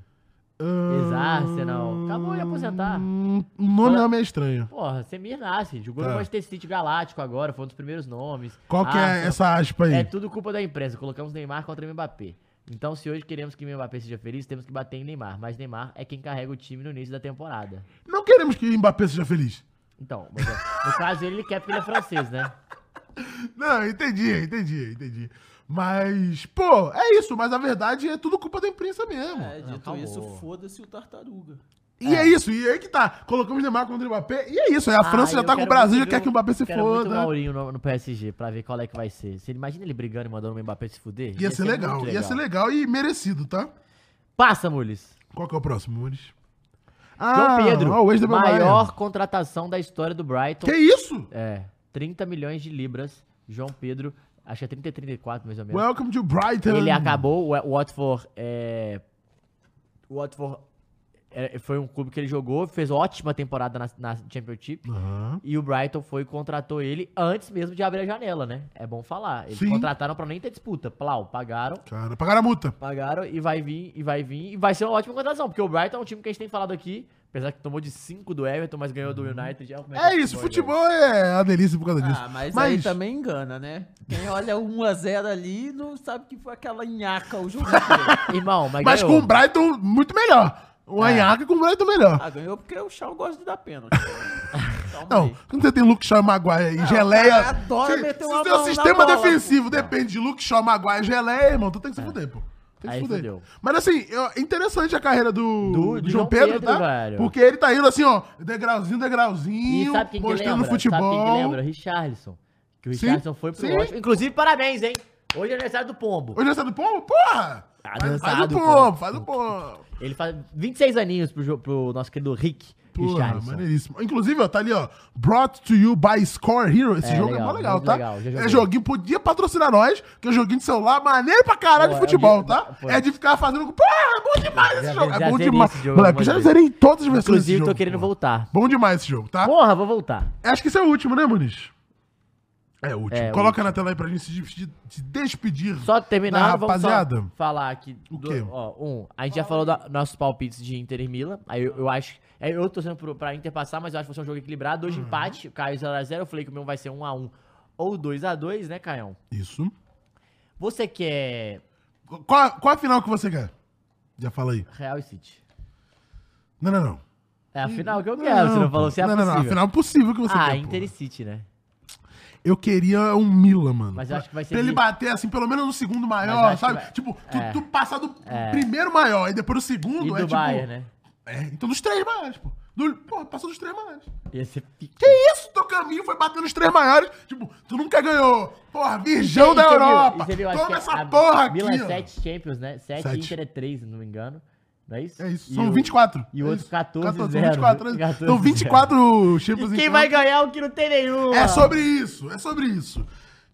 Speaker 4: Ex-Arsenal. Acabou de aposentar.
Speaker 3: Hum, O nome
Speaker 4: Fala-
Speaker 3: não é meio estranho.
Speaker 4: Porra, Semir Nasri. Jogou
Speaker 3: Tá.
Speaker 4: no Manchester City Galáctico agora, foi um dos primeiros nomes.
Speaker 3: Qual que é
Speaker 4: Arsenal.
Speaker 3: essa aspa
Speaker 4: É
Speaker 3: aí?
Speaker 4: tudo culpa da imprensa. Colocamos Neymar contra o Mbappé. Então, se hoje queremos que o Mbappé seja feliz, temos que bater em Neymar. Mas Neymar é quem carrega o time no início da temporada.
Speaker 3: Não queremos que o Mbappé seja feliz.
Speaker 4: Então, mas, é, no caso ele, ele quer porque ele é francês, né?
Speaker 3: Não, entendi, entendi, entendi. Mas, pô, é isso. Mas a verdade é tudo culpa da imprensa mesmo.
Speaker 5: É, dito
Speaker 4: acabou.
Speaker 5: isso, foda-se o Tartaruga.
Speaker 3: E é. isso, e aí que tá. Colocamos Neymar contra o Mbappé, e é isso. Aí a França
Speaker 4: Ah,
Speaker 3: já
Speaker 4: eu
Speaker 3: tá com o
Speaker 4: quero
Speaker 3: Brasil, já
Speaker 4: muito
Speaker 3: quer
Speaker 4: ver
Speaker 3: que o Mbappé se
Speaker 4: quero muito o
Speaker 3: foda.
Speaker 4: Maurinho no, no PSG pra ver qual é que vai ser. Você imagina ele brigando e mandando o Mbappé se fuder?
Speaker 3: Ia ser legal,
Speaker 4: muito
Speaker 3: ia ser legal e merecido, tá?
Speaker 4: Passa, Mules.
Speaker 3: Qual que é o próximo, Muniz? Ah,
Speaker 4: João Pedro,
Speaker 3: ó, o ex do meu
Speaker 4: maior contratação da história do Brighton.
Speaker 3: Bayern. Que isso?
Speaker 4: É, 30 milhões de libras. João Pedro, acho que é 30 e 34 mais ou menos.
Speaker 3: Welcome to Brighton.
Speaker 4: Ele acabou, o o Watford é... O Watford é, foi um clube que ele jogou, fez ótima temporada na, na Championship.
Speaker 3: Aham.
Speaker 4: E o Brighton foi e contratou ele antes mesmo de abrir a janela, né? É bom falar. Eles
Speaker 3: Sim.
Speaker 4: contrataram pra nem ter disputa. Plau, pagaram.
Speaker 3: Cara, pagaram a multa.
Speaker 4: Pagaram e vai vir, e vai vir, e vai ser uma ótima contratação, porque o Brighton é um time que a gente tem falado aqui, apesar que tomou de 5 do Everton, mas ganhou do United. É,
Speaker 3: É isso, futebol é a delícia por causa disso.
Speaker 5: Ah, mas, aí também engana, né? Quem olha 1x0 ali não sabe que foi aquela nhaca o jogo inteiro.
Speaker 4: Irmão, mas,
Speaker 3: mas com
Speaker 4: ganhou.
Speaker 3: o Brighton, muito melhor. O
Speaker 4: É.
Speaker 3: Anhaca com o Brighton, melhor.
Speaker 5: Ah, ganhou porque o Chal gosta de dar pênalti. Calma
Speaker 3: Não,
Speaker 5: aí.
Speaker 3: quando você tem Luke Shaw e Maguire e geleia.
Speaker 5: cara adora
Speaker 3: se,
Speaker 5: meter
Speaker 3: se
Speaker 5: uma
Speaker 3: seu
Speaker 5: mão na
Speaker 3: um sistema
Speaker 5: bola,
Speaker 3: defensivo depende de Luke Shaw, Maguire e geleia, irmão, tu tem que se fuder, pô. Tem que
Speaker 4: É. Aí
Speaker 3: se fuder.
Speaker 4: fudeu.
Speaker 3: Mas assim, eu- é interessante a carreira do,
Speaker 4: Do-
Speaker 3: do
Speaker 4: de
Speaker 3: João
Speaker 4: João
Speaker 3: Pedro,
Speaker 4: Pedro,
Speaker 3: tá?
Speaker 4: velho.
Speaker 3: Porque ele tá indo assim, ó, degrauzinho,
Speaker 4: E
Speaker 3: degrauzinho,
Speaker 4: sabe quem que
Speaker 3: mostrando
Speaker 4: lembra?
Speaker 3: futebol.
Speaker 4: Sabe quem que lembra? Richarlison. Que o
Speaker 3: Sim,
Speaker 4: Richarlison foi pro
Speaker 3: sim.
Speaker 4: Washington. Inclusive, parabéns, hein? Hoje é aniversário do Pombo.
Speaker 3: Hoje é do pombo? Porra!
Speaker 4: Tá
Speaker 3: Faz, faz o
Speaker 4: dançado,
Speaker 3: pombo,
Speaker 4: pô.
Speaker 3: faz o pombo.
Speaker 4: Ele faz 26 aninhos pro, jo- pro nosso querido Rick
Speaker 3: Porra,
Speaker 4: Richarlison.
Speaker 3: maneiríssimo. Inclusive, ó, tá ali, ó. Brought to you by Score Hero. Esse
Speaker 4: É,
Speaker 3: jogo é
Speaker 4: legal,
Speaker 3: mó legal,
Speaker 4: muito
Speaker 3: tá?
Speaker 4: legal, já
Speaker 3: é
Speaker 4: joguei.
Speaker 3: joguinho, podia patrocinar nós, que é um joguinho de celular maneiro pra caralho de
Speaker 4: Pô, é
Speaker 3: futebol,
Speaker 4: de-
Speaker 3: tá?
Speaker 4: pô.
Speaker 3: É de ficar fazendo. Porra, é bom demais esse
Speaker 4: Já-
Speaker 3: jogo.
Speaker 4: já
Speaker 3: É bom
Speaker 4: zerei
Speaker 3: demais.
Speaker 4: esse jogo
Speaker 3: Moleque, eu
Speaker 4: algumas
Speaker 3: já
Speaker 4: vezes.
Speaker 3: zerei todas as versões desse
Speaker 4: Inclusive, tô
Speaker 3: jogo,
Speaker 4: querendo
Speaker 3: pô.
Speaker 4: voltar.
Speaker 3: Bom demais esse jogo, tá?
Speaker 4: Porra, vou voltar.
Speaker 3: Acho que esse é o último, né, Muniz? É útil.
Speaker 4: É,
Speaker 3: Coloca na tela aí pra gente se despedir. Se despedir.
Speaker 4: Só terminar,
Speaker 3: Ah,
Speaker 4: vamos só
Speaker 3: rapaziada.
Speaker 4: falar aqui.
Speaker 3: O
Speaker 4: do-
Speaker 3: quê?
Speaker 4: ó, um, a gente já falou dos nossos palpites de Inter e Mila. Aí eu, eu acho. é, Eu tô sendo pro, pra Inter passar, mas eu acho que vai ser um jogo equilibrado.
Speaker 3: Uhum.
Speaker 4: Hoje empate, o Caio 0x0. Eu falei que o meu vai ser 1x1 ou 2x2, né, Caião?
Speaker 3: Isso.
Speaker 4: Você é quer
Speaker 3: Qual, qual a final que você quer? Já fala aí.
Speaker 4: Real e City?
Speaker 3: Não, não, não.
Speaker 4: É a final que eu quero, você não falou se é
Speaker 3: não, não,
Speaker 4: possível.
Speaker 3: não. A final possível que você
Speaker 4: ah,
Speaker 3: quer.
Speaker 4: Inter
Speaker 3: pô.
Speaker 4: e City, né?
Speaker 3: Eu queria um Mila, mano.
Speaker 4: Mas eu acho que vai ser
Speaker 3: Pra ele
Speaker 4: Mila.
Speaker 3: bater, assim, pelo menos no segundo
Speaker 4: Mas eu
Speaker 3: maior,
Speaker 4: acho que
Speaker 3: sabe?
Speaker 4: vai-
Speaker 3: Tipo, tu,
Speaker 4: É.
Speaker 3: tu passar do primeiro maior e depois do
Speaker 4: E
Speaker 3: segundo,
Speaker 4: do
Speaker 3: é tipo...
Speaker 4: Bayern, né?
Speaker 3: É, então dos três maiores, pô. Do, pô, passou dos três maiores.
Speaker 4: Ia ser pica.
Speaker 3: Que isso? Teu caminho foi bater nos três maiores. Tipo, tu nunca ganhou. Porra, virgão
Speaker 4: E
Speaker 3: da
Speaker 4: você viu? E
Speaker 3: Europa.
Speaker 4: você viu, acho que é
Speaker 3: Toma essa
Speaker 4: a
Speaker 3: porra aqui.
Speaker 4: Mila é
Speaker 3: ó.
Speaker 4: 7 Champions, né? 7
Speaker 3: Sete.
Speaker 4: Inter é 3, se não me engano. Não é isso?
Speaker 3: É isso,
Speaker 4: E
Speaker 3: são
Speaker 4: o-
Speaker 3: 24.
Speaker 4: e o
Speaker 3: é
Speaker 4: outro
Speaker 3: isso.
Speaker 4: 14,
Speaker 3: são
Speaker 4: zero.
Speaker 3: 24, né?
Speaker 4: 14,
Speaker 3: Então 24
Speaker 4: E
Speaker 3: chips
Speaker 4: quem vai ganhar o que não tem nenhum?
Speaker 3: então É sobre isso, é sobre isso.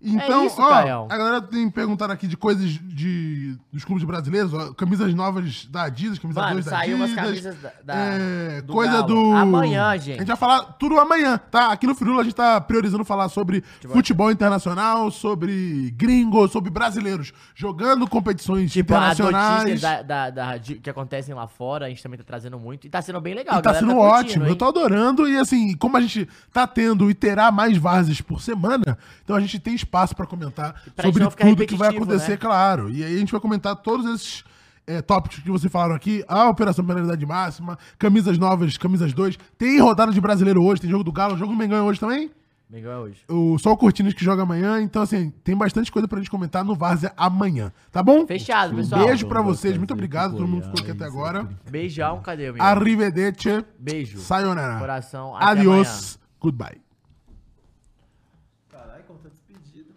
Speaker 3: Então,
Speaker 4: É isso,
Speaker 3: ó,
Speaker 4: Caião.
Speaker 3: a galera tem perguntado aqui de coisas de, dos clubes brasileiros, ó, camisas novas da Adidas, camisa
Speaker 4: Mano,
Speaker 3: 2 da
Speaker 4: saiu
Speaker 3: Adidas.
Speaker 4: umas camisas da. da-
Speaker 3: é,
Speaker 4: do
Speaker 3: coisa
Speaker 4: Galo.
Speaker 3: do.
Speaker 4: Amanhã,
Speaker 3: A
Speaker 4: gente.
Speaker 3: gente vai falar tudo amanhã, tá? Aqui no Firula a gente tá priorizando falar sobre futebol, internacional, sobre gringos, sobre brasileiros jogando competições
Speaker 4: Tipo, as notícias
Speaker 3: internacionais.
Speaker 4: da, da- da- de- que acontecem lá fora, a gente também tá trazendo muito. E tá sendo bem legal,
Speaker 3: E tá
Speaker 4: a galera
Speaker 3: sendo
Speaker 4: curtindo,
Speaker 3: ótimo,
Speaker 4: hein?
Speaker 3: eu tô adorando. E assim, como a gente tá tendo e terá mais vazes por semana, então a gente tem espaço pra comentar
Speaker 4: pra gente
Speaker 3: sobre
Speaker 4: não ficar
Speaker 3: tudo que vai
Speaker 4: repetitivo,
Speaker 3: acontecer,
Speaker 4: né?
Speaker 3: claro. E aí a gente vai comentar todos esses é, tópicos que vocês falaram aqui: a operação penalidade máxima, camisas novas, camisas 2. Tem rodada de brasileiro hoje, tem jogo do Galo, jogo do Mengão hoje também.
Speaker 4: Mengão é hoje.
Speaker 3: O, só o Cortinas que joga amanhã. Então, assim, tem bastante coisa pra gente comentar no Várzea amanhã, tá bom?
Speaker 4: Fechado, pessoal.
Speaker 3: Beijo pra vocês, muito obrigado, todo mundo que ficou aqui até agora.
Speaker 4: Beijão, cadê o meu?
Speaker 3: Arrivederci.
Speaker 4: Beijo.
Speaker 3: Sayonara.
Speaker 4: Coração, até
Speaker 3: Adiós. Goodbye.
Speaker 5: Caralho, como tá despedido.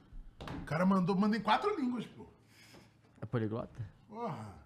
Speaker 3: O cara mandou, manda em quatro línguas, pô.
Speaker 4: É poliglota?
Speaker 3: Porra.